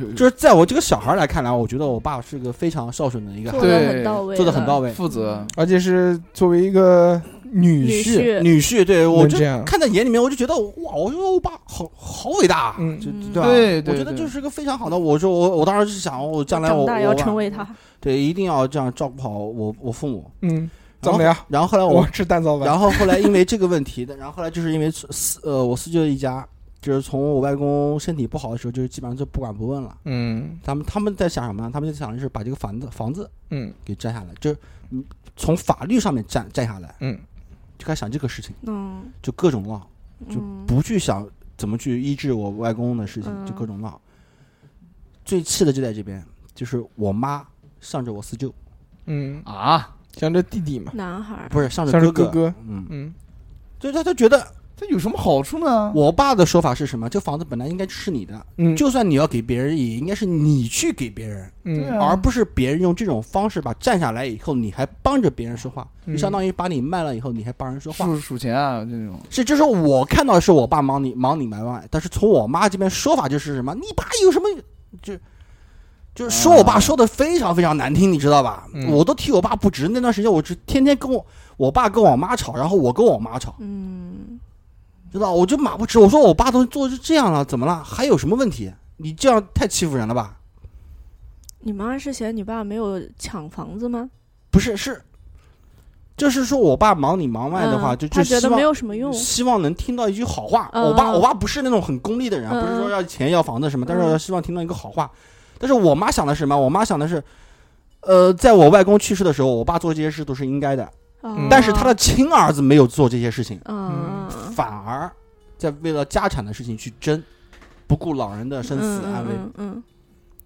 Speaker 5: 呦
Speaker 6: 就是在我这个小孩来看来，我觉得我爸是个非常孝顺的一个
Speaker 7: 做
Speaker 6: 孩
Speaker 7: 的
Speaker 5: 对
Speaker 7: 很到位，
Speaker 6: 做得很到位
Speaker 5: 负责，
Speaker 4: 而且是作为一个女
Speaker 7: 女
Speaker 4: 婿，
Speaker 7: 婿，
Speaker 6: 女婿。对我
Speaker 4: 能
Speaker 6: 就
Speaker 4: 这样
Speaker 6: 看在眼里面，我就觉得哇，我说我爸好好伟大啊，
Speaker 4: 嗯
Speaker 6: 就
Speaker 7: 嗯
Speaker 6: 吧？
Speaker 5: 对对
Speaker 6: 我觉得
Speaker 5: 对
Speaker 6: 就是个非常好的。我说我我当时是想，我将来我
Speaker 7: 长大
Speaker 6: 我
Speaker 7: 要
Speaker 6: 爸
Speaker 7: 成为他，
Speaker 6: 对，一定要这样照顾好我我父母。
Speaker 4: 嗯，
Speaker 6: 然
Speaker 4: 怎
Speaker 6: 后
Speaker 4: 么样？
Speaker 6: 然后后来
Speaker 4: 我
Speaker 6: 我，
Speaker 4: 吃蛋糕吧。
Speaker 6: 然后后来因为这个问题，然后后来就是因为四呃我四舅一家，就是从我外公身体不好的时候，就是基本上就不管不问了。
Speaker 4: 嗯
Speaker 6: 他们他们在想什么呢？他们就想的是把这个房子房子
Speaker 4: 嗯
Speaker 6: 给占下来，就是嗯从法律上面占占下来，
Speaker 4: 嗯，
Speaker 6: 就开始想这个事情，
Speaker 7: 嗯
Speaker 6: 就各种闹，就
Speaker 7: 嗯
Speaker 6: 不去想怎么去医治我外公的事情，
Speaker 7: 嗯
Speaker 6: 就各种闹。最气的就在这边，就是我妈向着我四舅，
Speaker 4: 嗯，
Speaker 5: 啊，
Speaker 4: 像这弟弟嘛，
Speaker 7: 男孩儿，
Speaker 6: 不是向着
Speaker 4: 向着
Speaker 6: 哥
Speaker 4: 哥哥
Speaker 6: 嗯，
Speaker 4: 嗯
Speaker 6: 所以他他觉得
Speaker 5: 这有什么好处呢？
Speaker 6: 我爸的说法是什么？这房子本来应该是你的，
Speaker 4: 嗯
Speaker 6: 就算你要给别人，也应该是你去给别人，
Speaker 5: 对
Speaker 4: 嗯
Speaker 5: 啊
Speaker 6: 而不是别人用这种方式把占下来以后，你还帮着别人说话，
Speaker 4: 嗯
Speaker 6: 就相当于把你卖了以后，你还帮人说话。
Speaker 5: 数数钱啊，这种
Speaker 6: 是，就是我看到的是我爸忙里忙里忙外，但是从我妈这边说法就是什么，你爸有什么就就是说我
Speaker 5: 啊
Speaker 6: 爸说的非常非常难听，你知道吧？
Speaker 4: 嗯
Speaker 6: 我都替我爸不值。那段时间我是天天跟我我爸跟我妈吵，然后我跟我妈吵，
Speaker 7: 嗯，
Speaker 6: 知道？我就马不直。我说我爸都做成这样了，怎么了？还有什么问题？你这样太欺负人了吧？
Speaker 7: 你妈是嫌你爸没有抢房子吗？
Speaker 6: 不是，是，就是说我爸忙里忙外的话，
Speaker 7: 嗯
Speaker 6: 就就
Speaker 7: 他觉
Speaker 6: 希
Speaker 7: 得没
Speaker 6: 望
Speaker 7: 有什么用。
Speaker 6: 希望能听到一句好话。
Speaker 7: 哦嗯
Speaker 6: 我爸我爸不是那种很功利的人，啊
Speaker 7: 嗯
Speaker 6: 不是说要钱要房子什么，但是
Speaker 7: 嗯
Speaker 6: 我要希望听到一个好话。但是我妈想的是什么？我妈想的是。呃，在我外公去世的时候，我爸做这些事都是应该的，
Speaker 7: 哦
Speaker 6: 嗯但是他的亲儿子没有做这些事情，
Speaker 7: 嗯，
Speaker 6: 反而在为了家产的事情去争，不顾老人的生死安危。
Speaker 7: 嗯嗯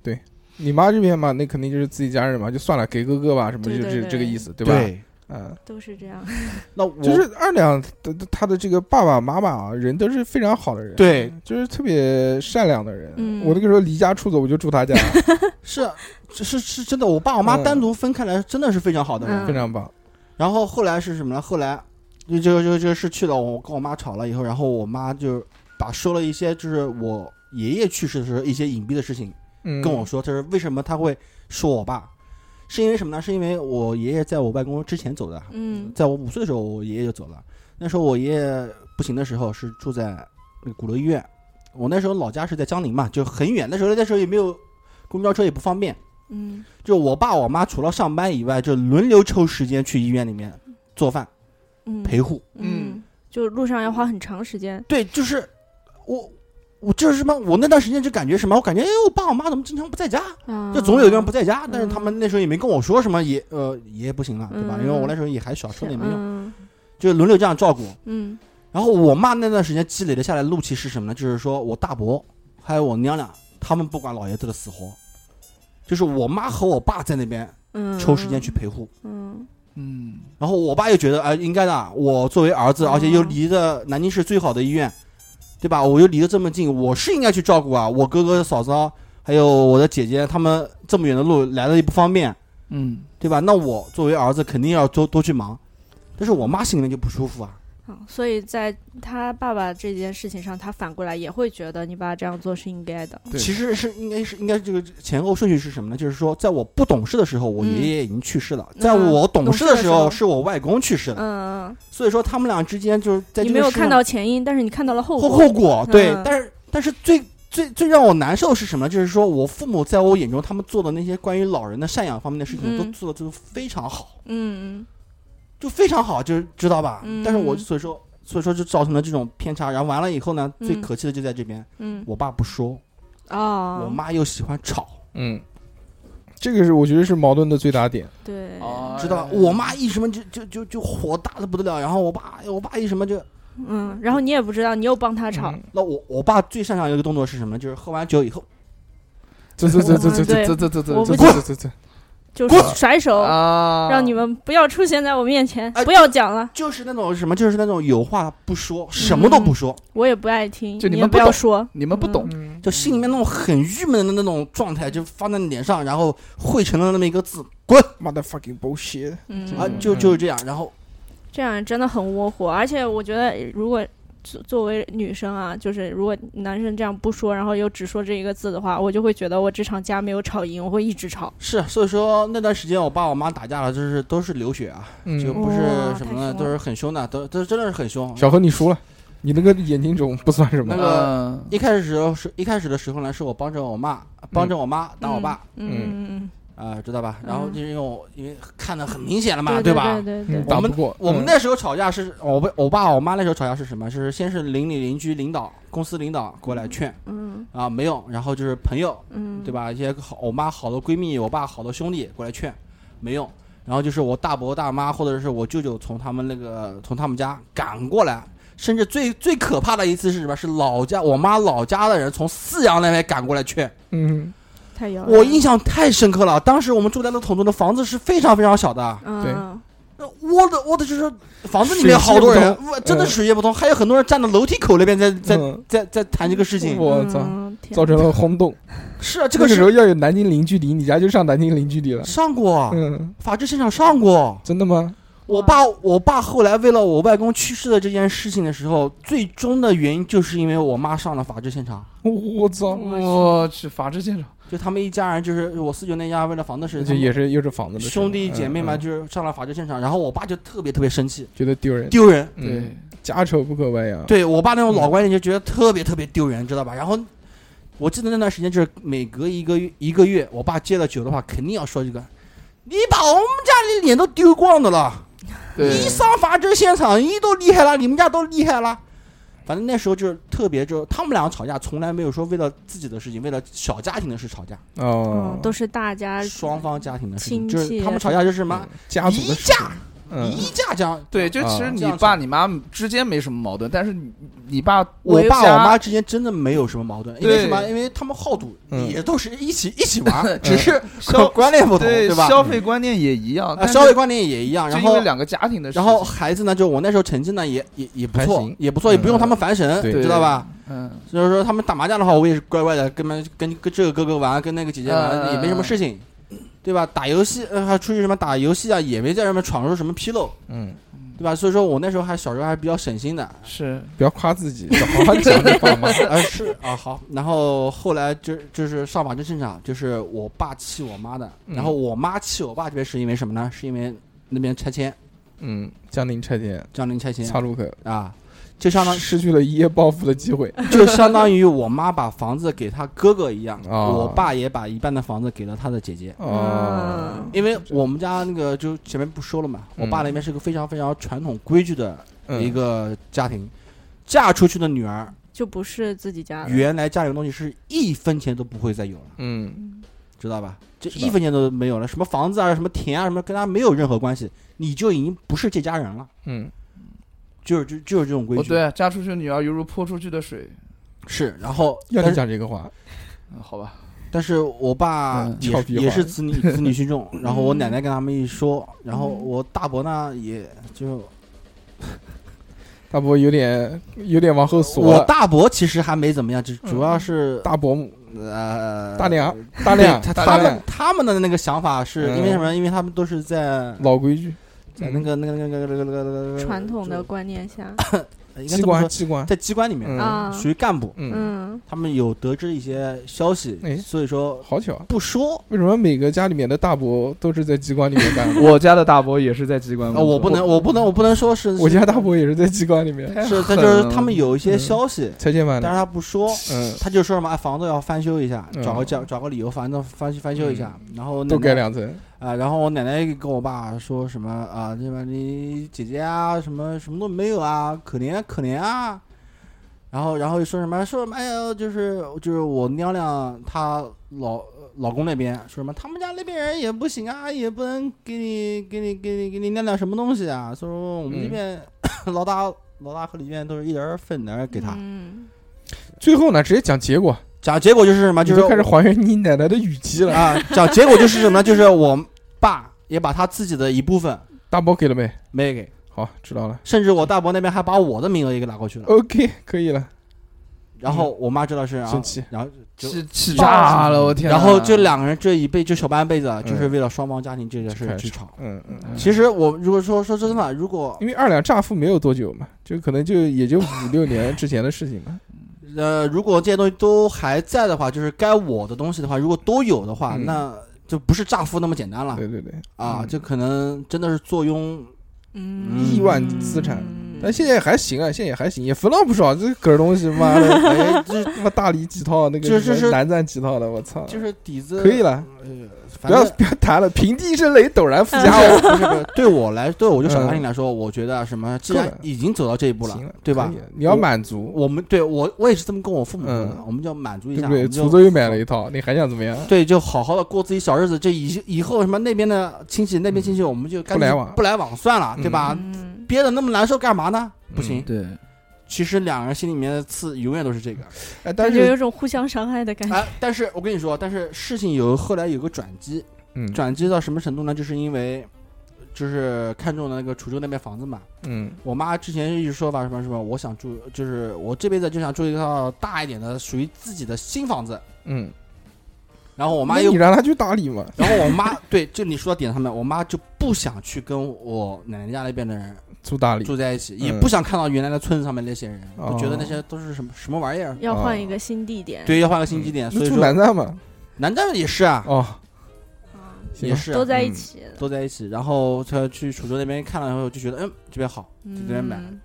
Speaker 7: 嗯，
Speaker 4: 你妈这边嘛，那肯定就是自己家人嘛，就算了，给哥哥吧，什么
Speaker 7: 对
Speaker 4: 就
Speaker 7: 对
Speaker 4: 是
Speaker 7: 对
Speaker 4: 这个意思，对吧？嗯，
Speaker 7: 都是这样。
Speaker 6: 那我
Speaker 4: 就是二两的他的这个爸爸妈妈啊，人都是非常好的人，
Speaker 6: 对，
Speaker 4: 就是特别善良的人。
Speaker 7: 嗯
Speaker 4: 我那个时候离家出走，我就住他 家，
Speaker 6: 是是是真的，我爸我妈
Speaker 4: 嗯
Speaker 6: 单独分开来真的是非常好的人。
Speaker 7: 嗯
Speaker 4: 非常棒。
Speaker 6: 然后后来是什么呢？后来就就就就是去了，我跟我妈吵了以后，然后我妈就把说了一些就是我爷爷去世的时候一些隐蔽的事情
Speaker 4: 嗯，
Speaker 6: 跟我说，就是为什么他会说我爸，是因为什么呢？是因为我爷爷在我外公之前走的，
Speaker 7: 嗯
Speaker 6: 在我五岁的时候，我爷爷就走了。那时候我爷爷不行的时候是住在那个鼓楼医院，我那时候老家是在江宁嘛，就很远。那时候那时候也没有公交车，也不方便。
Speaker 7: 嗯
Speaker 6: 就我爸我妈除了上班以外，就轮流抽时间去医院里面做饭
Speaker 7: 嗯，
Speaker 6: 陪护。
Speaker 7: 嗯，就路上要花很长时间。
Speaker 6: 对，就是我。我就是什么，我那段时间就感觉什么，我感觉哎，我爸我妈怎么经常不在家？
Speaker 7: 啊
Speaker 6: 就总有一个人不在家，但是他们那时候也没跟我说什么，也呃爷爷不行了，对吧？因
Speaker 7: 嗯
Speaker 6: 为我那时候也还小，说
Speaker 7: 是
Speaker 6: 了也没用，
Speaker 7: 嗯
Speaker 6: 就轮流这样照顾。
Speaker 7: 嗯
Speaker 6: 然后我妈那段时间积累的下来的怒气是什么呢？就是说我大伯还有我娘俩，他们不管老爷子的死活，就是我妈和我爸在那边
Speaker 7: 嗯，
Speaker 6: 抽时间去陪护。
Speaker 7: 嗯
Speaker 5: 嗯，
Speaker 6: 然后我爸又觉得，哎、应该的，我作为儿子，
Speaker 7: 哦
Speaker 6: 而且又离着南京市最好的医院，对吧？我又离得这么近，我是应该去照顾啊。我哥哥、嫂嫂还有我的姐姐，他们这么远的路来了也不方便，
Speaker 5: 嗯，
Speaker 6: 对吧？那我作为儿子肯定要多多去忙。但是我妈心里面就不舒服啊，
Speaker 7: 啊，所以在他爸爸这件事情上，他反过来也会觉得你爸这样做是应该的。
Speaker 4: 对
Speaker 6: 其实是应该是应该是这个前后顺序是什么呢？就是说，在我不懂事的时候，我
Speaker 7: 嗯
Speaker 6: 爷爷已经去世了；
Speaker 7: 嗯
Speaker 6: 在我懂事的时候，
Speaker 7: 懂事的时候
Speaker 6: 是我外公去世了。
Speaker 7: 嗯，
Speaker 6: 所以说，他们俩之间就是在
Speaker 7: 你
Speaker 6: 这
Speaker 7: 没
Speaker 6: 个
Speaker 7: 有
Speaker 6: 事上
Speaker 7: 看到前因，但是你看到了后
Speaker 6: 后
Speaker 7: 果。
Speaker 6: 后果。对，
Speaker 7: 嗯
Speaker 6: 但是但是最最最让我难受是什么呢？就是说我父母在我眼中，他们做的那些关于老人的赡养方面的事情，
Speaker 7: 嗯
Speaker 6: 都做的都非常好，
Speaker 7: 嗯
Speaker 6: 就非常好，就是知道吧？
Speaker 7: 嗯
Speaker 6: 但是我所以说。所以说就造成了这种偏差，然后完了以后呢，
Speaker 7: 嗯
Speaker 6: 最可气的就在这边，
Speaker 7: 嗯
Speaker 6: 我爸不说，
Speaker 7: 嗯啊，
Speaker 6: 我妈又喜欢吵，
Speaker 4: 嗯，这个是我觉得是矛盾的最大点。
Speaker 7: 对，
Speaker 5: 哦
Speaker 6: 知道吧？我妈一什么就就就就火大的不得了，然后我爸我爸一什么就，
Speaker 7: 嗯，然后你也不知道，你又帮他吵，
Speaker 4: 嗯
Speaker 6: 那我我爸最擅长的一个动作是什么？就是喝完酒以后，
Speaker 4: 走走走走走走
Speaker 7: 对
Speaker 5: 这这这这
Speaker 7: 我
Speaker 4: 走
Speaker 7: 们
Speaker 4: 走走走走，
Speaker 7: 就
Speaker 6: 滚
Speaker 7: 甩手，
Speaker 5: 啊，
Speaker 7: 让你们不要出现在我面前，
Speaker 6: 哎
Speaker 7: 不要讲了，
Speaker 6: 就是那种什么，就是那种有话不说，什么都不说，
Speaker 7: 我也不爱听，
Speaker 5: 就你
Speaker 7: 你
Speaker 5: 们
Speaker 7: 也
Speaker 5: 不
Speaker 7: 不要
Speaker 5: 懂
Speaker 7: 说。
Speaker 5: 你们不懂，
Speaker 4: 嗯，
Speaker 6: 就心里面那种很郁闷的那种状态，就放在脸上，然后汇成了那么一个字“滚
Speaker 4: motherfucking bullshit，”
Speaker 7: 嗯
Speaker 6: 啊，就就是这样。然后
Speaker 7: 这样真的很窝火，而且我觉得呃如果作作为女生啊，就是如果男生这样不说，然后又只说这一个字的话，我就会觉得我这场架没有吵赢，我会一直吵。
Speaker 6: 是，啊所以说那段时间我爸我妈打架了，就是都是流血啊，就
Speaker 4: 嗯，
Speaker 6: 不是
Speaker 7: 哇
Speaker 6: 什
Speaker 7: 太
Speaker 6: 么的，
Speaker 7: 凶
Speaker 6: 都是很凶的，都都真的是很凶。
Speaker 4: 小何你输了，你那个眼睛肿不算什么
Speaker 6: 那。个一开始时候是一开始的时候呢，是我帮着我妈帮着我妈打我爸
Speaker 7: 嗯，
Speaker 6: 啊、知道吧？
Speaker 7: 嗯
Speaker 6: 然后就是因为我因为看的很明显了
Speaker 7: 嗯
Speaker 6: 嘛，
Speaker 7: 对
Speaker 6: 吧？
Speaker 7: 对对
Speaker 4: 嗯，
Speaker 7: 对，
Speaker 4: 打
Speaker 6: 我
Speaker 4: 不
Speaker 6: 们
Speaker 4: 过。
Speaker 6: 我们
Speaker 4: 嗯
Speaker 6: 那时候吵架是我爸我爸我妈那时候吵架是什么？是先是邻里邻居领导公司领导过来劝
Speaker 7: 嗯
Speaker 6: 啊没用，然后就是朋友
Speaker 7: 嗯，
Speaker 6: 对吧？一些好我妈好多闺蜜，我爸好多兄弟过来劝没用，然后就是我大伯大妈或者是我舅舅从他们那个从他们家赶过来。甚至最最可怕的一次是什么？是老家我妈老家的人从泗阳那边赶过来劝
Speaker 4: 嗯，
Speaker 7: 太遥远了。
Speaker 6: 我，印象太深刻了。当时我们住在那筒子的房子是非常非常小的，
Speaker 4: 对
Speaker 7: 嗯，
Speaker 6: 那我的我的就是房子里面好多
Speaker 4: 水泄
Speaker 6: 人
Speaker 4: 不，
Speaker 6: 哇真的水泄不通，还有很多人站到楼梯口那边在在
Speaker 4: 嗯
Speaker 6: 在在谈这个事情。
Speaker 4: 我操，
Speaker 7: 嗯，天
Speaker 4: 造成了轰动。
Speaker 6: 是啊，
Speaker 4: 这
Speaker 6: 这个
Speaker 4: 个时
Speaker 6: 是
Speaker 4: 候要有南京零距离，你家就上南京零距离了。
Speaker 6: 上过啊
Speaker 4: 嗯，
Speaker 6: 法制现场上过，
Speaker 4: 真的吗？
Speaker 6: 我爸，我爸后来为了我外公去世的这件事情的时候，最终的原因就是因为我妈上了法制现场，
Speaker 4: 我我操，
Speaker 6: 啊
Speaker 5: 我去法制现场，
Speaker 6: 就他们一家人，就是我四舅那家为了房子事，
Speaker 4: 这也是又是房子
Speaker 6: 他
Speaker 4: 的
Speaker 6: 们
Speaker 4: 事
Speaker 6: 兄弟姐妹嘛，
Speaker 4: 嗯嗯
Speaker 6: 就是上了法制现场，然后我爸就特别特别生气，
Speaker 4: 觉得丢人，
Speaker 6: 丢人。
Speaker 4: 嗯
Speaker 5: 对，
Speaker 4: 家丑不可外扬。
Speaker 6: 对我爸那种老观念就觉得特别特别丢人，知道吧？然后我记得那段时间就是每隔一个月一个月，我爸接了酒的话，肯定要说这个。你把我们家里脸都丢光的了，
Speaker 5: 对
Speaker 6: 一上法制现场，一都厉害了，你们家都厉害了。反正那时候就是特别，就是他们两个吵架，从来没有说为了自己的事情，为了小家庭的事吵架，
Speaker 4: 哦
Speaker 7: 嗯，，都是大家
Speaker 6: 双方家庭的事情，
Speaker 7: 亲
Speaker 6: 就
Speaker 7: 戚
Speaker 6: 是
Speaker 7: 啊
Speaker 6: 他们吵架就是什么
Speaker 4: 家族的事情
Speaker 6: 一
Speaker 4: 嗯，
Speaker 6: 一架这样。
Speaker 5: 对，就其实你
Speaker 6: 这样
Speaker 5: 爸你妈之间没什么矛盾，但是你你爸
Speaker 6: 我爸
Speaker 5: 家
Speaker 6: 我妈之间真的没有什么矛盾，因为
Speaker 5: 对
Speaker 6: 什么？因为他们好赌，
Speaker 4: 嗯
Speaker 6: 也都是一起一 起 玩，只
Speaker 5: 嗯
Speaker 6: 是
Speaker 5: 消
Speaker 6: 观念不同，
Speaker 5: 对嗯
Speaker 6: 吧？嗯
Speaker 5: 消费观念也一样，
Speaker 6: 啊，
Speaker 5: 但是
Speaker 6: 消费观念也一样，然
Speaker 5: 就因
Speaker 6: 后
Speaker 5: 为两个家庭的事
Speaker 6: 然
Speaker 5: 情，
Speaker 6: 后孩子呢，就我那时候成绩呢也也也不
Speaker 4: 还
Speaker 6: 错
Speaker 4: 行，嗯
Speaker 6: 也不错，也不用他们烦神，
Speaker 4: 对
Speaker 6: 知道吧？
Speaker 5: 嗯，
Speaker 6: 所以说他们打麻将的话，我也是乖乖的，跟他们跟跟这个哥哥玩，跟那个姐姐玩，
Speaker 5: 嗯
Speaker 6: 也没什么事情，对吧？打游戏呃还出去什么打游戏啊，也没在外面闯出什么纰漏，
Speaker 4: 嗯，
Speaker 6: 对吧？所以说我那时候还小时候还比较省心的，
Speaker 5: 是
Speaker 4: 不要夸自己，好好讲你爸 妈。
Speaker 6: 啊是啊好，然后后来就就是上法制现场，就是我爸气我妈的，
Speaker 4: 嗯
Speaker 6: 然后我妈气我爸这边是因为什么呢？是因为那边拆迁，
Speaker 4: 嗯，江宁拆迁，
Speaker 6: 江陵拆迁
Speaker 4: 岔路口，
Speaker 6: 啊，就相当
Speaker 4: 失去了一夜暴富的机会。
Speaker 6: 就相当于我妈把房子给她哥哥一样，
Speaker 4: 哦
Speaker 6: 我爸也把一半的房子给了他的姐姐。
Speaker 4: 哦，
Speaker 7: 嗯
Speaker 6: 因为我们家那个就前面不说了嘛，
Speaker 4: 嗯
Speaker 6: 我爸那边是个非常非常传统规矩的
Speaker 4: 嗯
Speaker 6: 一个家庭，嫁出去的女儿
Speaker 7: 就不是自己
Speaker 4: 哎
Speaker 7: 家的。
Speaker 6: 原来家里的东西是一分钱都不会再有了，
Speaker 4: 嗯，
Speaker 6: 知道吧？这
Speaker 4: 是的
Speaker 6: 一分钱都没有了，什么房子啊，什么田啊，什么跟他没有任何关系，你就已经不是这家人了，
Speaker 4: 嗯，
Speaker 6: 就是就就是这种规
Speaker 5: 哦，
Speaker 6: 矩。
Speaker 5: 对，嫁出去的女儿犹如泼出去的水，
Speaker 6: 是，然后
Speaker 4: 要
Speaker 6: 但
Speaker 4: 你
Speaker 6: 是
Speaker 4: 讲这个话，
Speaker 5: 嗯好吧，
Speaker 6: 但是我爸
Speaker 5: 嗯
Speaker 6: 也
Speaker 4: 俏
Speaker 6: 是
Speaker 4: 皮话
Speaker 6: 也是子女子女亲重，然后我奶奶跟他们一说，然后我大伯呢也就
Speaker 4: 大伯有点有点往后缩
Speaker 6: 我
Speaker 4: 了。
Speaker 6: 大伯其实还没怎么样，就主要是
Speaker 4: 啊嗯大伯母、
Speaker 6: 呃
Speaker 4: 大娘、大
Speaker 6: 大
Speaker 4: 亮、
Speaker 6: 他
Speaker 4: 大
Speaker 6: 他
Speaker 4: 亮
Speaker 6: 们，他们的那个想法是
Speaker 4: 嗯
Speaker 6: 因为什么？因为他们都是在
Speaker 4: 老规矩，
Speaker 6: 在那个那个那个那个那个那个那个
Speaker 7: 传统的观念下，
Speaker 6: 呃应该
Speaker 4: 机
Speaker 6: 这么
Speaker 4: 关
Speaker 6: 说，
Speaker 4: 机关，
Speaker 6: 在机关里面
Speaker 4: 嗯
Speaker 7: 啊，
Speaker 6: 属于干部，
Speaker 4: 嗯，
Speaker 7: 嗯，
Speaker 6: 他们有得知一些消息
Speaker 4: 哎，
Speaker 6: 所以说
Speaker 4: 好巧啊。
Speaker 6: 不说。
Speaker 4: 为什么每个家里面的大伯都是在机关里面干的？
Speaker 5: 我家的大伯也是在机关
Speaker 6: 啊，我不能，我不能，我不能嗯说 是
Speaker 4: 我家大伯也是在机关里面
Speaker 6: 是，他就是他们有一些消息，
Speaker 4: 拆迁办
Speaker 6: 但是
Speaker 4: 的。
Speaker 6: 他不说，
Speaker 4: 嗯，
Speaker 6: 他就说什么、啊、房子要翻修一下，
Speaker 4: 嗯
Speaker 6: 找个找找个理由，房子翻翻修一下，然后奶
Speaker 4: 都盖
Speaker 6: 奶
Speaker 4: 两层。
Speaker 6: 啊、然后我奶奶跟我爸说什么啊，对吧？你姐姐啊，什么什么都没有啊，可怜可怜啊，然后然后又说什么说什么，哎呦，就是就是我娘俩她老老公那边说什么，他们家那边人也不行啊，也不能给你给你给你给你娘俩什么东西啊，所以说我们
Speaker 4: 嗯
Speaker 6: 这边、老大老大和李院都是一人分点儿给他。
Speaker 7: 嗯，
Speaker 4: 最后呢，直接讲结果，
Speaker 6: 讲结果就是什么？
Speaker 4: 你
Speaker 6: 就是
Speaker 4: 都开始还原你奶奶的语气了。
Speaker 6: 啊，讲结果就是什么呢？就是我爸也把他自己的一部分
Speaker 4: 大伯给了没？
Speaker 6: 没给，
Speaker 4: 好，知道了。
Speaker 6: 甚至我大伯那边还把我的名额也给拿过去了。
Speaker 4: OK，可以了。
Speaker 6: 然后我妈知道是，然
Speaker 4: 嗯
Speaker 6: 后
Speaker 4: 生气
Speaker 6: 然后就
Speaker 5: 气气炸了，我天哪！
Speaker 6: 然后这两个人这一辈就小半辈子，就是为了双方家庭这件事去吵。
Speaker 4: 嗯嗯。
Speaker 6: 其实我如果说说真的，如果
Speaker 4: 因为二两乍富没有多久嘛，就可能就也就五六年之前的事情嘛。
Speaker 6: 呃如果这些东西都还在的话，就是该我的东西的话，如果都有的话，
Speaker 4: 嗯
Speaker 6: 那就不是乍夫那么简单了
Speaker 4: 对对对，
Speaker 6: 啊，
Speaker 4: 嗯
Speaker 6: 就可能真的是坐拥
Speaker 7: 嗯，
Speaker 4: 亿万资产，但现在也还行啊，现在也还行，也分了不少。这个东西，妈的， 哎，这他妈大理几套，那
Speaker 6: 就
Speaker 4: 个
Speaker 6: 是
Speaker 4: 什么南站几套的，我操，
Speaker 6: 就是底子呃
Speaker 4: 可以，了，
Speaker 6: 反
Speaker 4: 不要
Speaker 6: 正嗯
Speaker 4: 不要谈了，平地一声雷，陡然哦富
Speaker 6: 不
Speaker 4: 家
Speaker 6: 是
Speaker 4: 翁。
Speaker 6: 不是不是，对我来，对我就小家庭
Speaker 4: 嗯
Speaker 6: 来说，我觉得啊什么，既
Speaker 4: 够
Speaker 6: 然
Speaker 4: 了
Speaker 6: 已经走到这一步了
Speaker 4: 行了，
Speaker 6: 对吧
Speaker 4: 可以？你要满足，
Speaker 6: 我们对我我也是这么跟我父母说的，
Speaker 4: 嗯
Speaker 6: 我们就要满足一
Speaker 4: 对
Speaker 6: 下，
Speaker 4: 不
Speaker 6: 我
Speaker 4: 对？
Speaker 6: 们就
Speaker 4: 滁州又买了一套，你还想怎么样？
Speaker 6: 对，就好好的过自己小日子。这以以后什么那边的亲戚那边亲戚，我们就干
Speaker 4: 嗯不
Speaker 6: 脆
Speaker 4: 来往
Speaker 6: 不来往算了，
Speaker 4: 嗯
Speaker 6: 对吧？
Speaker 7: 嗯
Speaker 6: 憋得那么难受干嘛呢？不行
Speaker 4: 嗯，
Speaker 5: 对
Speaker 6: 其实两个人心里面的刺永远都是这个。
Speaker 4: 哎，但
Speaker 7: 感觉
Speaker 4: 是
Speaker 7: 有种互相伤害的
Speaker 4: 嗯
Speaker 7: 感觉。
Speaker 6: 哎，但是我跟你说，但是事情有后来有个转机，
Speaker 4: 嗯
Speaker 6: 转机到什么程度呢？就是因为就是看中了那个滁州那边房子嘛，
Speaker 4: 嗯
Speaker 6: 我妈之前一直说吧，什么什么，我想住，就是我这辈子就想住一套大一点的，属于自己的新房子。
Speaker 4: 嗯，
Speaker 6: 然后我
Speaker 4: 我
Speaker 6: 妈
Speaker 4: 你
Speaker 6: 又，
Speaker 4: 让他去打理嘛，
Speaker 6: 然后我妈对，就你说到点上面，我妈就不不想去跟我奶奶家那边的人
Speaker 4: 住大理，
Speaker 6: 住在一起，也
Speaker 4: 嗯
Speaker 6: 不想看到原来的村子上面那些人，我觉得那
Speaker 4: 哦
Speaker 6: 些都是什么什么玩意儿。
Speaker 7: 要换一个新地点，
Speaker 6: 对，要换个新基点，所
Speaker 4: 那
Speaker 6: 以
Speaker 4: 住
Speaker 6: 说
Speaker 4: 嗯南站嘛。
Speaker 6: 南站也是啊，
Speaker 4: 哦，
Speaker 7: 啊
Speaker 4: 行
Speaker 6: 也是啊
Speaker 7: 都在
Speaker 4: 嗯
Speaker 7: 一起，
Speaker 6: 都在一起。然后他去楚州那边看了以后，就觉得嗯这边好，就这边买。
Speaker 7: 嗯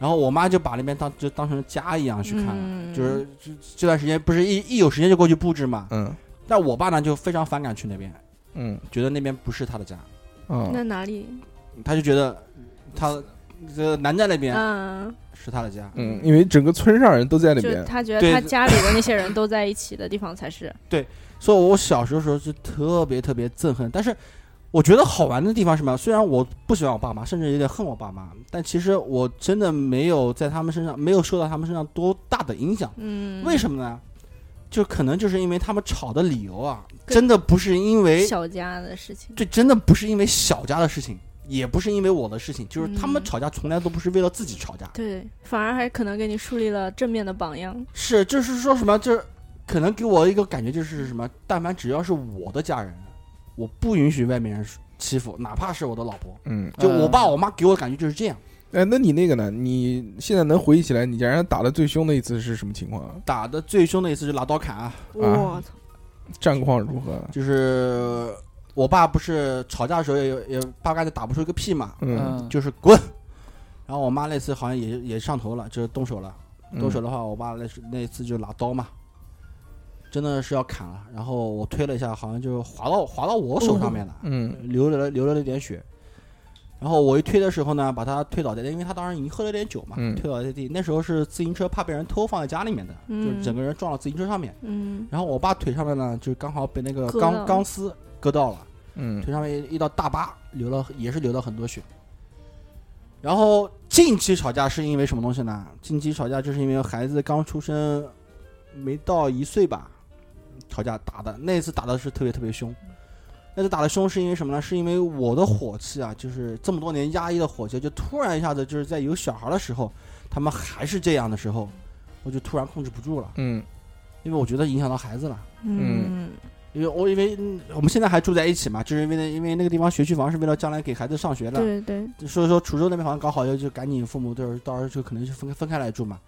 Speaker 6: 然后我妈就把那边当就当成家一样去看了，
Speaker 7: 嗯
Speaker 6: 就是这这段时间不是一一有时间就过去布置嘛。
Speaker 4: 嗯
Speaker 6: 但我爸呢就非常反感去那边，
Speaker 4: 嗯
Speaker 6: 觉得那边不是他的家，
Speaker 4: 啊
Speaker 7: 那哪里？
Speaker 6: 他就觉得他这南站那边
Speaker 7: 嗯，
Speaker 6: 是他的家。
Speaker 4: 嗯，因为整个村上人都在那
Speaker 7: 就
Speaker 4: 边，
Speaker 7: 他觉得
Speaker 6: 对
Speaker 7: 他家里的那些人都在一起的地方才是。
Speaker 6: 所以我小时候时候就特别特别憎恨，但是我觉得好玩的地方是什么？虽然我不喜欢我爸妈，甚至有点恨我爸妈，但其实我真的没有在他们身上没有受到他们身上多大的影响。
Speaker 7: 嗯，
Speaker 6: 为什么呢？就可能就是因为他们吵的理由啊，真的不是因为
Speaker 7: 小家的事情？
Speaker 6: 这真的不是因为小家的事情，也不是因为我的事情，就是他们
Speaker 7: 嗯
Speaker 6: 吵架从来都不是为了自己吵架，
Speaker 7: 对，反而还可能给你树立了正面的榜样。
Speaker 6: 是就是说什么，就是可能给我一个感觉就是什么，但凡只要是我的家人，我不允许外面人欺负，哪怕是我的老婆。
Speaker 4: 嗯，
Speaker 6: 就我爸
Speaker 5: 嗯
Speaker 6: 我妈给我的感觉就是这样，
Speaker 4: 哎，那你那个呢？你现在能回忆起来，你家人打的最凶的一次是什么情况啊？
Speaker 6: 打的最凶的一次就拿刀砍啊，
Speaker 7: 我操！
Speaker 4: 战况如何？
Speaker 6: 就是我爸不是吵架的时候也也八竿子打不出一个屁嘛，
Speaker 4: 嗯，
Speaker 5: 嗯，
Speaker 6: 就是滚。然后我妈那次好像也也上头了，就是动手了。
Speaker 4: 嗯
Speaker 6: 动手的话，我爸那是那次就拿刀嘛，真的是要砍了。然后我推了一下，好像就划到划到我手上面了，
Speaker 4: 嗯
Speaker 6: 流了流了一点血。然后我一推的时候呢，把他推倒在地，因为他当时已经喝了点酒嘛，
Speaker 4: 嗯
Speaker 6: 推倒在地。那时候是自行车怕被人偷放在家里面的，就是整个人撞到自行车上面。
Speaker 7: 嗯，
Speaker 6: 然后我爸腿上面呢，就刚好被那个
Speaker 7: 割
Speaker 6: 钢
Speaker 7: 到
Speaker 6: 钢丝割到了。
Speaker 4: 嗯
Speaker 6: 腿上面一道大疤，流了也是流了很多血。然后近期吵架是因为什么东西呢？近期吵架就是因为孩子刚出生，没到一岁吧，吵架打的。那次打的是特别特别凶，那次打的凶是因为什么呢？是因为我的火气啊，就是这么多年压抑的火气，就突然一下子就是在有小孩的时候，他们还是这样的时候，我就突然控制不住了，
Speaker 4: 嗯
Speaker 6: 因为我觉得影响到孩子了。
Speaker 4: 嗯
Speaker 7: 嗯，
Speaker 6: 因为我因为嗯我们现在还住在一起嘛，就是因为那因为那个地方学区房是为了将来给孩子上学的，
Speaker 7: 对对，
Speaker 6: 所以说滁州那边好像搞好就就赶紧父母就是到时候就可能就分分开来住嘛。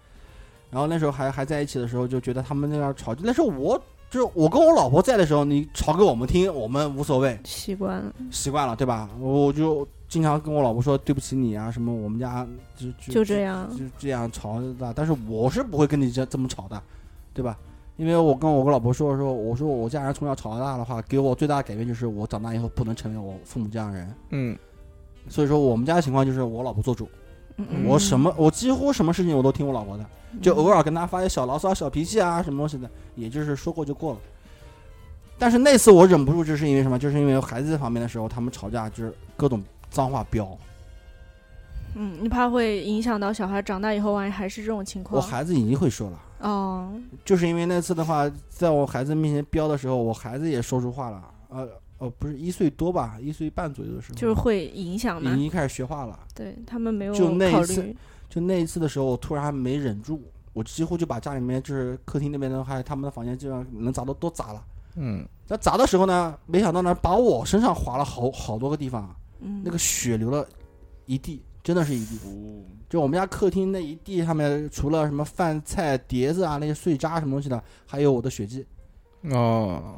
Speaker 6: 然后那时候还还在一起的时候，就觉得他们那样吵，那时候我就是我跟我老婆在的时候，你吵给我们听，我们无所谓，
Speaker 7: 习惯了，
Speaker 6: 习惯了对吧？我我就经常跟我老婆说对不起你啊，什么我们家就就
Speaker 7: 就这样。
Speaker 6: 就这样吵的，但是我是不会跟你这这么吵的，对吧？因为我跟我跟老婆说说，我说我家人从小吵到大的话，给我最大的改变就是我长大以后不能成为我父母这样的人。
Speaker 4: 嗯
Speaker 6: 所以说我们家的情况就是我老婆做主，
Speaker 7: 嗯
Speaker 6: 我什么我几乎什么事情我都听我老婆的，就偶尔跟她发些小牢骚、小脾气啊什么东西的，也就是说过就过了。但是那次我忍不住，就是因为什么？就是因为孩子旁边的时候，他们吵架就是各种脏话飙，
Speaker 7: 嗯，你怕会影响到小孩长大以后，万一还是这种情
Speaker 6: 我
Speaker 7: 况？
Speaker 6: 孩子已经会说了。
Speaker 7: 哦，
Speaker 6: 就是因为那次的话，在我孩子面前飙的时候，我孩子也说出话了，呃呃，不是一岁多吧，一岁半左右的时候，
Speaker 7: 就是会影响
Speaker 6: 已
Speaker 7: 嘛。
Speaker 6: 经开始学话了。
Speaker 7: 对他们没
Speaker 6: 嗯
Speaker 7: 有
Speaker 6: 就那一
Speaker 7: 考
Speaker 6: 次
Speaker 7: 虑，
Speaker 6: 就那一次的时候，我突然还没忍住，我几乎就把家里面就是客厅那边的，还有他们的房间，这样能砸的都砸了。
Speaker 4: 嗯
Speaker 6: 那砸的时候呢，没想到呢，把我身上划了好好多个地方，
Speaker 7: 嗯，
Speaker 6: 那个血流了一地，真的是一地。
Speaker 2: 哦
Speaker 6: 就我们家客厅那一地上面，除了什么饭菜碟子啊那些碎渣什么东西的，还有我的血迹。
Speaker 4: 哦，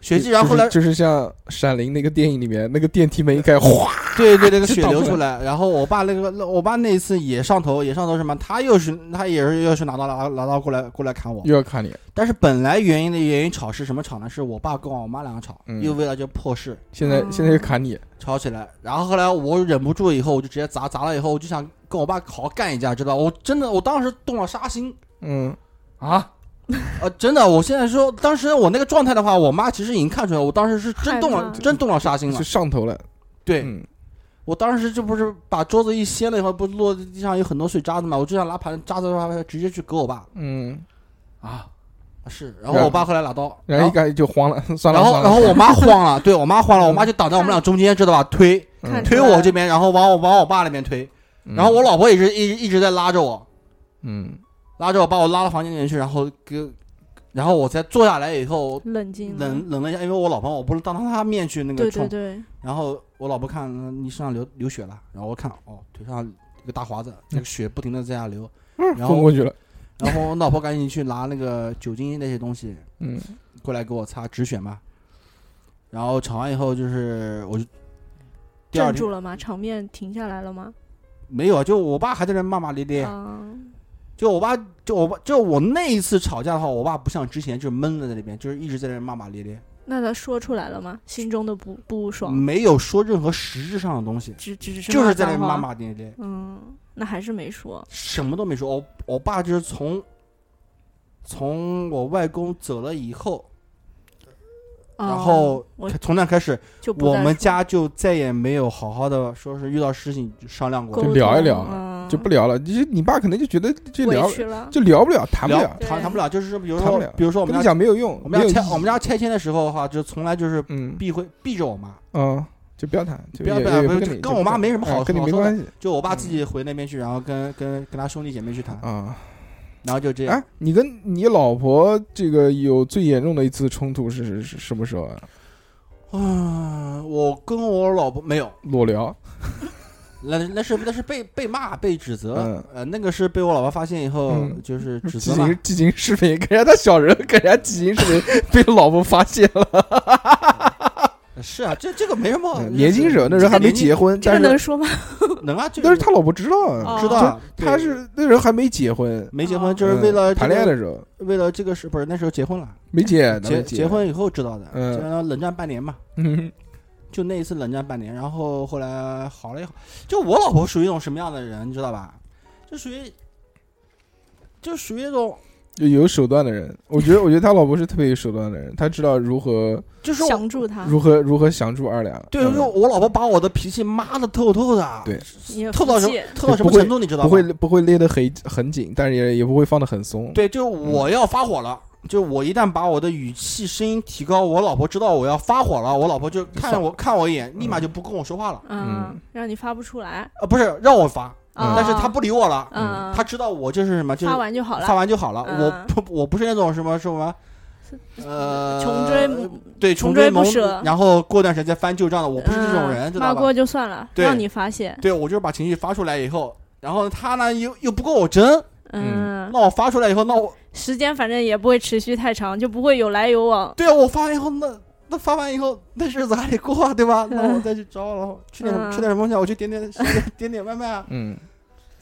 Speaker 6: 血迹，然后后
Speaker 4: 就是
Speaker 6: 来哦
Speaker 4: 就是像《闪灵》那个电影里面，那个电梯门一开，哗，
Speaker 6: 对对，那个血
Speaker 4: 倒
Speaker 6: 流
Speaker 4: 出
Speaker 6: 出 来。然后我爸那个，那我爸那一次也上头，也上头什么，他又是他也是又是拿刀拿拿刀过来过来砍我。
Speaker 4: 又要砍你。
Speaker 6: 但是本来原因的原因吵是什么吵呢？是我爸跟我妈两个吵，
Speaker 4: 嗯
Speaker 6: 又为了这破事
Speaker 4: 现在
Speaker 7: 哦
Speaker 4: 现在又砍你，
Speaker 6: 吵起来。然后后来我忍不住以后，我就直接砸砸了以后，我就想跟我爸好好干一架，知道吧？我真的我当时动了杀 心，
Speaker 4: 嗯
Speaker 5: 啊，
Speaker 6: 呃，真的，我现在说，当时我那个状态的话，我妈其实已经看出来，我当时是真动了
Speaker 7: 害，怕
Speaker 6: 真动了杀心了
Speaker 4: 就。上头了。
Speaker 6: 对，
Speaker 4: 嗯
Speaker 6: 我当时这不是把桌子一掀了以后，不落在地上有很多碎渣子嘛，我就想拿盘渣子的话直接去给我爸。
Speaker 4: 嗯，
Speaker 6: 是，然后我爸后来拿刀，
Speaker 4: 然后一感觉就慌了，算了
Speaker 6: 然后
Speaker 4: 算
Speaker 6: 然后
Speaker 4: 了。
Speaker 6: 我妈 慌了，对我妈慌了，我妈就挡在我们俩中间，知道吧？推
Speaker 7: 看
Speaker 4: 嗯
Speaker 7: 出
Speaker 6: 推
Speaker 7: 来
Speaker 6: 我这边，然后往我往我爸那边推，
Speaker 4: 嗯
Speaker 6: 然后我老婆也是一直一直在拉着我，
Speaker 4: 嗯
Speaker 6: 拉着我把我拉到房间里面去，然后给然后我才坐下来以后，
Speaker 7: 冷静了，
Speaker 6: 冷冷了一下，因为我老婆，我不是当着她面去那个
Speaker 7: 对
Speaker 6: 冲
Speaker 7: 对，对，
Speaker 6: 然后我老婆看嗯你身上流流血了，然后我看哦腿上一个大划子，
Speaker 4: 嗯
Speaker 6: 那个血不停的在下流，然
Speaker 4: 昏
Speaker 6: 后
Speaker 4: 过去了，
Speaker 6: 然后我老婆赶紧去拿那个酒精那些东西
Speaker 4: 嗯，
Speaker 6: 过来给我擦止血嘛，然后吵完以后就是我就第二天
Speaker 7: 镇住了吗？场面停下来了吗？
Speaker 6: 没有，啊就我爸还在那骂骂咧咧，
Speaker 7: 啊，
Speaker 6: 就我爸，就我爸，就我那一次吵架的话，我爸不像之前就是闷了在那边，就是一直在那骂骂咧咧，
Speaker 7: 那他说出来了吗？心中的不不爽，
Speaker 6: 没有说任何实质上的东西，
Speaker 7: 只只
Speaker 6: 嗯
Speaker 7: 是
Speaker 6: 就是在那
Speaker 7: 脏
Speaker 6: 骂
Speaker 7: 话。
Speaker 6: 骂咧咧，
Speaker 7: 嗯，那还是没说。
Speaker 6: 什么都没说。我我爸就是从从我外公走了以后，然后
Speaker 7: 哦我
Speaker 6: 开从那开始，
Speaker 7: 就不
Speaker 6: 我
Speaker 7: 再
Speaker 6: 们
Speaker 7: 说
Speaker 6: 家就再也没有好好的说是遇到事情就商量过
Speaker 7: 沟
Speaker 4: 就
Speaker 7: 通，
Speaker 6: 了，
Speaker 4: 聊一聊
Speaker 7: 嗯
Speaker 4: 就不聊了。你你爸可能就觉得这聊
Speaker 7: 委屈了。
Speaker 4: 就聊不了，谈不
Speaker 6: 啊聊
Speaker 4: 了，
Speaker 7: 对
Speaker 6: 谈谈不了，就是说比如
Speaker 4: 谈不
Speaker 6: 说
Speaker 4: 了
Speaker 6: 比如说我
Speaker 4: 跟
Speaker 6: 们
Speaker 4: 你
Speaker 6: 家
Speaker 4: 讲没有用，
Speaker 6: 我们
Speaker 4: 没
Speaker 6: 家
Speaker 4: 有
Speaker 6: 拆
Speaker 4: 意义
Speaker 6: 我们家拆迁的时候的话，就从来就是
Speaker 4: 嗯
Speaker 6: 避讳避着我妈。
Speaker 4: 嗯，就不要谈，就
Speaker 6: 不要
Speaker 4: 也
Speaker 6: 不要
Speaker 4: 也不
Speaker 6: 不是
Speaker 4: 跟
Speaker 6: 就
Speaker 4: 你
Speaker 6: 跟
Speaker 4: 就
Speaker 6: 我
Speaker 4: 不
Speaker 6: 妈
Speaker 4: 谈
Speaker 6: 没什么
Speaker 4: 哎
Speaker 6: 好
Speaker 4: 跟你
Speaker 6: 好
Speaker 4: 没
Speaker 6: 说的
Speaker 4: 关系
Speaker 6: 就我爸自己回那边去，然后跟跟跟他兄弟姐妹去谈，
Speaker 4: 嗯啊。
Speaker 6: 然后就这样
Speaker 4: 哎。，你跟你老婆这个有最严重的一次冲突是是是什么时候啊？
Speaker 6: 啊，我跟我老婆没有，
Speaker 4: 裸聊，
Speaker 6: 那那是那是被被骂被指责
Speaker 4: 嗯，
Speaker 6: 呃，那个是被我老婆发现以后
Speaker 4: 嗯
Speaker 6: 就是指
Speaker 4: 激
Speaker 6: 责嘛
Speaker 4: 情，激情视频，给人家他小时候给人家激情视频 被老婆发现了，
Speaker 6: 是啊，这这个没什么
Speaker 4: 嗯，年轻时候那时候还没结
Speaker 6: 婚，
Speaker 4: 婚，
Speaker 7: 这
Speaker 4: 但
Speaker 7: 个能
Speaker 4: 是
Speaker 7: 说吗？
Speaker 6: 能啊，就
Speaker 4: 但是他老婆知道啊，
Speaker 7: 哦
Speaker 6: 知道啊对
Speaker 4: 他是那时候还没结婚，
Speaker 6: 没结
Speaker 7: 哦
Speaker 6: 婚，就是为了
Speaker 4: 嗯谈恋爱
Speaker 6: 的，
Speaker 4: 的时候
Speaker 6: 为了这个事不是那时候结婚了，
Speaker 4: 没结，
Speaker 6: 结
Speaker 4: 结
Speaker 6: 结，婚以后知道的，
Speaker 4: 嗯
Speaker 6: 然后冷战半年嘛，
Speaker 4: 嗯，
Speaker 6: 就那一次冷战半年，然后后来好了以后，就我老婆属于一种什么样的人，你知道吧？就属于，就属于那种，
Speaker 4: 就有手段的人，我觉得我觉得他老婆是特别有手段的人，他知道如何
Speaker 6: 就是我
Speaker 7: 降住他，
Speaker 4: 如何如何降住二两，
Speaker 6: 对，
Speaker 4: 嗯
Speaker 6: 就是我老婆把我的脾气骂的透透的，
Speaker 4: 对
Speaker 7: 你也
Speaker 6: 透
Speaker 7: 服
Speaker 6: 到什么
Speaker 7: 气，
Speaker 6: 透到什
Speaker 4: 就
Speaker 6: 么
Speaker 4: 不会
Speaker 6: 程度，你知道吗？
Speaker 4: 不会不会勒得很很紧，但是也也不会放得很松。
Speaker 6: 对，就是我要发火了。就我一旦把我的语气、声音提高，我老婆知道我要发火了，我老婆就看我看我一眼，立马就不跟我说话了。
Speaker 7: 嗯，让你发不出来。
Speaker 6: 呃，不是让我发，
Speaker 4: 嗯
Speaker 7: 啊
Speaker 6: 但是她不理我了，
Speaker 7: 嗯，
Speaker 6: 她知道我就是什么，就是
Speaker 7: 发完就好
Speaker 6: 发
Speaker 7: 了，
Speaker 6: 完就好了。
Speaker 7: 嗯
Speaker 6: 我不我不是那种什么什么，呃，
Speaker 7: 穷追嗯
Speaker 6: 对
Speaker 7: 穷
Speaker 6: 穷
Speaker 7: 追
Speaker 6: 追
Speaker 7: 不
Speaker 6: 猛
Speaker 7: 舍
Speaker 6: 然后过段时间翻旧账的，我不是这种人，
Speaker 7: 嗯
Speaker 6: 知
Speaker 7: 骂
Speaker 6: 道吧
Speaker 7: 过？就算了，
Speaker 6: 对
Speaker 7: 让你发泄。
Speaker 6: 对，我就是把情绪发出来以后，然后他呢又又不跟我争，
Speaker 7: 嗯，
Speaker 6: 那我发出来以后，那我
Speaker 7: 时间反正也不会持续太长，就不会有来有往。
Speaker 6: 对啊，我发完以后，那那发完以后，那日子还得过啊，对吧？那我
Speaker 7: 嗯
Speaker 6: 再去找我老婆吃点什么
Speaker 7: 嗯
Speaker 6: 吃点什么东西啊，我去点点点点点外卖啊。
Speaker 4: 嗯，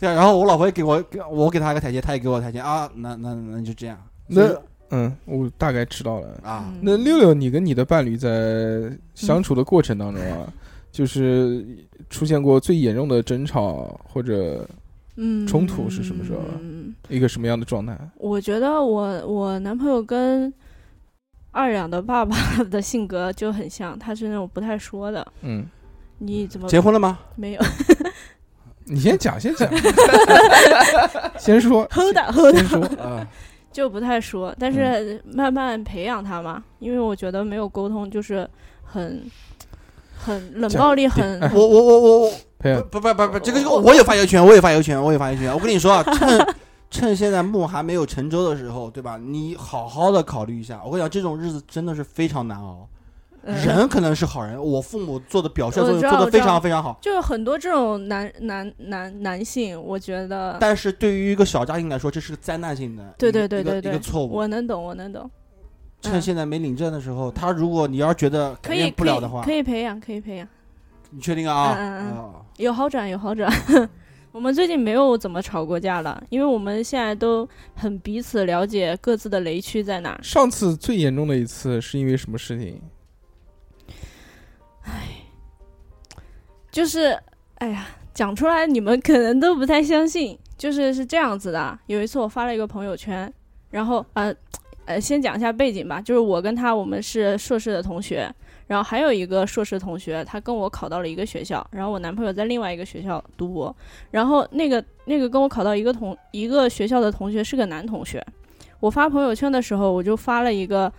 Speaker 6: 对啊，然后我老婆也给我给我给她一个台阶，她也给我台阶啊，那那那就这样。
Speaker 4: 那
Speaker 6: 所
Speaker 4: 嗯，我大概知道了
Speaker 6: 以。
Speaker 7: 嗯
Speaker 6: 啊，
Speaker 4: 那六六，你跟你的伴侣在相处的过程当中啊， 就是出现过最严重的争吵或者
Speaker 7: 嗯，
Speaker 4: 冲突是什么时候啊
Speaker 7: 嗯，
Speaker 4: 一个什么样的状态？
Speaker 7: 我觉得我我男朋友跟二两的爸 爸的性格就很像，他是那种不太说的。
Speaker 4: 嗯，
Speaker 7: 你怎么
Speaker 6: 结婚了吗？
Speaker 7: 没有
Speaker 4: 你先讲，先 讲， 先说，
Speaker 7: ？hold 的 hold
Speaker 4: 先 说，
Speaker 6: 啊，嗯
Speaker 7: 就不太说，但是慢慢培养他嘛，因为我觉得没有沟通就是很很冷
Speaker 4: 讲
Speaker 7: 暴力，很
Speaker 6: 我我我我我。
Speaker 4: 朋友，
Speaker 6: 不不不不，这个这个我有发言权，我有发言权，我有发言权。我跟你说啊，趁趁现在木还没有成舟的时候，对吧？你好好的考虑一下。我跟你讲，这种日子真的是非常难熬。
Speaker 7: 嗯
Speaker 6: 人可能是好人，我父母做的表率
Speaker 7: 我
Speaker 6: 作用
Speaker 7: 知道
Speaker 6: 做的非常
Speaker 7: 我
Speaker 6: 非常好，
Speaker 7: 就有很多这种男男男男性，我觉得
Speaker 6: 但是对于一个小家庭来说，这是个灾难性的一个，
Speaker 7: 嗯对对对
Speaker 6: 一个
Speaker 7: 对对
Speaker 6: 一个错误。
Speaker 7: 我能懂，我能懂，
Speaker 6: 趁现在没领证的时候，他如果你要是觉得
Speaker 7: 可
Speaker 6: 改
Speaker 7: 以
Speaker 6: 变不
Speaker 7: 可以
Speaker 6: 了的话
Speaker 7: 可，以培养，可以培养，
Speaker 6: 你确定啊？
Speaker 7: 嗯嗯嗯
Speaker 6: 啊
Speaker 7: 有好转有好转。 我们最近没有怎么吵过架了，因为我们现在都很彼此了解各自的雷区在哪儿。
Speaker 4: 上次最严重的一次是因为什么事 情？
Speaker 7: 就是，哎呀，讲出来你们可能都不太相信，就是是这样子的啊。有一次我发了一个朋友圈，然后呃呃，先讲一下背景吧，就是我跟他我们是硕士的同学，然后还有一个硕士同学，他跟我考到了一个学校，然后我男朋友在另外一个学校读博，然后那个那个跟我考到一个同一个学校的同学是个男同学，我发朋友圈的时候我就发了一个，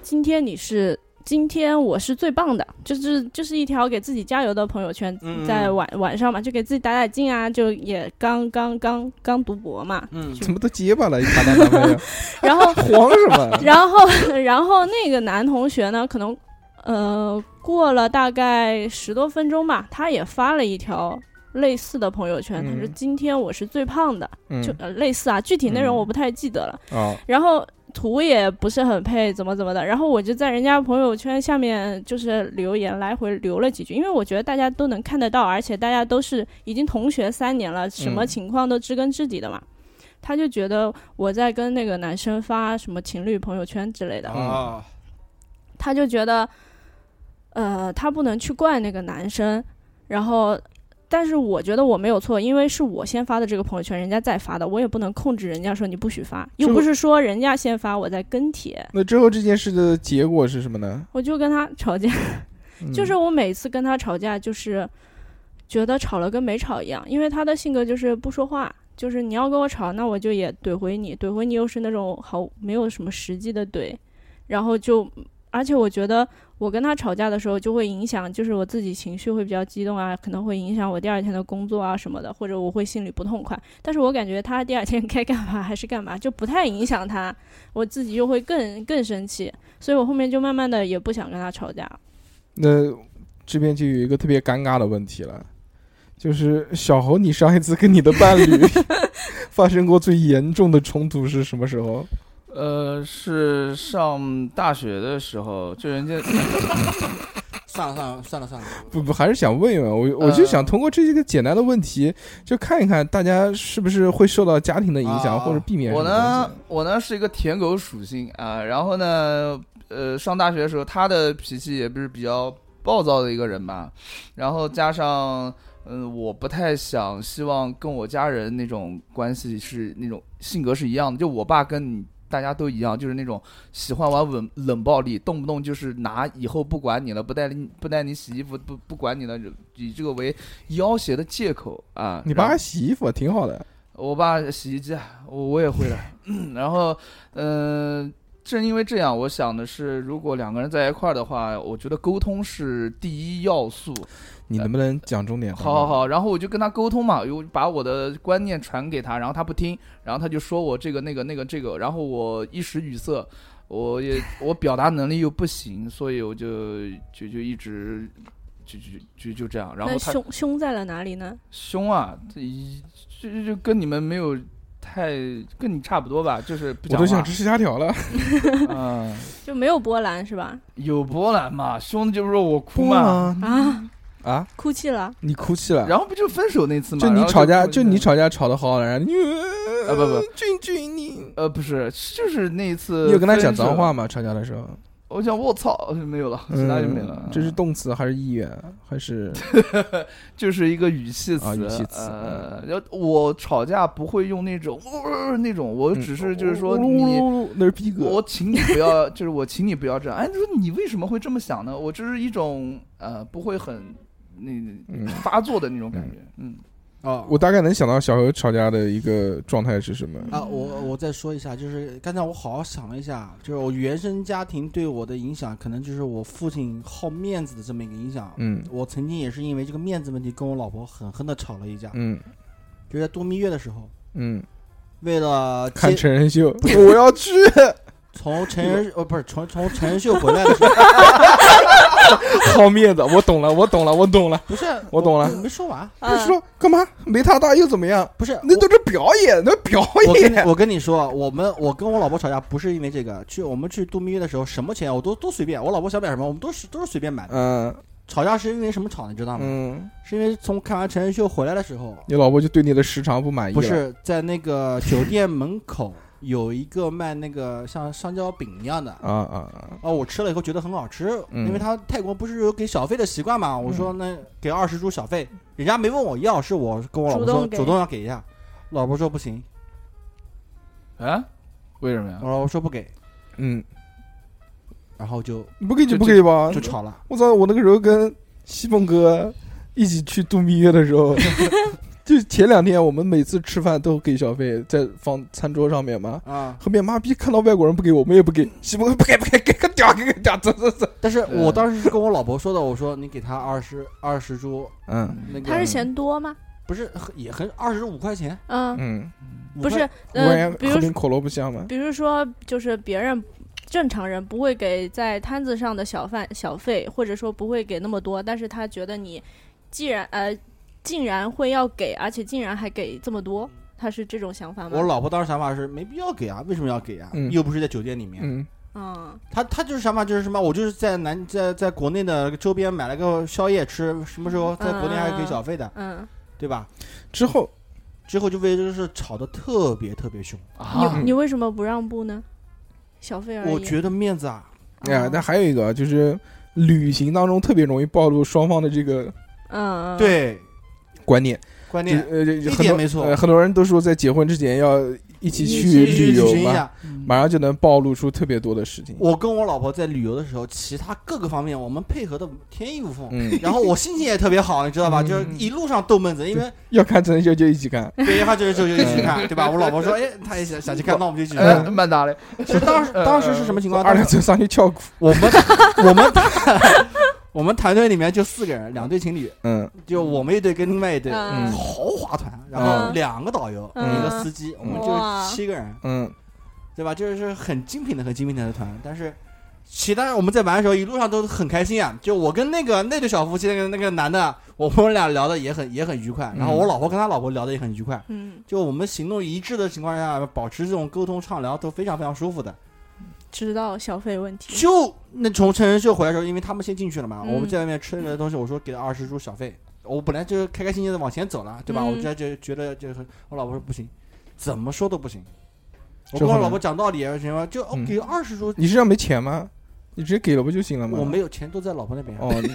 Speaker 7: 今天你是今天我是最棒的，就是就是一条给自己加油的朋友圈，
Speaker 6: 嗯
Speaker 7: 在晚晚上嘛，就给自己打打劲啊，就也刚刚刚刚读博嘛，
Speaker 6: 嗯，
Speaker 4: 怎么都结巴了？一谈到男 朋友，
Speaker 7: 然后
Speaker 4: 慌什么？
Speaker 7: 然后 然后那个男同学呢，可能呃过了大概十多分钟吧，他也发了一条类似的朋友圈，他说
Speaker 4: 嗯
Speaker 7: 今天我是最胖的，
Speaker 4: 嗯
Speaker 7: 就、呃、类似啊，具体内容
Speaker 4: 嗯
Speaker 7: 我不太记得了。
Speaker 4: 啊，
Speaker 7: 然后图也不是很配，怎么怎么的。然后我就在人家朋友圈下面就是留言来回留了几句，因为我觉得大家都能看得到，而且大家都是已经同学三年了，什么
Speaker 4: 嗯
Speaker 7: 情况都知根知底的嘛。他就觉得我在跟那个男生发什么情侣朋友圈之类的，
Speaker 6: 啊，
Speaker 7: 他就觉得，呃，他不能去怪那个男生，然后。但是我觉得我没有错，因为是我先发的这个朋友圈，人家再发的，我也不能控制人家说你不许发，又
Speaker 4: 就
Speaker 7: 不是说人家先发我在跟帖，
Speaker 4: 那之后这件事的结果是什么呢？
Speaker 7: 我就跟他吵架。
Speaker 4: 嗯
Speaker 7: 就是我每次跟他吵架，就是觉得吵了跟没吵一样，因为他的性格就是不说话，就是你要跟我吵，那我就也怼回你，怼回你又是那种好没有什么实际的怼，然后就，而且我觉得我跟他吵架的时候，就会影响，就是我自己情绪会比较激动啊，可能会影响我第二天的工作啊什么的，或者我会心里不痛快。但是我感觉他第二天 该干嘛还是干嘛，就不太影响他，我自己就会更更生气，所以我后面就慢慢的也不想跟他吵架了。
Speaker 4: 那这边就有一个特别尴尬的问题了，就是小侯，你上一次跟你的伴侣发生过最严重的冲突是什么时候？
Speaker 5: 呃，是上大学的时候，就人家
Speaker 6: 算了算了算了算了，
Speaker 4: 不不，还是想问一问我，我就想通过这个简单的问题，就看一看大家是不是会受到家庭的影响，
Speaker 6: 啊
Speaker 4: 或者避免什
Speaker 5: 我
Speaker 4: 么东
Speaker 5: 呢
Speaker 4: 西。，
Speaker 5: 我呢是一个舔狗属性啊，然后呢，呃，上大学的时候，他的脾气也不是比较暴躁的一个人吧，然后加上，嗯、我不太想希望跟我家人那种关系是那种性格是一样的，就我爸跟你。大家都一样，就是那种喜欢玩冷冷暴力，动不动就是拿以后不管你了，不带你不带你洗衣服，不不管你了，以这个为要挟的借口啊。
Speaker 4: 你
Speaker 5: 然后
Speaker 4: 爸洗衣服挺好的，
Speaker 5: 我爸洗衣机，啊我我也会的。 然后，嗯、正因为这样，我想的是，如果两个人在一块儿的话，我觉得沟通是第一要素。
Speaker 4: 你能不能讲重点？
Speaker 5: 好好好，然后我就跟他沟通嘛，我把我的观念传给他，然后他不听，然后他就说我这个那个那个这个，然后我一时语塞，我也我表达能力又不行，所以我就就就一直就就就就这样，然后
Speaker 7: 那
Speaker 5: 他
Speaker 7: 凶凶在了哪里呢？
Speaker 5: 凶啊，这一就就就跟你们没有太跟你差不多吧，就是不
Speaker 4: 我
Speaker 5: 讲
Speaker 4: 都想
Speaker 5: 话
Speaker 4: 吃。虾条了。
Speaker 5: 嗯，
Speaker 7: 就没有波澜是吧？
Speaker 5: 有波澜嘛，凶的就是说我哭
Speaker 4: 不
Speaker 5: 嘛，
Speaker 4: 啊
Speaker 7: 啊，
Speaker 4: 啊！
Speaker 7: 哭泣了，
Speaker 4: 你哭泣了。
Speaker 5: 然后不就分手那次嘛？
Speaker 4: 就
Speaker 5: 然
Speaker 4: 你
Speaker 5: 后
Speaker 4: 吵架，
Speaker 5: 哭
Speaker 4: 就你吵架吵得好好的，然后你
Speaker 5: 啊不不，
Speaker 4: 俊俊你，
Speaker 5: 呃不是，就是那一次。
Speaker 4: 你有跟他讲脏话？吗？吵架的时候，
Speaker 5: 我讲我操，没有了，其他就没了
Speaker 4: 嗯。这是动词还是意愿还是？
Speaker 5: 就是一个语气词，
Speaker 4: 啊语气词嗯
Speaker 5: 呃，要我吵架不会用那种、呃、那种， 我只是就是说
Speaker 4: 嗯
Speaker 5: 你。
Speaker 4: 那是逼格。
Speaker 5: 我请你不要，就是我请你不要这样。哎，你说你为什么会这么想呢？我这是一种呃，不会很
Speaker 4: 嗯
Speaker 5: 那发作的那种感觉。嗯，
Speaker 6: 哦，
Speaker 4: 我大概能想到小何吵架的一个状态是什么。
Speaker 6: 啊，我我再说一下，就是刚才我好好想了一下，就是我原生家庭对我的影响，可能就是我父亲好面子的这么一个影响。
Speaker 4: 嗯
Speaker 6: 我曾经也是因为这个面子问题跟我老婆狠狠的吵了一架，
Speaker 4: 嗯
Speaker 6: 就是在度蜜月的时候，
Speaker 4: 嗯，
Speaker 6: 为了
Speaker 4: 看
Speaker 6: 接
Speaker 4: 成人秀，我要去。
Speaker 6: 从成人哦不是从从成人秀回 来的时候，
Speaker 4: 好面子，我懂了，我懂了，我懂了。
Speaker 6: 不是
Speaker 4: 我懂了
Speaker 6: 你没说完，
Speaker 7: 啊
Speaker 4: 他，说干嘛？没他大又怎么样？
Speaker 6: 不是
Speaker 4: 那都是表演，那表
Speaker 6: 我跟你
Speaker 4: 演。
Speaker 6: 我跟你说，我们我跟我老婆吵架不是因为这个，去我们去度蜜月的时候，什么钱我都都随便，我老婆想买什么我们都是都是随便买的。
Speaker 4: 嗯
Speaker 6: 吵架是因为什么吵你知道吗？
Speaker 4: 嗯，
Speaker 6: 是因为从看完成人秀回来的时候，
Speaker 4: 你老婆就对你的时长不满意了。
Speaker 6: 不是在那个酒店门口有一个卖那个像香蕉饼一样的。
Speaker 4: 啊啊啊！
Speaker 6: 哦，我吃了以后觉得很好吃，
Speaker 4: 嗯
Speaker 6: 因为他泰国不是有给小费的习惯嘛，我说那给二十铢小费，人家没问我要，是我跟我老婆
Speaker 7: 主
Speaker 6: 说
Speaker 7: 动给
Speaker 6: 主动要给一下，老婆说不行，
Speaker 5: 啊，为什么呀
Speaker 6: 我？老婆说不给，
Speaker 4: 嗯，
Speaker 6: 然后就
Speaker 4: 你不给就
Speaker 6: 就
Speaker 4: 不给吧，
Speaker 6: 就吵了。
Speaker 4: 我操！我那个时候跟西凤哥一起去度蜜月的时候，就是前两天我们每次吃饭都给小费，在放餐桌上面嘛。
Speaker 6: 啊！
Speaker 4: 后面妈逼看到外国人不给我们也不给，西蒙不给不给，给个屌给个屌，走走走。
Speaker 6: 但是
Speaker 5: 对
Speaker 6: 我当时是跟我老婆说的，我说你给他二十二十铢，
Speaker 4: 嗯
Speaker 6: 那
Speaker 7: 他
Speaker 6: 个
Speaker 7: 是嫌多吗？
Speaker 6: 不是很也很二十五块钱，
Speaker 7: 嗯，
Speaker 4: 嗯，
Speaker 7: 不是，
Speaker 4: 我也
Speaker 7: 呃，比
Speaker 4: 喝
Speaker 7: 如
Speaker 4: 瓶可乐不香吗？
Speaker 7: 比如说，就是别人正常人不会给在摊子上的小贩小费，或者说不会给那么多，但是他觉得你既然呃竟然会要给，而且竟然还给这么多，他是这种想法
Speaker 6: 我
Speaker 7: 吗？
Speaker 6: 老婆当时想法是没必要给啊，为什么要给啊？
Speaker 4: 嗯
Speaker 6: 又不是在酒店里面。
Speaker 4: 嗯
Speaker 7: 嗯，
Speaker 6: 她她就是想法就是什么，我就是在南在在国内的周边买了个宵夜吃，什么时候在国内还是给小费的，
Speaker 7: 嗯，
Speaker 6: 对吧？
Speaker 4: 之后
Speaker 6: 之后就为这个事吵得特别特别凶。
Speaker 5: 啊，
Speaker 7: 你你为什么不让步呢？小费而已。嗯
Speaker 6: 我觉得面子啊，
Speaker 4: 呀，那还有一个啊就是旅行当中特别容易暴露双方的这个
Speaker 7: 嗯，嗯，
Speaker 6: 对，
Speaker 4: 观念，
Speaker 6: 关
Speaker 4: 就
Speaker 6: 键
Speaker 4: 呃就
Speaker 6: 一
Speaker 4: 很多
Speaker 6: 点没错
Speaker 4: 呃很多人都说在结婚之前要一起去
Speaker 6: 一起
Speaker 4: 旅游
Speaker 6: 行一
Speaker 4: 嘛，
Speaker 6: 下。
Speaker 5: 嗯
Speaker 4: 马上就能暴露出特别多的事情。
Speaker 6: 我跟我老婆在旅游的时候，其他各个方面我们配合的天衣无缝。
Speaker 4: 嗯，
Speaker 6: 然后我心情也特别好，你知道吧？
Speaker 4: 嗯
Speaker 6: 就是一路上逗闷子，因为
Speaker 4: 要看真秀就一起看，
Speaker 6: 别人 他就是就就一起看，对吧？我老婆说，哎，她也想想去看，那我们就一起
Speaker 4: 呃
Speaker 6: 去
Speaker 5: 哎，
Speaker 6: 看。
Speaker 5: 曼达嘞，
Speaker 6: 其实当时当时是什么情况？
Speaker 4: 二
Speaker 6: 当
Speaker 4: 两
Speaker 6: 时
Speaker 4: 就上去翘股。
Speaker 6: 呃 我们我们我们团队里面就四个人，两对情侣，
Speaker 4: 嗯
Speaker 6: 就我们一队跟另外一队
Speaker 7: 嗯
Speaker 6: 豪华团，然后
Speaker 7: 嗯
Speaker 6: 两个导游，
Speaker 7: 嗯
Speaker 6: 一个司机，我们
Speaker 7: 哇
Speaker 6: 就七个人，
Speaker 4: 嗯
Speaker 6: 对吧？就是很精品的、很精品的团，但是。其他人我们在玩的时候，一路上都很开心啊！就我跟那个那对小夫妻，那个那个男的，我们俩聊的也很也很愉快。然后我老婆跟他老婆聊的也很愉快。
Speaker 7: 嗯，
Speaker 6: 就我们行动一致的情况下，保持这种沟通畅聊都非常非常舒服的。
Speaker 7: 知道小费问题。
Speaker 6: 就那从成人秀回来的时候，因为他们先进去了嘛，
Speaker 7: 嗯
Speaker 6: 我们在外面吃了个东西，我说给了二十铢小费，我本来就是开开心心的往前走了，对吧？
Speaker 7: 嗯
Speaker 6: 我这就觉得就是我老婆说不行，怎么说都不行。我
Speaker 4: 之
Speaker 6: 跟
Speaker 4: 后
Speaker 6: 我
Speaker 4: 呢
Speaker 6: 老婆讲道理啊，什么就、哦
Speaker 4: 嗯
Speaker 6: 给二十铢，
Speaker 4: 你身上没钱吗？你直接给了不就行了吗？
Speaker 6: 我没有钱都在老婆那边啊。
Speaker 4: 哦，你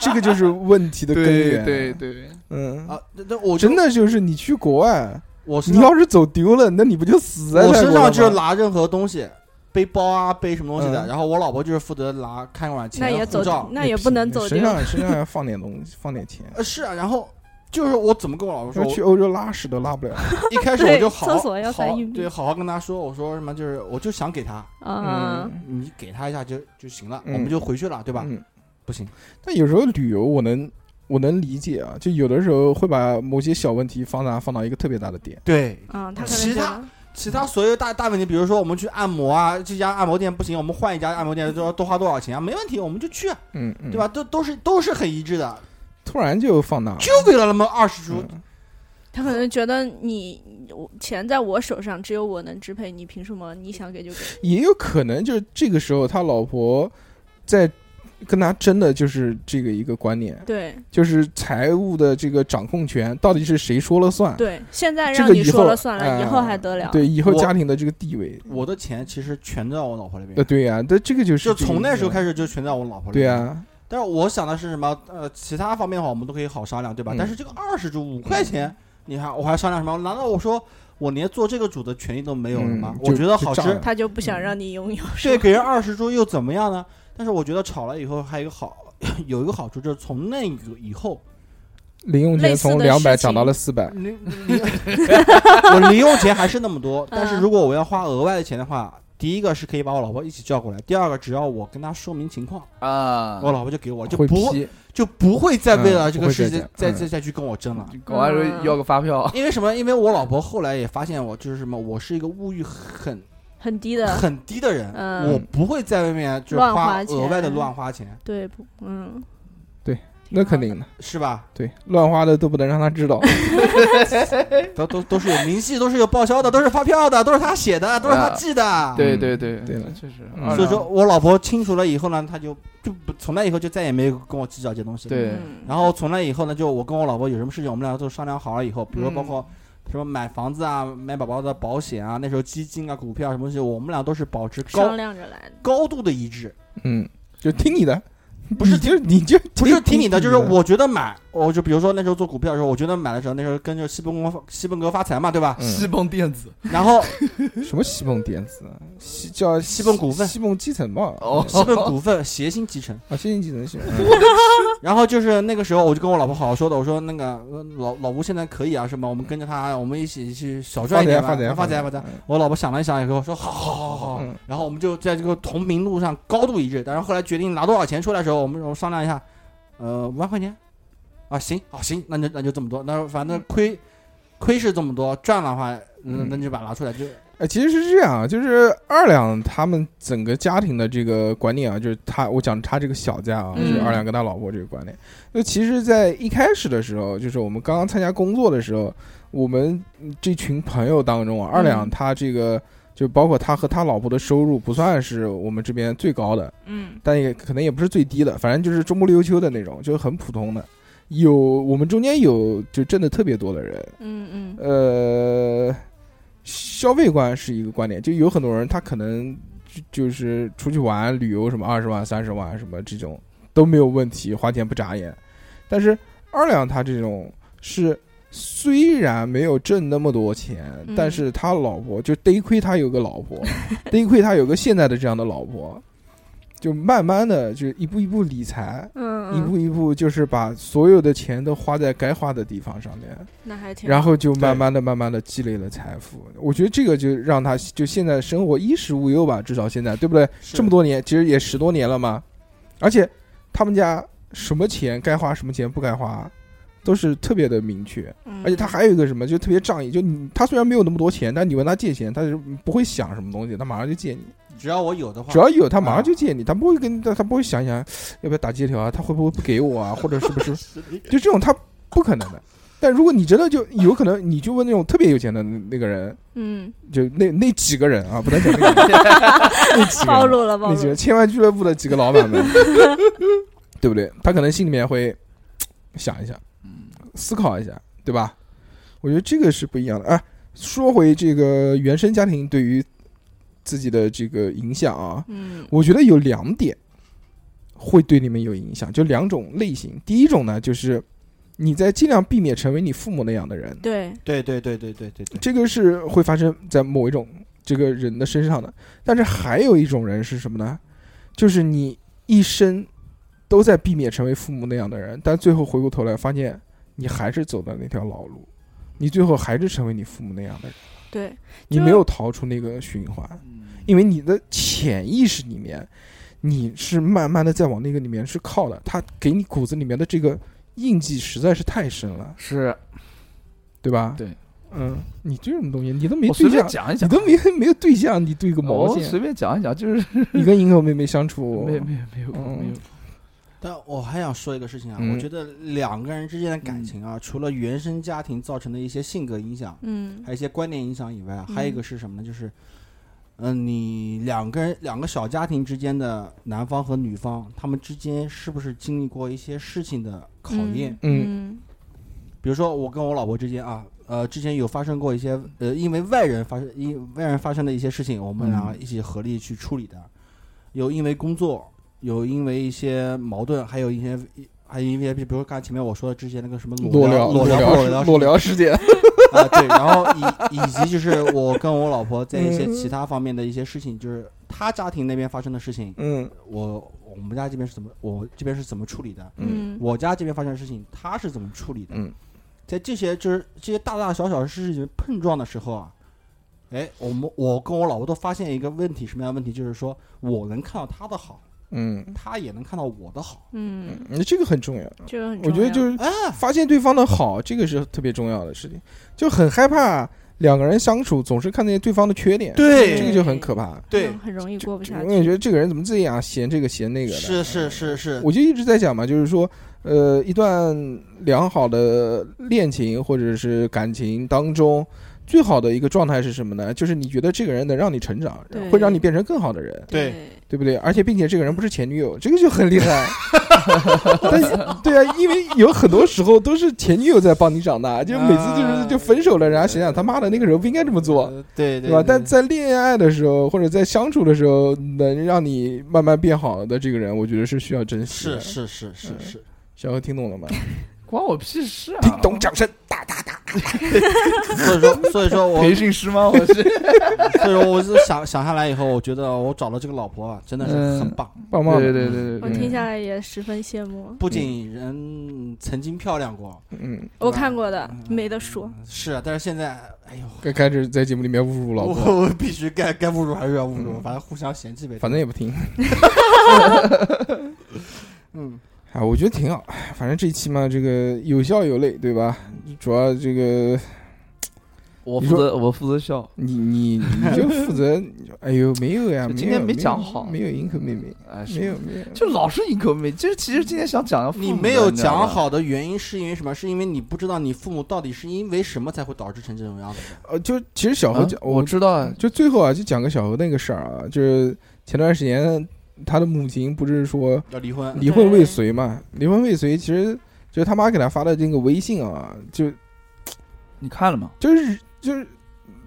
Speaker 4: 这个就是问题的根
Speaker 5: 对
Speaker 4: 源。
Speaker 5: 对，对，
Speaker 4: 嗯，
Speaker 6: 啊，那那我就
Speaker 4: 真的就是你去国外，
Speaker 6: 我身
Speaker 4: 你
Speaker 6: 上
Speaker 4: 要是走丢了，那你不就死在
Speaker 6: 我
Speaker 4: 泰
Speaker 6: 身
Speaker 4: 国了吗
Speaker 6: 上就是拿任何东西，背包啊，背什么东西的，
Speaker 4: 嗯
Speaker 6: 然后我老婆就是负责拿看管
Speaker 7: 那也
Speaker 4: 啊
Speaker 6: 钱、啊护
Speaker 7: 走
Speaker 6: 照，，
Speaker 7: 那也不能走
Speaker 4: 身
Speaker 7: 丢。
Speaker 4: 上身上要放点东西，放点钱。
Speaker 6: 呃，是啊，然后就是我怎么跟我老婆说，
Speaker 4: 要去欧洲拉屎都拉不了。
Speaker 6: 我 一开始我
Speaker 7: 对
Speaker 6: 就好
Speaker 7: 厕
Speaker 6: 好
Speaker 7: 所要
Speaker 6: 好
Speaker 7: 塞玉米
Speaker 6: 对好好跟她说，我说什么就是我就想给她，
Speaker 7: 嗯，
Speaker 6: 你给她一下就就行了，
Speaker 4: 嗯
Speaker 6: 我们就回去了，对吧？
Speaker 4: 嗯，
Speaker 6: 不行，
Speaker 4: 但有时候旅游我能我能理解啊，就有的时候会把某些小问题放大放到一个特别大的点。
Speaker 6: 对，
Speaker 7: 嗯，他可
Speaker 6: 其
Speaker 7: 能觉
Speaker 6: 他
Speaker 7: 得
Speaker 6: 其他所有大大问题，比如说我们去按摩啊，这家按摩店不行，我们换一家按摩店，多多花多少钱啊？没问题，我们就去啊，
Speaker 4: 嗯，嗯
Speaker 6: 对吧？？都都是都是很一致的，
Speaker 4: 突然就放大了。
Speaker 6: 就为了那么二十铢，
Speaker 4: 嗯
Speaker 7: 他可能觉得你我钱在我手上，只有我能支配，你凭什么你想给就给？
Speaker 4: 也有可能就是这个时候他老婆在跟他争的就是这个一个观念，
Speaker 7: 对
Speaker 4: 就是财务的这个掌控权到底是谁说了算？
Speaker 7: 对，现在
Speaker 4: 啊这
Speaker 7: 让
Speaker 4: 个
Speaker 7: 你
Speaker 4: 以
Speaker 7: 说
Speaker 4: 后
Speaker 7: 了算了，以后
Speaker 4: 哎
Speaker 7: 还得了？
Speaker 4: 对以后
Speaker 6: 我
Speaker 4: 家庭的这个地位。
Speaker 6: 我的钱其实全在我老婆那
Speaker 4: 呃，
Speaker 6: 边，
Speaker 4: 对呀、那这个就是
Speaker 6: 就从那时候
Speaker 4: 始。
Speaker 6: 开始就全在我老婆那边。
Speaker 4: 对啊呀、
Speaker 6: 但是我想的是什么？呃，其他方面的话，我们都可以好商量，对吧？
Speaker 4: 嗯
Speaker 6: 但是这个二十铢五块钱，你还我还商量什么？难道我说我连做这个主的权利都没有了吗？
Speaker 4: 嗯
Speaker 6: 我
Speaker 4: 就
Speaker 6: 觉得好
Speaker 4: 就炸
Speaker 6: 吃
Speaker 4: 了，
Speaker 7: 他就
Speaker 4: 嗯
Speaker 7: 不想让你拥有。
Speaker 6: 这给人二十铢又怎么样呢？但是我觉得炒了以后还有一个好， 有一个好处就是从那个以后，
Speaker 4: 零用
Speaker 7: 类
Speaker 4: 钱
Speaker 7: 似的
Speaker 4: 从
Speaker 7: 事
Speaker 4: 两百
Speaker 7: 情
Speaker 4: 涨到了四百，
Speaker 6: 零零我零用钱还是那么多，但是如果我要花额外的钱的话。第一个是可以把我老婆一起叫过来，第二个只要我跟她说明情况，
Speaker 5: 啊，
Speaker 6: 我老婆就给我，就
Speaker 4: 嗯会
Speaker 6: 不
Speaker 4: 批。
Speaker 6: 就不会再为了这
Speaker 4: 嗯不
Speaker 6: 个
Speaker 4: 会再
Speaker 6: 事情
Speaker 4: 讲
Speaker 6: 再
Speaker 4: 嗯
Speaker 6: 再再去跟我争了。
Speaker 5: 搞完说要个发票，
Speaker 6: 因为什么？因为我老婆后来也发现我就是什么，我是一个物欲很
Speaker 7: 很低的，
Speaker 6: 很低的人，
Speaker 7: 嗯
Speaker 6: 我不会在外面就是
Speaker 7: 乱
Speaker 6: 花
Speaker 7: 花钱
Speaker 6: 额外的乱花钱，
Speaker 7: 对不？嗯，
Speaker 4: 对
Speaker 7: 挺
Speaker 4: 那
Speaker 7: 好
Speaker 4: 肯
Speaker 7: 的
Speaker 4: 定的，
Speaker 6: 是吧？
Speaker 4: 对，乱花的都不能让他知 道。
Speaker 6: 都都都是有明细，都是有报销的，都是发票的，都是他写的，都是他寄的。
Speaker 5: 对啊对对
Speaker 4: 对了
Speaker 5: 确实
Speaker 4: 嗯，
Speaker 6: 所以说我老婆清楚了以后呢，她就就不从那以后就再也没有跟我计较这东西了。
Speaker 5: 对
Speaker 7: 嗯
Speaker 6: 然后从那以后呢，就我跟我老婆有什么事情，我们俩都商量好了以
Speaker 7: 嗯
Speaker 6: 后，比如说包括什么买房子啊、买宝宝的保险啊，那时候基金啊、股票啊什么东西，我们俩都是保持
Speaker 7: 商
Speaker 6: 高
Speaker 7: 量着来的。
Speaker 6: 高度的一致。
Speaker 4: 嗯，就听你的，
Speaker 6: 不是
Speaker 4: 你就你就
Speaker 6: 不是听你的，就是我觉得买，我就比如说那时候做股票的时候，我觉得买的时候那时候跟着西本哥西本哥发财嘛，对吧？
Speaker 5: 西崩电子
Speaker 6: 然后
Speaker 4: 嗯什么西梦电子，啊西叫
Speaker 6: 西梦股份
Speaker 4: 西梦基层吧？
Speaker 5: 哦
Speaker 6: 西本股份谐星集成。
Speaker 4: 啊，西梦基层是。
Speaker 6: 然后就是那个时候，我就跟我老婆好好说的，我说那个呃老老吴现在可以啊，是吗？我们跟着他，我们一起去小赚一点吧，
Speaker 4: 发财啊
Speaker 6: 发
Speaker 4: 发
Speaker 6: 财啊
Speaker 4: 财
Speaker 6: 发财
Speaker 4: 发财。
Speaker 6: 我老婆想了一想，也跟我说好好好好好
Speaker 4: 嗯。
Speaker 6: 然后我们就在这个同频路上高度一致。但是后来决定拿多少钱出来的时候，我们我们商量一下，呃，五万块钱啊，行啊行，那就那就这么多，那反正亏亏是这么多，赚的话，那
Speaker 4: 嗯
Speaker 6: 那就把它拿出来就
Speaker 4: 哎，其实是这样，就是二两他们整个家庭的这个观念啊，就是他我讲他这个小家啊，
Speaker 7: 嗯
Speaker 4: 就是二两跟他老婆这个观念。那其实，在一开始的时候，就是我们刚刚参加工作的时候，我们这群朋友当中啊，二两
Speaker 7: 嗯
Speaker 4: 他这个。就包括他和他老婆的收入不算是我们这边最高的，
Speaker 7: 嗯
Speaker 4: 但也可能也不是最低的，反正就是中不溜秋的那种，就是很普通的。有我们中间有就挣的特别多的人，
Speaker 7: 嗯嗯
Speaker 4: 呃，消费观是一个观点，就有很多人他可能就就是出去玩、旅游什么二十万、三十万什么这种都没有问题，花钱不眨眼。但是二两他这种是虽然没有挣那么多钱，
Speaker 7: 嗯
Speaker 4: 呃但是他老婆就得亏他有个老 婆，得亏他有个现在的这样的老婆，就慢慢的就一步一步理财。
Speaker 7: 嗯
Speaker 4: 一步一步就是把所有的钱都花在该花的地方上面，
Speaker 7: 那还挺好。
Speaker 4: 然后就慢慢的、慢慢的积累了财富。我觉得这个就让他就现在生活衣食无忧吧，至少现在对不对？这么多年，其实也十多年了嘛。而且他们家什么钱该花，什么钱不该花，都是特别的明确。
Speaker 7: 嗯，
Speaker 4: 而且他还有一个什么，就特别仗义，就你他虽然没有那么多钱，但你问他借钱，他是不会想什么东西，他马上就借你。
Speaker 6: 只要我有的话，
Speaker 4: 只要有他马上就借你，他不会跟他他不会想一想要不要打借条啊，他会不会不给我啊，或者是不是就这种他不可能的。但如果你真的就有可能，你就问那种特别有钱的那那个人，
Speaker 7: 嗯
Speaker 4: 就那那几个人啊，不能讲那 个人那几个人
Speaker 7: 暴露了
Speaker 4: 那
Speaker 7: 暴露
Speaker 4: 几
Speaker 7: 了
Speaker 4: 个，千万俱乐部的几个老板们， 对不对？他可能心里面会想一下，思考一下，对吧？我觉得这个是不一样的。哎，说回这个原生家庭对于自己的这个影响啊，
Speaker 7: 嗯
Speaker 4: 我觉得有两点会对你们有影响，就两种类型。第一种呢，就是你在尽量避免成为你父母那样的人，
Speaker 7: 对
Speaker 6: 对对对对对对对，
Speaker 4: 这个是会发生在某一种这个人的身上的。但是还有一种人是什么呢？就是你一生都在避免成为父母那样的人，但最后回过头来发现你还是走的那条老路，你最后还是成为你父母那样的人，
Speaker 7: 对，
Speaker 4: 你没有逃出那个循环。
Speaker 5: 嗯
Speaker 4: 因为你的潜意识里面，你是慢慢的在往那个里面是靠的，它给你骨子里面的这个印记实在是太深了，
Speaker 5: 是
Speaker 4: 对吧？
Speaker 5: 对，
Speaker 4: 嗯，你这种东西你都没
Speaker 5: 我随
Speaker 4: 对象，
Speaker 5: 便讲一
Speaker 4: 你
Speaker 5: 讲，
Speaker 4: 都没没有对象，你对个毛
Speaker 5: 我
Speaker 4: 线？
Speaker 5: 随便讲一讲，哦就是
Speaker 4: 你跟银河妹妹相处，
Speaker 5: 没有没有没有没有，
Speaker 6: 但我还想说一个事情啊，
Speaker 4: 嗯
Speaker 6: 我觉得两个人之间的感情啊，除了原生家庭造成的一些性格影响，
Speaker 7: 嗯
Speaker 6: 还有一些观念影响以外啊，
Speaker 7: 嗯
Speaker 6: 还有一个是什么呢？就是，嗯、你两个人两个小家庭之间的男方和女方，他们之间是不是经历过一些事情的考验？
Speaker 7: 嗯
Speaker 6: 比如说我跟我老婆之间啊，呃，之前有发生过一些呃，因为外人发生因外人发生的一些事情，我们俩
Speaker 7: 嗯
Speaker 6: 一起合力去处理的，有因为工作，有因为一些矛盾，还有一些。还有因为，比如说刚才前面我说的之前那个什么
Speaker 4: 嗯裸聊
Speaker 6: 裸
Speaker 4: 聊
Speaker 6: 裸
Speaker 4: 事
Speaker 6: 聊
Speaker 4: 裸聊事件，
Speaker 6: 啊，对，然后以以及就是我跟我老婆在一些其他方面的一些事情，就是她家庭那边发生的事情，
Speaker 4: 嗯
Speaker 6: 我我们家这边是怎么，我这边是怎么处理的，
Speaker 7: 嗯
Speaker 6: 我家这边发生的事情，她是怎么处理的，
Speaker 4: 嗯，
Speaker 6: 在这些就是这些大大小小的事情碰撞的时候啊，哎，我们我跟我老婆都发现一个问题，什么样的问题？就是说我能看到她的好，
Speaker 4: 嗯，
Speaker 6: 她也能看到我的好，啊
Speaker 7: 嗯，
Speaker 4: 嗯这个很重要。
Speaker 7: 这个很
Speaker 4: 我觉得
Speaker 7: 重
Speaker 4: 就
Speaker 7: 要
Speaker 4: 是发现对方的好，这个是特别重要的事情，就很害怕两个人相处总是看见对方的缺点，
Speaker 6: 对
Speaker 4: 这个就很可怕。
Speaker 6: 对
Speaker 7: 很很容易过不下
Speaker 4: 我也觉
Speaker 7: 去。
Speaker 4: 得这个人怎么这样，嫌这个嫌那个的。嗯
Speaker 6: 是是是是，
Speaker 4: 我就一直在讲嘛，就是说，呃，一段良好的恋情或者是感情当中，最好的一个状态是什么呢？就是你觉得这个人能让你成长
Speaker 7: 对，
Speaker 4: 会让你变成更好的人，
Speaker 7: 对，
Speaker 4: 对不对？而且并且这个人不是前女友，这个就很厉害。但是对啊，因为有很多时候都是前女友在帮你长大，就每次就是就分手了，然后想想他妈的那个时候不应该这么做。
Speaker 6: 呃对
Speaker 4: 对吧？但
Speaker 6: 对
Speaker 4: 在恋爱的时候，或者在相处的时候，能让你慢慢变好的这个人，我觉得是需要珍惜嗯
Speaker 6: 是
Speaker 4: 的。
Speaker 6: 是是是是。
Speaker 4: 小何听懂了吗？
Speaker 5: 关我屁事啊！
Speaker 4: 叮咚掌声，哒哒哒。
Speaker 6: 所 以说，所以说我，
Speaker 5: 培训师吗？我是
Speaker 6: 所以说，我是想想下来以后，我觉得我找了这个老婆啊，真的是
Speaker 4: 嗯
Speaker 6: 很棒。
Speaker 4: 棒 棒的，
Speaker 5: 对对对对
Speaker 7: 我
Speaker 5: 对，
Speaker 4: 嗯
Speaker 7: 听下来也十分羡慕。
Speaker 6: 不仅人曾经漂亮过，
Speaker 4: 嗯，
Speaker 7: 我看过的，没得说。
Speaker 6: 是啊，但是现在，哎呦，
Speaker 4: 该开始在节目里面侮辱老婆，
Speaker 6: 我 我必须该该侮辱还是要侮辱，反正互相嫌弃呗。
Speaker 4: 嗯反正也不 听。
Speaker 6: 嗯，
Speaker 4: 啊，我觉得挺好，反正这一期嘛，这个有笑有泪，对吧？主要这个
Speaker 5: 我
Speaker 4: 你
Speaker 5: 负责我负责笑。
Speaker 4: 你你你就负责， 哎呦没有呀，
Speaker 5: 就
Speaker 4: 有
Speaker 5: 今天
Speaker 4: 没
Speaker 5: 没
Speaker 4: 有
Speaker 5: 讲好
Speaker 4: 没有迎合妹妹，
Speaker 5: 哎，是
Speaker 4: 没有没有，
Speaker 5: 就老是一口没。就是其实今天想讲的父母
Speaker 6: 你
Speaker 5: 的，
Speaker 6: 没有
Speaker 5: 知道吧
Speaker 6: 讲，好的原因是因为什么？是因为你不知道你父母到底是因为什么才会导致成这种样子的。
Speaker 4: 呃，就其实小何
Speaker 5: 啊
Speaker 4: 讲，
Speaker 5: 我知道啊，
Speaker 4: 就最后啊，就讲个小何那个事儿啊，就是前段时间他的母亲不是说
Speaker 6: 要离婚，
Speaker 4: 离婚未遂嘛，离婚未遂其实就是他妈给他发的这个微信啊，就
Speaker 5: 你看了吗？
Speaker 4: 就是就是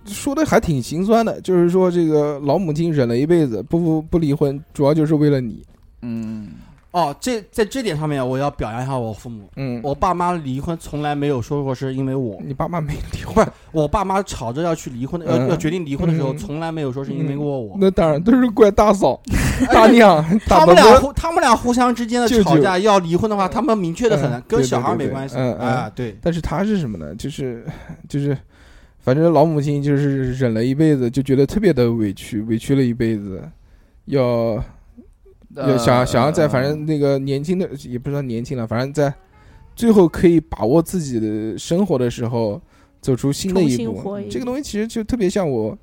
Speaker 4: 说的还挺心酸的，就是说这个老母亲忍了一辈子不不不离婚，主要就是为了你，
Speaker 5: 嗯，
Speaker 6: 哦，这在这点上面，我要表扬一下我父母。
Speaker 4: 嗯，
Speaker 6: 我爸妈离婚从来没有说过是因为我，
Speaker 4: 你爸妈没离婚，
Speaker 6: 我爸妈吵着要去离婚的，要
Speaker 4: 嗯
Speaker 6: 要决定离婚的时候，
Speaker 4: 嗯
Speaker 6: 从来没有说是因为过我。
Speaker 4: 那当然都是怪大嫂、大娘、大
Speaker 6: 哎他
Speaker 4: 伯
Speaker 6: 们俩
Speaker 4: 伯。
Speaker 6: 互他们俩互相之间的
Speaker 4: 舅舅
Speaker 6: 吵架要离婚的话，他们明确的
Speaker 4: 嗯
Speaker 6: 很，
Speaker 4: 对
Speaker 6: 跟
Speaker 4: 对
Speaker 6: 小孩
Speaker 4: 对
Speaker 6: 没
Speaker 4: 对
Speaker 6: 关系
Speaker 4: 嗯嗯
Speaker 6: 啊。对，
Speaker 4: 但是他是什么呢？就是就是，反正老母亲就是忍了一辈子，就觉得特别的委屈，委屈了一辈子，要要
Speaker 5: 呃
Speaker 4: 想想要在反正那个年轻的也不知道年轻了，反正在最后可以把握自己的生活的时候，走出新的
Speaker 7: 重
Speaker 4: 一
Speaker 7: 新
Speaker 4: 步
Speaker 7: 活。一
Speaker 4: 这个
Speaker 7: 遍
Speaker 4: 东西其实就特别像我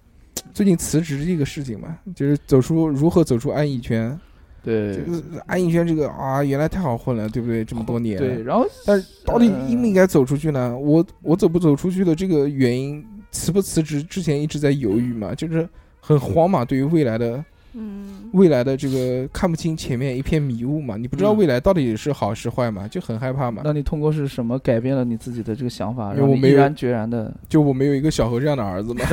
Speaker 4: 最近辞职这个事情嘛，就是走出如何走出安逸圈。
Speaker 5: 对
Speaker 4: 就是安逸圈这个啊，原来太好混了，对不对？这么多年，
Speaker 5: 对，然后呃
Speaker 4: 但是到底应不应该走出去呢？我我走不走出去的这个原因，辞不辞职之前一直在犹豫嘛，就是很慌嘛，对于未来的
Speaker 7: 嗯，
Speaker 4: 未来的这个看不清前面一片迷雾嘛，你不知道
Speaker 6: 嗯
Speaker 4: 未来到底是好是坏嘛，就很害怕嘛。
Speaker 5: 那你通过是什么改变了你自己的这个想法，
Speaker 4: 因为
Speaker 5: 让
Speaker 4: 我
Speaker 5: 你
Speaker 4: 没
Speaker 5: 毅
Speaker 4: 有
Speaker 5: 然决然的
Speaker 4: 就我没有一个小何这样的儿 子嘛，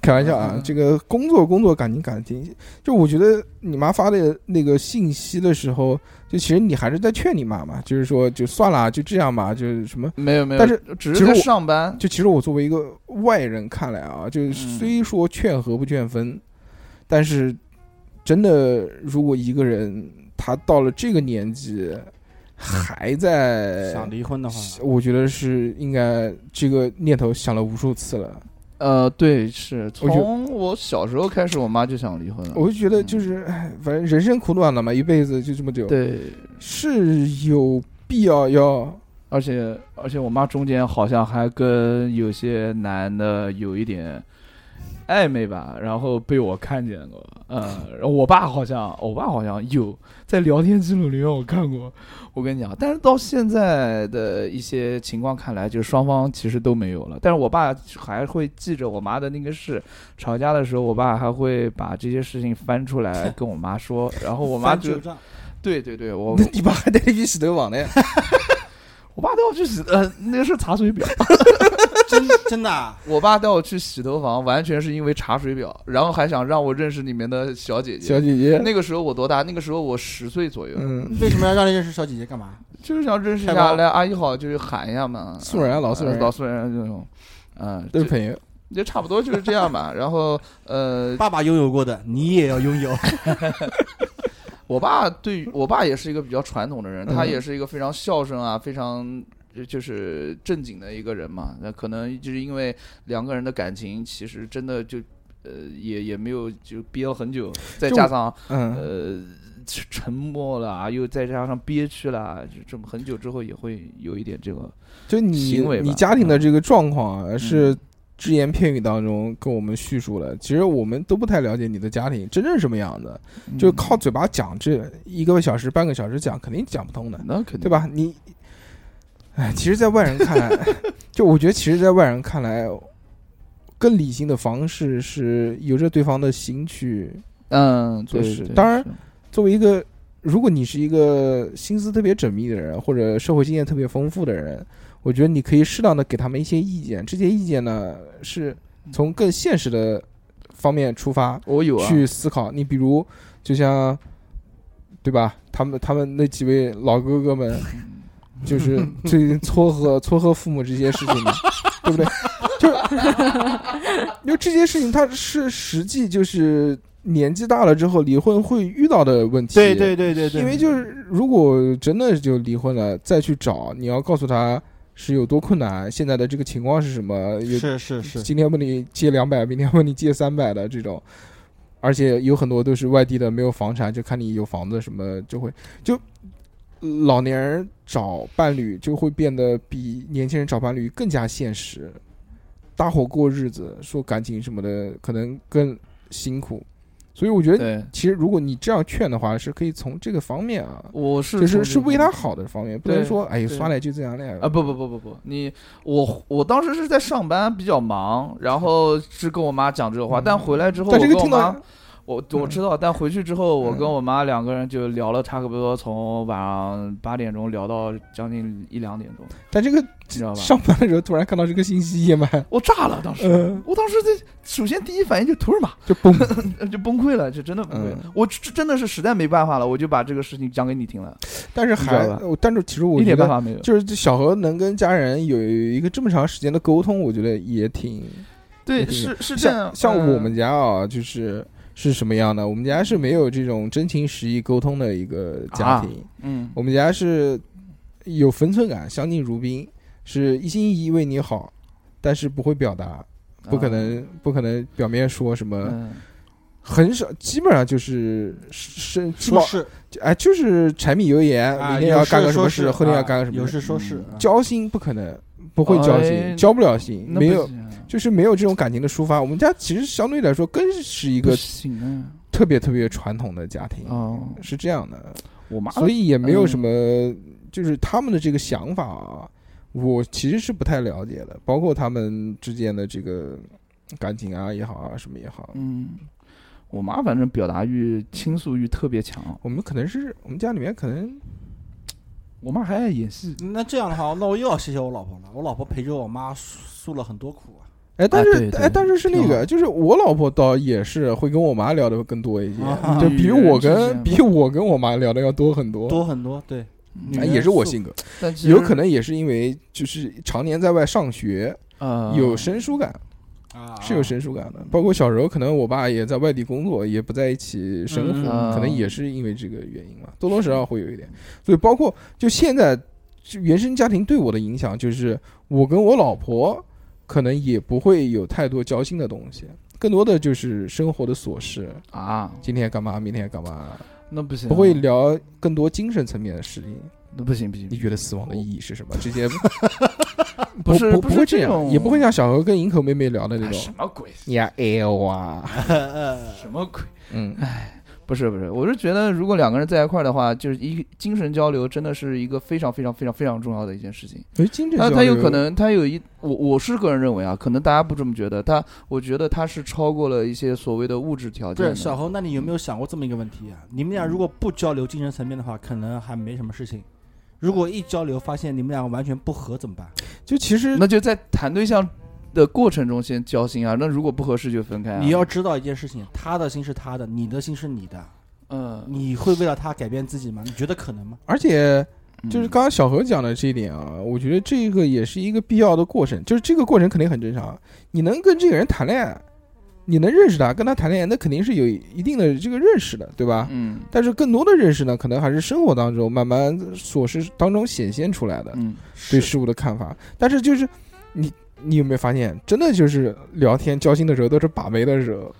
Speaker 4: 开玩笑啊，
Speaker 5: 嗯
Speaker 4: 这个工作工作感情感情，就我觉得你妈发的那个信息的时候，就其实你还是在劝你妈嘛，就是说就算了，啊就这样吧，就是什么
Speaker 5: 没有没有，
Speaker 4: 但是
Speaker 5: 只
Speaker 4: 其实
Speaker 5: 是在
Speaker 4: 我
Speaker 5: 上班，
Speaker 4: 就其实我作为一个外人看来啊，就是
Speaker 5: 嗯
Speaker 4: 虽说劝和不劝分，但是真的如果一个人他到了这个年纪还在，
Speaker 6: 想离婚的话，
Speaker 4: 我觉得是应该这个念头想了无数次了。
Speaker 5: 呃，对，是
Speaker 4: 我觉得
Speaker 5: 从我小时候开始，我妈就想离婚了。
Speaker 4: 我就觉得就是，哎反正人生苦短了嘛，一辈子就这么久，
Speaker 5: 嗯对，
Speaker 4: 是有必要要
Speaker 5: 而且而且我妈中间好像还跟有些男的有一点暧昧吧，然后被我看见过，嗯，然后我爸好像我爸好像有在聊天记录里面我看过，我跟你讲，但是到现在的一些情况看来，就是双方其实都没有了，但是我爸还会记着我妈的那个事，吵架的时候，我爸还会把这些事情翻出来跟我妈说，然后我妈
Speaker 6: 翻旧
Speaker 5: 就
Speaker 6: 账
Speaker 5: 对对对，我
Speaker 4: 你爸还带你去洗头 房呢？
Speaker 5: 我爸带我去洗，呃，那个是查水表。
Speaker 6: 真真 的啊
Speaker 5: 我爸带我去洗头房，完全是因为查水表，然后还想让我认识里面的小姐姐。
Speaker 4: 小姐姐，
Speaker 5: 那个时候我多大？那个时候我十岁左右，
Speaker 4: 嗯，
Speaker 6: 为什么要让人认识小姐姐干嘛？
Speaker 5: 就是想认识一
Speaker 6: 太棒
Speaker 5: 下，
Speaker 6: 了
Speaker 5: 来阿姨好，就是喊一下嘛。
Speaker 4: 素人啊老素人
Speaker 5: 呃老素人这种，嗯，
Speaker 4: 都
Speaker 5: 就是
Speaker 4: 朋友，
Speaker 5: 就差不多就是这样吧。然后呃，
Speaker 6: 爸爸拥有过的，你也要拥有。
Speaker 5: 我爸对于我爸也是一个比较传统的人，
Speaker 4: 嗯
Speaker 5: 他也是一个非常孝顺啊，非常就就是正经的一个人嘛。那可能就是因为两个人的感情，其实真的就呃也也没有就憋了很久，再
Speaker 4: 就
Speaker 5: 加上
Speaker 4: 嗯，
Speaker 5: 呃沉沉默了啊，又再加上憋屈了啊，就这么很久之后也会有一点这个。
Speaker 4: 就你
Speaker 5: 行为吧嗯
Speaker 4: 你家庭的这个状况啊，是只言片语当中跟我们叙述了。其实我们都不太了解你的家庭真正什么样子，就
Speaker 5: 嗯
Speaker 4: 靠嘴巴讲这一个小时、半个小时讲，肯定讲不通的，
Speaker 5: 嗯那肯定
Speaker 4: 对？吧？你，哎，其实，在外人看 来，就我觉得，其实，在外人看来，更理性的方式是由着对方的心去。
Speaker 5: 嗯，
Speaker 4: 做
Speaker 5: 对
Speaker 4: 事
Speaker 5: 对
Speaker 4: 当然
Speaker 5: 是
Speaker 4: 作为一个，如果你是一个心思特别缜密的人，或者社会经验特别丰富的人，我觉得你可以适当的给他们一些意见。这些意见呢，是从更现实的方面出发
Speaker 5: 我有啊，
Speaker 4: 去思考。你比如，就像，对吧？他们他们那几位老哥哥们，就是 最撮合撮合父母这些事情嘛，对不对？就是，因为这些事情它是实际就是年纪大了之后离婚会遇到的问题。
Speaker 8: 对对对对对，
Speaker 4: 因为就是如果真的就离婚了，再去找，你要告诉他是有多困难，现在的这个情况是什么，有
Speaker 8: 是是是，
Speaker 4: 今天问你借两百，明天问你借三百的这种，而且有很多都是外地的，没有房产，就看你有房子什么，就会就老年人找伴侣就会变得比年轻人找伴侣更加现实，搭伙过日子，说感情什么的可能更辛苦，所以我觉得
Speaker 5: 对，
Speaker 4: 其实如果你这样劝的话，是可以从这个方面啊，
Speaker 5: 我是
Speaker 4: 就是
Speaker 5: 从
Speaker 4: 是为他好的方面，不能
Speaker 5: 对
Speaker 4: 说哎
Speaker 5: 对
Speaker 4: 算了就这样了
Speaker 5: 啊，不不不不不，你我我当时是在上班，比较忙，然后是跟我妈讲这个话，但回来之后我
Speaker 4: 但这
Speaker 5: 跟
Speaker 4: 个
Speaker 5: 我
Speaker 4: 听
Speaker 5: 妈
Speaker 4: 到，
Speaker 5: 我
Speaker 4: 嗯
Speaker 5: 我知道，但回去之后我
Speaker 4: 嗯
Speaker 5: 跟我妈两个人就聊了差不多从晚上八点钟聊到将近一两点钟，
Speaker 4: 但这个
Speaker 5: 你知道吧？
Speaker 4: 上班的时候突然看到这个信息也蛮，
Speaker 5: 我炸了，当时。
Speaker 4: 呃，
Speaker 5: 我当时这首先第一反应就图什么，
Speaker 4: 就 崩。
Speaker 5: 呃就崩溃了，就真的崩溃了。
Speaker 4: 嗯
Speaker 5: 我这真的是实在没办法了，我就把这个事情讲给你听了，
Speaker 4: 但是
Speaker 5: 你知
Speaker 4: 还
Speaker 5: 道吧，
Speaker 4: 我但是其实我
Speaker 5: 一
Speaker 4: 觉
Speaker 5: 点办
Speaker 4: 得，
Speaker 5: 法没有。
Speaker 4: 就是这小何能跟家人有一个这么长时间的沟通，我觉得也挺
Speaker 5: 对，
Speaker 4: 也挺
Speaker 5: 是是这样
Speaker 4: 像。像
Speaker 5: 嗯
Speaker 4: 我们家啊，就是是什么样的？我们家是没有这种真情实意沟通的一个家
Speaker 5: 啊
Speaker 4: 庭，
Speaker 5: 嗯
Speaker 4: 我们家是有分寸感，相敬如宾，是一心一意为你好，但是不会表达，不可能，呃不可能表面说什么，
Speaker 5: 啊嗯
Speaker 4: 很少，基本上就是是是
Speaker 8: 说是
Speaker 4: 哎，就是柴米油盐，
Speaker 8: 啊
Speaker 4: 明天
Speaker 8: 有
Speaker 4: 要
Speaker 8: 事
Speaker 4: 干个什
Speaker 8: 说
Speaker 4: 么事，
Speaker 8: 事
Speaker 4: 后天要
Speaker 8: 啊
Speaker 4: 干个什么
Speaker 6: 有
Speaker 4: 事，嗯
Speaker 6: 事说事啊，
Speaker 4: 交心不可能，不会交心，
Speaker 5: 哎
Speaker 4: 交不了心，
Speaker 5: 那
Speaker 4: 没
Speaker 5: 不
Speaker 4: 有。
Speaker 5: 行啊
Speaker 4: 就是没有这种感情的抒发，我们家其实相对来说更是一
Speaker 5: 不
Speaker 4: 个
Speaker 5: 行啊！
Speaker 4: 特别特别传统的家庭，
Speaker 5: 哦，
Speaker 4: 是这样的。
Speaker 5: 我妈
Speaker 4: 所以也没有什么，就是他们的这个想法啊，我其实是不太了解的，包括他们之间的这个感情啊也好啊，什么也好，
Speaker 5: 嗯，我妈反正表达欲、倾诉欲特别强。
Speaker 4: 我们可能是我们家里面可能
Speaker 5: 我妈还爱演戏，
Speaker 6: 那这样的话，那我又要谢谢我老婆了。我老婆陪着我妈诉了很多苦啊。
Speaker 4: 哎，但是
Speaker 5: 对对
Speaker 4: 哎，但是是那
Speaker 5: 挺
Speaker 4: 个，
Speaker 5: 好
Speaker 4: 就是我老婆倒也是会跟我妈聊的更多一些，
Speaker 6: 啊
Speaker 4: 就比我
Speaker 5: 女人之
Speaker 4: 跟
Speaker 5: 间
Speaker 4: 比我跟我妈聊的要多很多。
Speaker 6: 多很多，对，
Speaker 5: 女
Speaker 4: 哎
Speaker 5: 人
Speaker 4: 也是我性格，
Speaker 5: 但其实
Speaker 4: 有可能也是因为就是常年在外上学，
Speaker 5: 呃
Speaker 4: 有生疏感，
Speaker 6: 啊
Speaker 4: 是有 生疏感的。包括小时候，可能我爸也在外地工作，也不在一起生活，
Speaker 5: 嗯
Speaker 4: 可能也是因为这个原因嘛，多多少少会有一点。所以，包括就现在就原生家庭对我的影响，就是我跟我老婆可能也不会有太多交心的东西，更多的就是生活的琐事，
Speaker 5: 啊，
Speaker 4: 今天干嘛，明天干嘛，
Speaker 5: 那不行啊，
Speaker 4: 不会聊更多精神层面的事情。
Speaker 5: 那不行不行，
Speaker 4: 你觉得死亡的意义是什么？这 些
Speaker 5: 不是
Speaker 4: 不
Speaker 5: 不
Speaker 4: 不
Speaker 5: 是
Speaker 4: 会这样，
Speaker 5: 种，
Speaker 4: 也不会像小何跟营口妹妹聊的那
Speaker 5: 哎
Speaker 4: 种
Speaker 5: 什。么鬼
Speaker 4: 你呀，哎呦啊，
Speaker 5: 什么鬼。
Speaker 4: 嗯，
Speaker 5: 不是不是，我是觉得如果两个人在一块儿的话，就是一个精神交流真的是一个非常非常非常非常重要的一件事情。
Speaker 4: 所以精神
Speaker 5: 他
Speaker 4: 交
Speaker 5: 他有
Speaker 4: 流
Speaker 5: 可能他有一我我是个人认为啊，可能大家不这么觉得，他我觉得他是超过了一些所谓的物质条
Speaker 6: 不
Speaker 5: 件
Speaker 6: 是
Speaker 5: 的。
Speaker 6: 小侯，那你有没有想过这么一个问题啊？你们俩如果不交流精神层面的话，可能还没什么事情；如果一交流，发现你们俩完全不合，怎么办？
Speaker 4: 就其实
Speaker 5: 那就在谈对象的过程中先交心啊，那如果不合适就分开、啊。
Speaker 6: 你要知道一件事情，他的心是他的，你的心是你的，
Speaker 5: 嗯，
Speaker 6: 你会为了他改变自己吗？你觉得可能吗？
Speaker 4: 而且就是
Speaker 5: 嗯
Speaker 4: 刚刚小何讲的这一点啊，我觉得这个也是一个必要的过程，就是这个过程肯定很正常。你能跟这个人谈恋爱，你能认识他，跟他谈恋爱，那肯定是有一定的这个认识的，对吧？
Speaker 5: 嗯
Speaker 4: 但是更多的认识呢，可能还是生活当中慢慢琐事当中显现出来的
Speaker 5: 嗯
Speaker 4: 对事物的看法。但是就是你，你有没有发现，真的就是聊天交心的时候都是把妹的时候，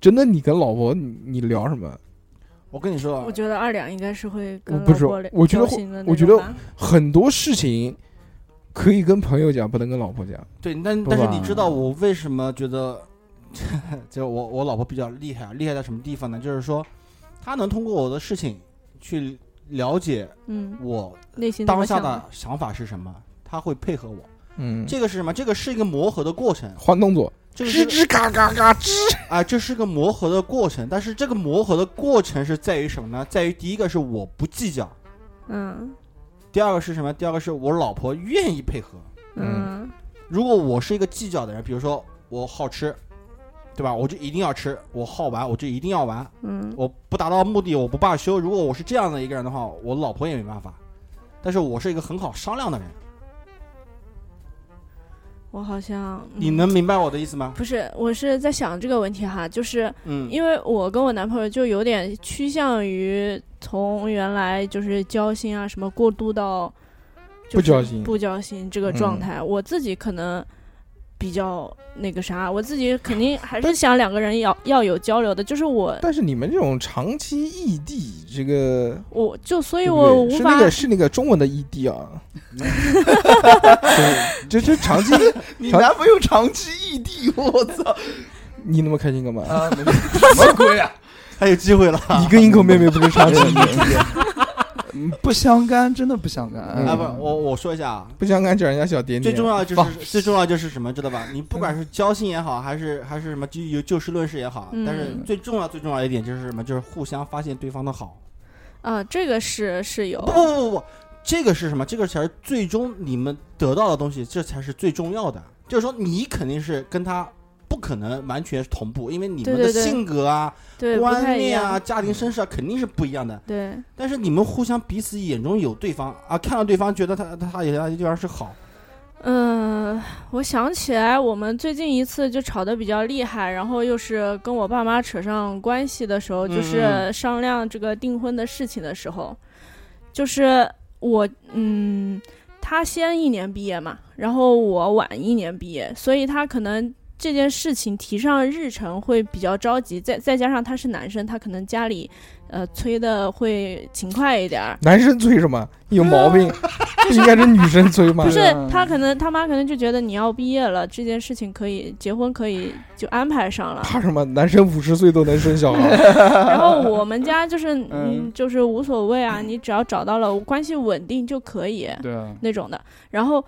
Speaker 4: 真的你跟老婆你你聊什么？
Speaker 6: 我跟你说啊
Speaker 7: 我，觉得二两应该是会
Speaker 4: 我
Speaker 7: 跟
Speaker 4: 不
Speaker 7: 老
Speaker 4: 是
Speaker 7: 婆聊
Speaker 4: 我觉得
Speaker 7: 交
Speaker 4: 会
Speaker 7: 心的
Speaker 4: 我
Speaker 7: 那
Speaker 4: 觉
Speaker 7: 种
Speaker 4: 得
Speaker 7: 吧
Speaker 4: 很多事情可以跟朋友讲，不能跟老婆讲。
Speaker 6: 对，但
Speaker 5: 不
Speaker 6: 但是
Speaker 5: 吧
Speaker 6: 你知道我为什么觉得， 就我我老婆比较厉害啊，厉害在什么地方呢？就是说，她能通过我的事情去了解
Speaker 7: 嗯，
Speaker 6: 我
Speaker 7: 内心怎
Speaker 6: 当
Speaker 7: 么
Speaker 6: 下
Speaker 7: 想
Speaker 6: 的想法是什么，她会配合我。
Speaker 4: 嗯，
Speaker 6: 这个是什么？这个是一个磨合的过程，
Speaker 4: 换动作，
Speaker 6: 这个
Speaker 4: 吱
Speaker 6: 是
Speaker 4: 吱嘎嘎嘎吱。
Speaker 6: 啊，这是个磨合的过程。但是这个磨合的过程是在于什么呢？在于第一个是我不计较，
Speaker 7: 嗯
Speaker 6: 第二个是什么？第二个是我老婆愿意配合。
Speaker 7: 嗯
Speaker 6: 如果我是一个计较的人，比如说我好吃，对吧？我就一定要吃；我好玩，我就一定要玩。
Speaker 7: 嗯
Speaker 6: 我不达到目的，我不罢休。如果我是这样的一个人的话，我老婆也没办法。但是我是一个很好商量的人，
Speaker 7: 我好像嗯
Speaker 6: 你能明白我的意思吗？
Speaker 7: 不是，我是在想这个问题哈，就是
Speaker 6: 嗯，
Speaker 7: 因为我跟我男朋友就有点趋向于从原来就是交心啊什么过渡到就
Speaker 4: 不
Speaker 7: 是
Speaker 4: 交心嗯
Speaker 7: 不交心这个状态，我自己可能比较那个啥，我自己肯定还是想两个人要要有交流的，就是我
Speaker 4: 但是你们这种长期异地，这个
Speaker 7: 我就所以
Speaker 4: 对不
Speaker 7: 哎我
Speaker 4: 对
Speaker 7: 无
Speaker 4: 是
Speaker 7: 法
Speaker 4: 那个是那个中文的异地 啊，对这这长期，
Speaker 5: 你
Speaker 4: 长
Speaker 5: 男朋友长期异地，我操！
Speaker 4: 你那么开心干嘛？
Speaker 5: 啊，没什么鬼啊？
Speaker 6: 还有机会了
Speaker 4: 你跟英口妹妹不是长 期异地，
Speaker 5: 嗯不相干，真的不相干。
Speaker 4: 嗯
Speaker 6: 啊！不，我我说一下啊，
Speaker 4: 不相干叫人家小点点。啊
Speaker 6: 最重要就
Speaker 5: 放
Speaker 6: 是最重要就是什么，知道吧？你不管是交心也好，还是还是什么就有就事论事也好，
Speaker 7: 嗯
Speaker 6: 但是最重要最重要一点就是什么？就是互相发现对方的好。
Speaker 7: 啊，这个是是有
Speaker 6: 不不不不不，这个是什么？这个才是最终你们得到的东西，这才是最重要的。就是说，你肯定是跟他不可能完全同步，因为你们
Speaker 7: 对
Speaker 6: 的
Speaker 7: 对对
Speaker 6: 性格啊、
Speaker 7: 对不太
Speaker 6: 观
Speaker 7: 一
Speaker 6: 念
Speaker 7: 样
Speaker 6: 啊、，家庭身世啊，肯定是不一样的。
Speaker 7: 对
Speaker 6: 但是你们互相彼此眼中有对方啊，看到对方觉得他他有些地方是好，
Speaker 7: 嗯，我想起来，我们最近一次就吵得比较厉害，然后又是跟我爸妈扯上关系的时候，就
Speaker 6: 嗯
Speaker 7: 是商量这个订婚的事情的时候，就是我嗯，他先一年毕业嘛，然后我晚一年毕业，所以他可能这件事情提上日程会比较着急，再再加上他是男生，他可能家里呃催的会勤快一点儿，
Speaker 4: 男生催什么？有毛 病，不应该是女生催吗
Speaker 7: 不？是
Speaker 5: 嗯
Speaker 7: 他可能他妈可能就觉得你要毕业了，这件事情可以结婚可以就安排 上了。
Speaker 4: 怕什么？男生五十岁都能生小孩，
Speaker 7: 然后我们家就是嗯就是无所谓啊，你只要找到了关系稳定就可以
Speaker 5: 对啊，
Speaker 6: 嗯
Speaker 7: 那种的。然后。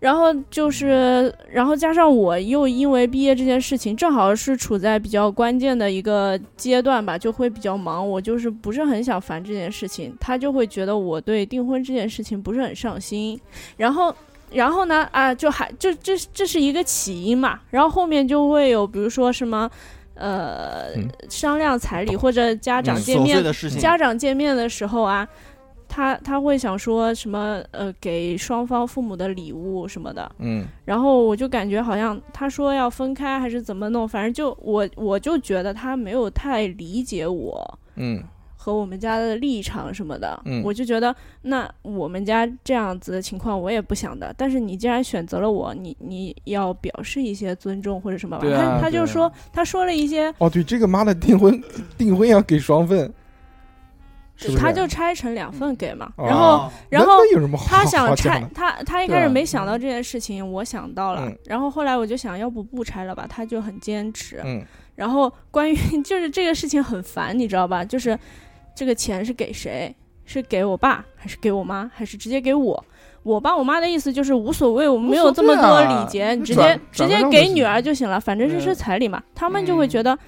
Speaker 7: 然后就是，然后加上我又因为毕业这件事情，正好是处在比较关键的一个阶段吧，就会比较忙。我就是不是很想烦这件事情，他就会觉得我对订婚这件事情不是很上心。然后，然后呢，啊，就还就这这是一个起因嘛。然后后面就会有，比如说什么，呃，
Speaker 4: 嗯
Speaker 7: 商量彩礼或者家长见
Speaker 6: 嗯琐
Speaker 7: 面
Speaker 6: 碎的
Speaker 5: 嗯
Speaker 6: 事情。
Speaker 7: 家长见面的时候啊，他他会想说什么呃，给双方父母的礼物什么的。
Speaker 4: 嗯，
Speaker 7: 然后我就感觉好像他说要分开还是怎么弄，反正就我我就觉得他没有太理解我
Speaker 4: 嗯，
Speaker 7: 和我们家的立场什么的。
Speaker 4: 嗯
Speaker 7: 我就觉得那我们家这样子的情况我也不想的，但是你既然选择了我，你你要表示一些尊重或者什么吧。
Speaker 5: 对啊
Speaker 7: 他他
Speaker 5: 对
Speaker 7: 就
Speaker 5: 啊
Speaker 7: 说他说了一些。
Speaker 4: 哦，对，这个妈的订婚订婚要给双份，是不是？
Speaker 7: 他就拆成两份给嘛，
Speaker 5: 嗯
Speaker 4: 哦
Speaker 7: 然后
Speaker 6: 哦
Speaker 7: 然
Speaker 4: 那
Speaker 7: 后
Speaker 4: 那有什么好
Speaker 7: 他想
Speaker 4: 好
Speaker 7: 拆
Speaker 4: 讲的？
Speaker 7: 他，他一
Speaker 4: 对啊
Speaker 7: 开始没想到这件事情，我想到了
Speaker 4: 嗯，
Speaker 7: 然后后来我就想要不不拆了吧，他就很坚持。
Speaker 4: 嗯，
Speaker 7: 然后关于 就是这个事情很烦，你知道吧？就是这个钱是给谁？是给我爸，还是给我妈，还是直接给我？我爸我妈的意思就是无所谓，我们没有这么多
Speaker 4: 啊
Speaker 7: 礼节，你直接
Speaker 5: 转
Speaker 7: 直接
Speaker 5: 转个账就
Speaker 7: 给
Speaker 5: 行
Speaker 7: 女儿就行了，反正
Speaker 4: 嗯
Speaker 7: 这
Speaker 5: 对
Speaker 7: 是彩礼嘛。他们就会觉得。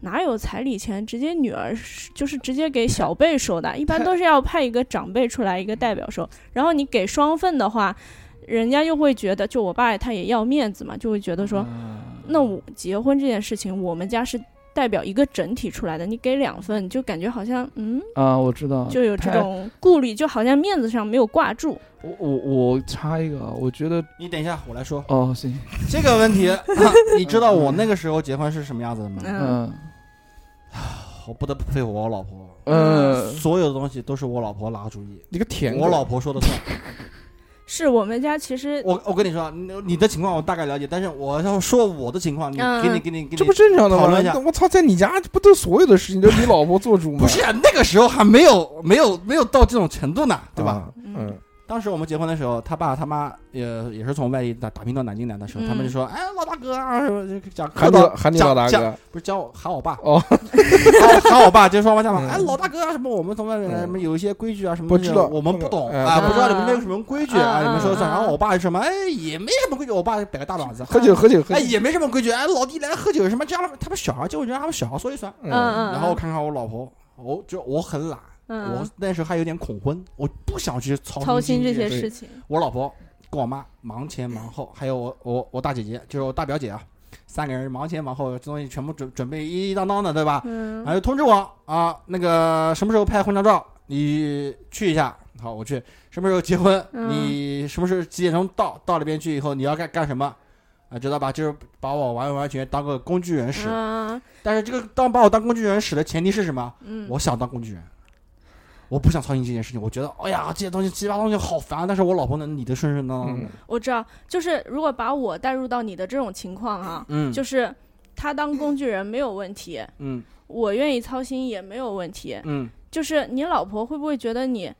Speaker 7: 哪有彩礼钱直接女儿是就是直接给小辈收的，一般都是要派一个长辈出来一个代表收。然后你给双份的话，人家又会觉得，就我爸他也要面子嘛，就会觉得
Speaker 6: 嗯
Speaker 7: 说，
Speaker 5: 嗯
Speaker 7: 那我结婚这件事情，我们家是代表一个整体出来的，你给两份就感觉好像嗯，
Speaker 5: 啊，我知道，
Speaker 7: 就有这种顾虑，就好像面子上没有挂住。
Speaker 5: 我我我插一个啊，我觉得
Speaker 6: 你等一下，我来说
Speaker 5: 哦，行，
Speaker 6: 这个问题、啊你知道我那个时候结婚是什么样子的 吗？
Speaker 7: 嗯，
Speaker 5: 嗯
Speaker 6: 我不得不佩服我老婆，
Speaker 5: 呃，
Speaker 6: 所有的东西都是我老婆拿主意，
Speaker 4: 你个舔狗
Speaker 6: 我老婆说的算。
Speaker 7: 是我们家其实
Speaker 6: 我我跟你说啊，你你的情况我大概了解，但是我要说我的情况，你
Speaker 7: 嗯
Speaker 6: 给你给你给
Speaker 4: 这
Speaker 6: 你
Speaker 4: 不，正常的
Speaker 6: 讨论一下
Speaker 4: 吗？我操，在你家不都所有的事情都是 你老婆做主吗？
Speaker 6: 不是啊那个时候还没有没有没有到这种程度呢，对吧？
Speaker 4: 啊？嗯，
Speaker 6: 当时我们结婚的时候，他爸他妈也也是从外地打打拼到南京来的时候，
Speaker 7: 嗯
Speaker 6: 他们就说：“哎，老大哥啊，就讲
Speaker 4: 喊你
Speaker 6: 到
Speaker 4: 喊你老大，
Speaker 6: 讲讲
Speaker 4: 哥，
Speaker 6: 不是叫我喊我爸
Speaker 4: 哦
Speaker 6: 喊我喊我爸，就是双方家长。
Speaker 4: 嗯
Speaker 6: 哎，老大哥啊，什么我们从外面
Speaker 4: 嗯
Speaker 6: 来，什么有一些规矩啊，什么
Speaker 4: 不
Speaker 6: 东西
Speaker 4: 知道
Speaker 6: 我们不懂
Speaker 4: 嗯
Speaker 6: 啊，
Speaker 4: 嗯
Speaker 6: 不知道你们那有什么规矩啊，
Speaker 7: 嗯
Speaker 6: 你们说
Speaker 7: 嗯
Speaker 6: 算。然后
Speaker 7: 嗯
Speaker 6: 我爸就什么，哎，也没什么规矩，我爸就摆个大爪子，
Speaker 4: 喝酒喝酒喝
Speaker 6: 哎，
Speaker 4: 酒。
Speaker 6: 也没什么规矩，哎，老弟来喝酒什么这样的，他们小孩就让他们小孩说一算。
Speaker 7: 嗯
Speaker 4: 嗯，
Speaker 7: 嗯，
Speaker 6: 然后看看我老婆，我就我很懒，
Speaker 7: 嗯
Speaker 6: 我那时候还有点恐婚，我不想去操
Speaker 7: 操心
Speaker 6: 心
Speaker 7: 这些
Speaker 6: 事。
Speaker 7: 事情，
Speaker 6: 我老婆跟我妈忙前忙后，还有我我我大姐姐，就是我大表姐啊，三个人忙前忙后，这东西全部准准备一一当当的，对吧？哎
Speaker 7: 嗯
Speaker 6: 然后通知我啊，那个什么时候拍婚纱照，你去一下。好，我去什么时候结婚？
Speaker 7: 嗯
Speaker 6: 你什么时候几点钟到？到那边去以后你要干干什么？啊，知道吧？就是把我完完全全当个工具人使。
Speaker 7: 嗯
Speaker 6: 但是这个当把我当工具人使的前提是什么？
Speaker 7: 嗯，
Speaker 6: 我想当工具人，我不想操心这件事情。我觉得，哎呀，这些东西七八东西好烦，但是我老婆能理得顺顺当
Speaker 4: 嗯
Speaker 6: 当的。
Speaker 7: 我知道，就是如果把我带入到你的这种情况啊，
Speaker 6: 嗯，
Speaker 7: 就是他当工具人没有问题，
Speaker 6: 嗯
Speaker 7: 我愿意操心也没有问题，
Speaker 6: 嗯，
Speaker 7: 就是你老婆会不会觉得你，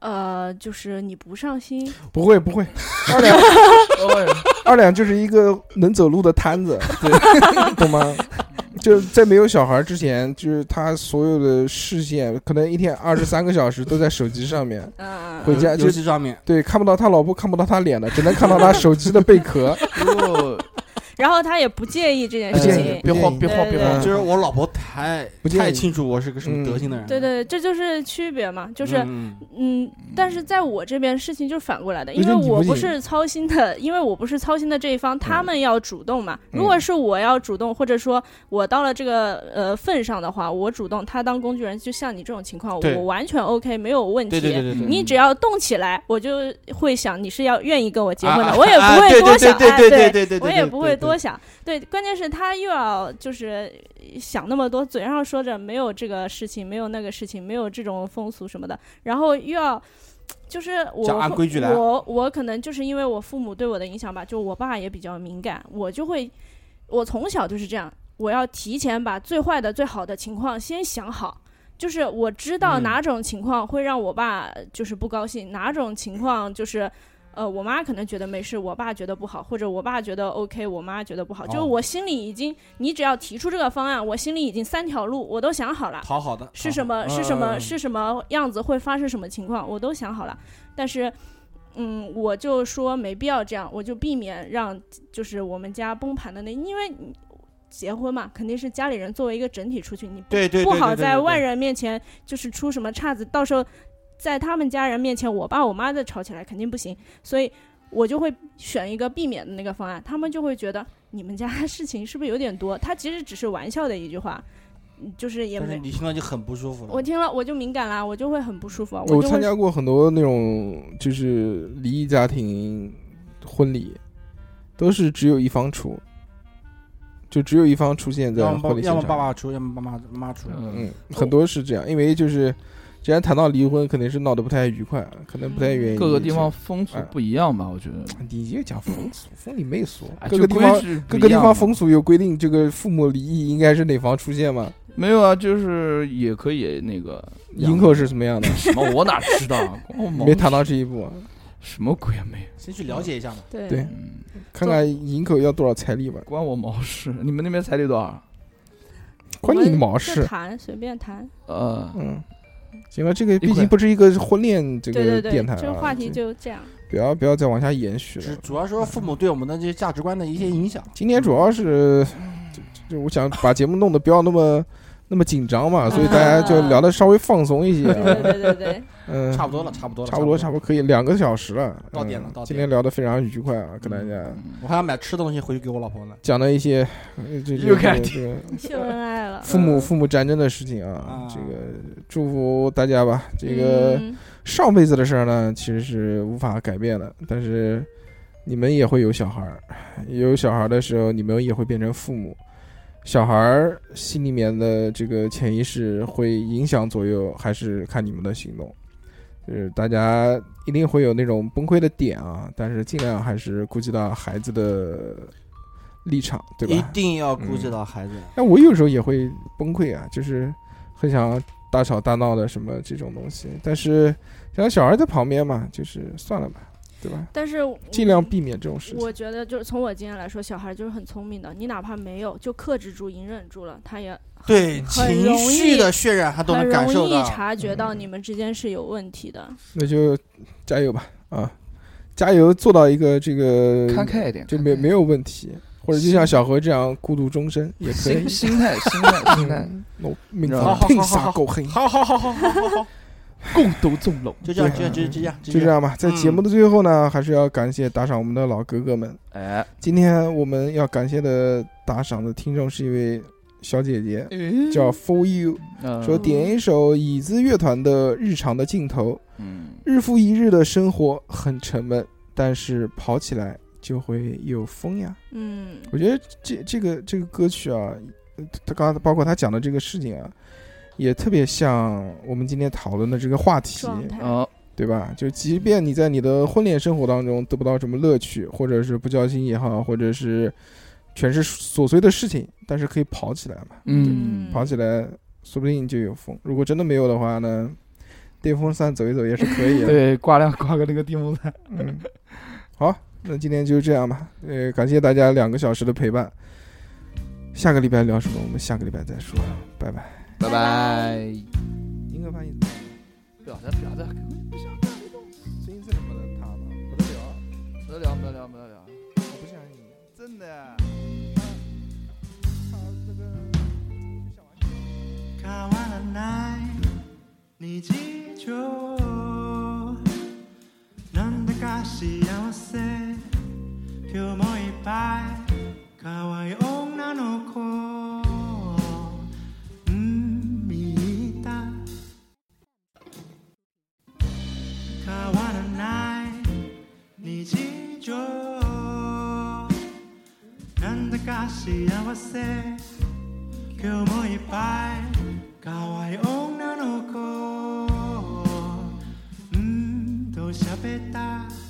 Speaker 7: 呃，就是你不上心？
Speaker 4: 不会不会，二两
Speaker 5: 哎
Speaker 4: 二两就是一个能走路的摊子，对， 懂吗？就是在没有小孩之前，就是他所有的视线可能一天二十三个小时都在手机上面，
Speaker 7: 嗯、
Speaker 4: 回家
Speaker 6: 游
Speaker 4: 就
Speaker 6: 游戏上面，
Speaker 4: 对看不到他老婆，看不到他脸的，只能看到他手机的贝 壳。
Speaker 5: 如果
Speaker 7: 然后他也 不介意这件
Speaker 4: 不
Speaker 7: 事
Speaker 4: 介
Speaker 7: 情
Speaker 4: 意。
Speaker 5: 哎别慌，别慌，别
Speaker 4: 嗯
Speaker 5: 慌，
Speaker 6: 就是我老婆太
Speaker 4: 不介意
Speaker 6: 太清楚我是个什么德行的人了。
Speaker 7: 对对，这就是区别嘛，就是
Speaker 6: 嗯
Speaker 7: 嗯，但是在我这边事情就是反过来的，因
Speaker 4: 就是
Speaker 7: 为
Speaker 4: 你
Speaker 7: 我
Speaker 4: 不
Speaker 7: 不
Speaker 4: 仅
Speaker 7: 是操心的，因为我不是操心的这一方，他们要主动嘛。如果
Speaker 4: 嗯
Speaker 7: 是我要主动，或者说我到了这个呃份上的话，我主动，他当工具人，就像你这种情况，
Speaker 6: 对
Speaker 7: 我完全 OK，没有问题。
Speaker 6: 对对对对对，
Speaker 7: 你只要动起来，我就会想你是要愿意跟我结婚的，
Speaker 6: 啊
Speaker 7: 我也
Speaker 6: 啊
Speaker 7: 不
Speaker 6: 对
Speaker 7: 会多想，
Speaker 6: 对
Speaker 7: 哎
Speaker 6: 对对对对对
Speaker 7: 我也不
Speaker 6: 对对
Speaker 7: 会多想。对，关键是他又要就是想那么多，嘴上说着没有这个事情，没有那个事情，没有这种风俗什么的，然后又要。就是我
Speaker 6: 讲按
Speaker 7: 会
Speaker 6: 规矩来
Speaker 7: 我我可能就是因为我父母对我的影响吧，就我爸也比较敏感，我就会，我从小就是这样，我要提前把最坏的、最好的情况先想好，就是我知道
Speaker 6: 嗯
Speaker 7: 哪种情况会让我爸就是不高兴，哪种情况就是。呃，我妈可能觉得没事，我爸觉得不好，或者我爸觉得 OK，我妈觉得不好，就是
Speaker 6: 哦
Speaker 7: 我心里已经，你只要提出这个方案，我心里已经三条路我都想好了，
Speaker 6: 讨好的嗯
Speaker 7: 是什？么是什么是什么样子会发生什么情况，我都想好了，但是。嗯，我就说没必要这样，我就避免让就是我们家崩盘的那，因为你结婚嘛，肯定是家里人作为一个整体出去，你
Speaker 6: 对对，
Speaker 7: 不
Speaker 6: 对
Speaker 7: 好在外。
Speaker 6: 对对对对
Speaker 7: 人面前就是出什么岔子，到时候在他们家人面前，我爸我妈再吵起来肯定不行，所以我就会选一个避免的那个方案，他们就会觉得你们家事情是不是有点多？他其实只是玩笑的一句话，嗯就是也
Speaker 6: 但是
Speaker 7: 没。
Speaker 6: 你听到就很不舒服了。
Speaker 7: 我听了我就敏感啦，我就会很不舒服啊，
Speaker 4: 我
Speaker 7: 就
Speaker 4: 参
Speaker 7: 会
Speaker 4: 加过很多那种就是离异家庭婚礼，都是只有一方出，就只有一方出现在
Speaker 6: 要么
Speaker 4: 婚
Speaker 6: 爸
Speaker 4: 礼
Speaker 6: 要
Speaker 4: 现
Speaker 6: 么爸
Speaker 4: 场。
Speaker 6: 爸出，要么爸妈妈出。
Speaker 5: 嗯
Speaker 4: 嗯，很多是这样，因为就是既然谈到离婚，肯定是闹得不太愉快，可能不太愿意。
Speaker 5: 嗯各个地方，风俗
Speaker 4: 嗯
Speaker 5: 不一样吧？我觉得
Speaker 4: 你就讲风俗，风里媚俗
Speaker 5: 哎，
Speaker 4: 各个
Speaker 5: 就
Speaker 4: 地方
Speaker 5: 规矩不
Speaker 4: 各
Speaker 5: 一
Speaker 4: 个地
Speaker 5: 样
Speaker 4: 方
Speaker 5: 嘛
Speaker 4: 风俗有规定，这个父母离异应该是哪方出现吗？
Speaker 5: 没有啊，就是也可以 那个
Speaker 4: 营口是什么样的？
Speaker 5: 什么？我哪知道啊？关我毛
Speaker 4: 没谈到这一步啊，
Speaker 5: 什么鬼啊？没有，
Speaker 6: 先去了解一下嘛。
Speaker 7: 对
Speaker 4: 对
Speaker 5: 嗯，
Speaker 4: 看看营口要多少彩礼吧，
Speaker 5: 关我毛事？你们那边彩礼多少？啊
Speaker 4: 关
Speaker 7: 我
Speaker 4: 你
Speaker 7: 们
Speaker 4: 毛
Speaker 7: 就
Speaker 4: 事。
Speaker 7: 谈随便谈，
Speaker 5: 呃，
Speaker 4: 嗯，行了，这个毕
Speaker 5: 一块
Speaker 4: 竟不是一个婚恋这
Speaker 7: 对对
Speaker 4: 个
Speaker 7: 对，
Speaker 4: 电台啊，
Speaker 7: 这个话题
Speaker 4: 这
Speaker 7: 就这样。
Speaker 4: 不要不要再往下延续
Speaker 6: 只
Speaker 4: 了。
Speaker 6: 主要说父母对我们的这些价值观的一些影响。
Speaker 4: 今天主要是，就就我想把节目弄得不要那么那么紧张嘛，所以大家就聊得稍微放松一些
Speaker 7: 对嗯 对
Speaker 4: 啊。
Speaker 7: 对对对，
Speaker 4: 嗯，
Speaker 6: 差不多了，差不多了，
Speaker 4: 差不多差不多可以两个小时了，
Speaker 6: 到点了
Speaker 4: 嗯
Speaker 6: 到点了嗯
Speaker 4: 今天聊得非常愉快啊，跟大家
Speaker 5: 嗯
Speaker 6: 我还要买吃的东西回去给我老婆呢。
Speaker 4: 讲了一些呃这
Speaker 5: 又开始
Speaker 4: 这个
Speaker 7: 秀恩爱了。
Speaker 4: 父母父母战争的事情啊
Speaker 6: 嗯啊，
Speaker 4: 这个祝福大家吧。 这个
Speaker 7: 嗯
Speaker 4: 上辈子的事儿呢，其实是无法改变的，但是你们也会有小孩儿，有小孩儿的时候，你们也会变成父母。小孩儿心里面的这个潜意识会影响左右，还是看你们的行动。就是大家一定会有那种崩溃的点啊，但是尽量还是顾及到孩子的立场，对吧？嗯
Speaker 6: 一定要顾及到孩子。
Speaker 4: 那我有时候也会崩溃啊，就是很想大吵大闹的什么这种东西，但是像小孩在旁边嘛，就是算了吧，对吧？
Speaker 7: 但是
Speaker 4: 尽量避免这种事情。
Speaker 7: 我觉得就是从我经验来说，小孩就是很聪明的，你哪怕没有，就克制住、隐忍住了，他也
Speaker 6: 对
Speaker 7: 很
Speaker 6: 情
Speaker 7: 容
Speaker 6: 绪
Speaker 7: 易
Speaker 6: 的渲染，他都
Speaker 7: 很
Speaker 6: 能感受
Speaker 7: 容易
Speaker 6: 到。嗯
Speaker 7: 察觉到你们之间是有问题的。
Speaker 4: 那就加油吧，啊，加油，做到一个这个
Speaker 5: 看开一点，
Speaker 4: 就
Speaker 5: 看
Speaker 4: 没
Speaker 5: 开
Speaker 4: 没有问题，或者就像小何这样孤独终身也可以
Speaker 5: 心。心态心态 心态，
Speaker 4: 嗯，我命丧
Speaker 5: 好好好
Speaker 4: 拼杀狗黑，
Speaker 6: 好好好好好好好，
Speaker 5: 共度纵容。
Speaker 6: 就这样，就这样，就这样，就
Speaker 4: 就这。样吧。在节目的最后呢，还是要感谢打赏我们的老哥哥们。
Speaker 5: 哎，
Speaker 4: 今天我们要感谢的打赏的听众是一位小姐姐，
Speaker 5: 嗯
Speaker 4: 叫 For You，
Speaker 5: 嗯
Speaker 4: 说点一首椅子乐团的《日常的尽头》，
Speaker 5: 嗯
Speaker 4: 日复一日的生活很沉闷，但是跑起来就会有风呀。
Speaker 7: 嗯
Speaker 4: 我觉得这这个这个歌曲啊，呃他刚刚包括他讲的这个事情啊，也特别像我们今天讨论的这个话题，
Speaker 7: 状态，
Speaker 5: 哦
Speaker 4: 对吧？就即便你在你的婚恋生活当中得不到什么乐趣，或者是不交心也好，或者是全是琐碎的事情，但是可以跑起来嘛，
Speaker 5: 嗯
Speaker 7: 嗯
Speaker 4: 跑起来说不定就有风。如果真的没有的话呢，电风扇走一走也是可以的。
Speaker 5: 对，挂辆挂个那个电风扇，
Speaker 4: 嗯，好，那今天就这样吧。呃，感谢大家两个小时的陪伴。下个礼拜聊什么？我们下个礼拜再说，拜拜。
Speaker 5: 拜拜。
Speaker 4: 应该翻译
Speaker 5: 不要再不要再，
Speaker 4: 声音真的不能塌吧？不能聊，
Speaker 5: 不得了不得了不得了，
Speaker 4: 我不相信你。
Speaker 5: 真的。
Speaker 4: 他那个小玩意。
Speaker 8: 変わらない日常なんだか幸せ今日もいっぱい可愛い女の子うん見た変わらない日常なんだか幸せ今日もいっぱい可愛い Mm, 女の子うんと喋った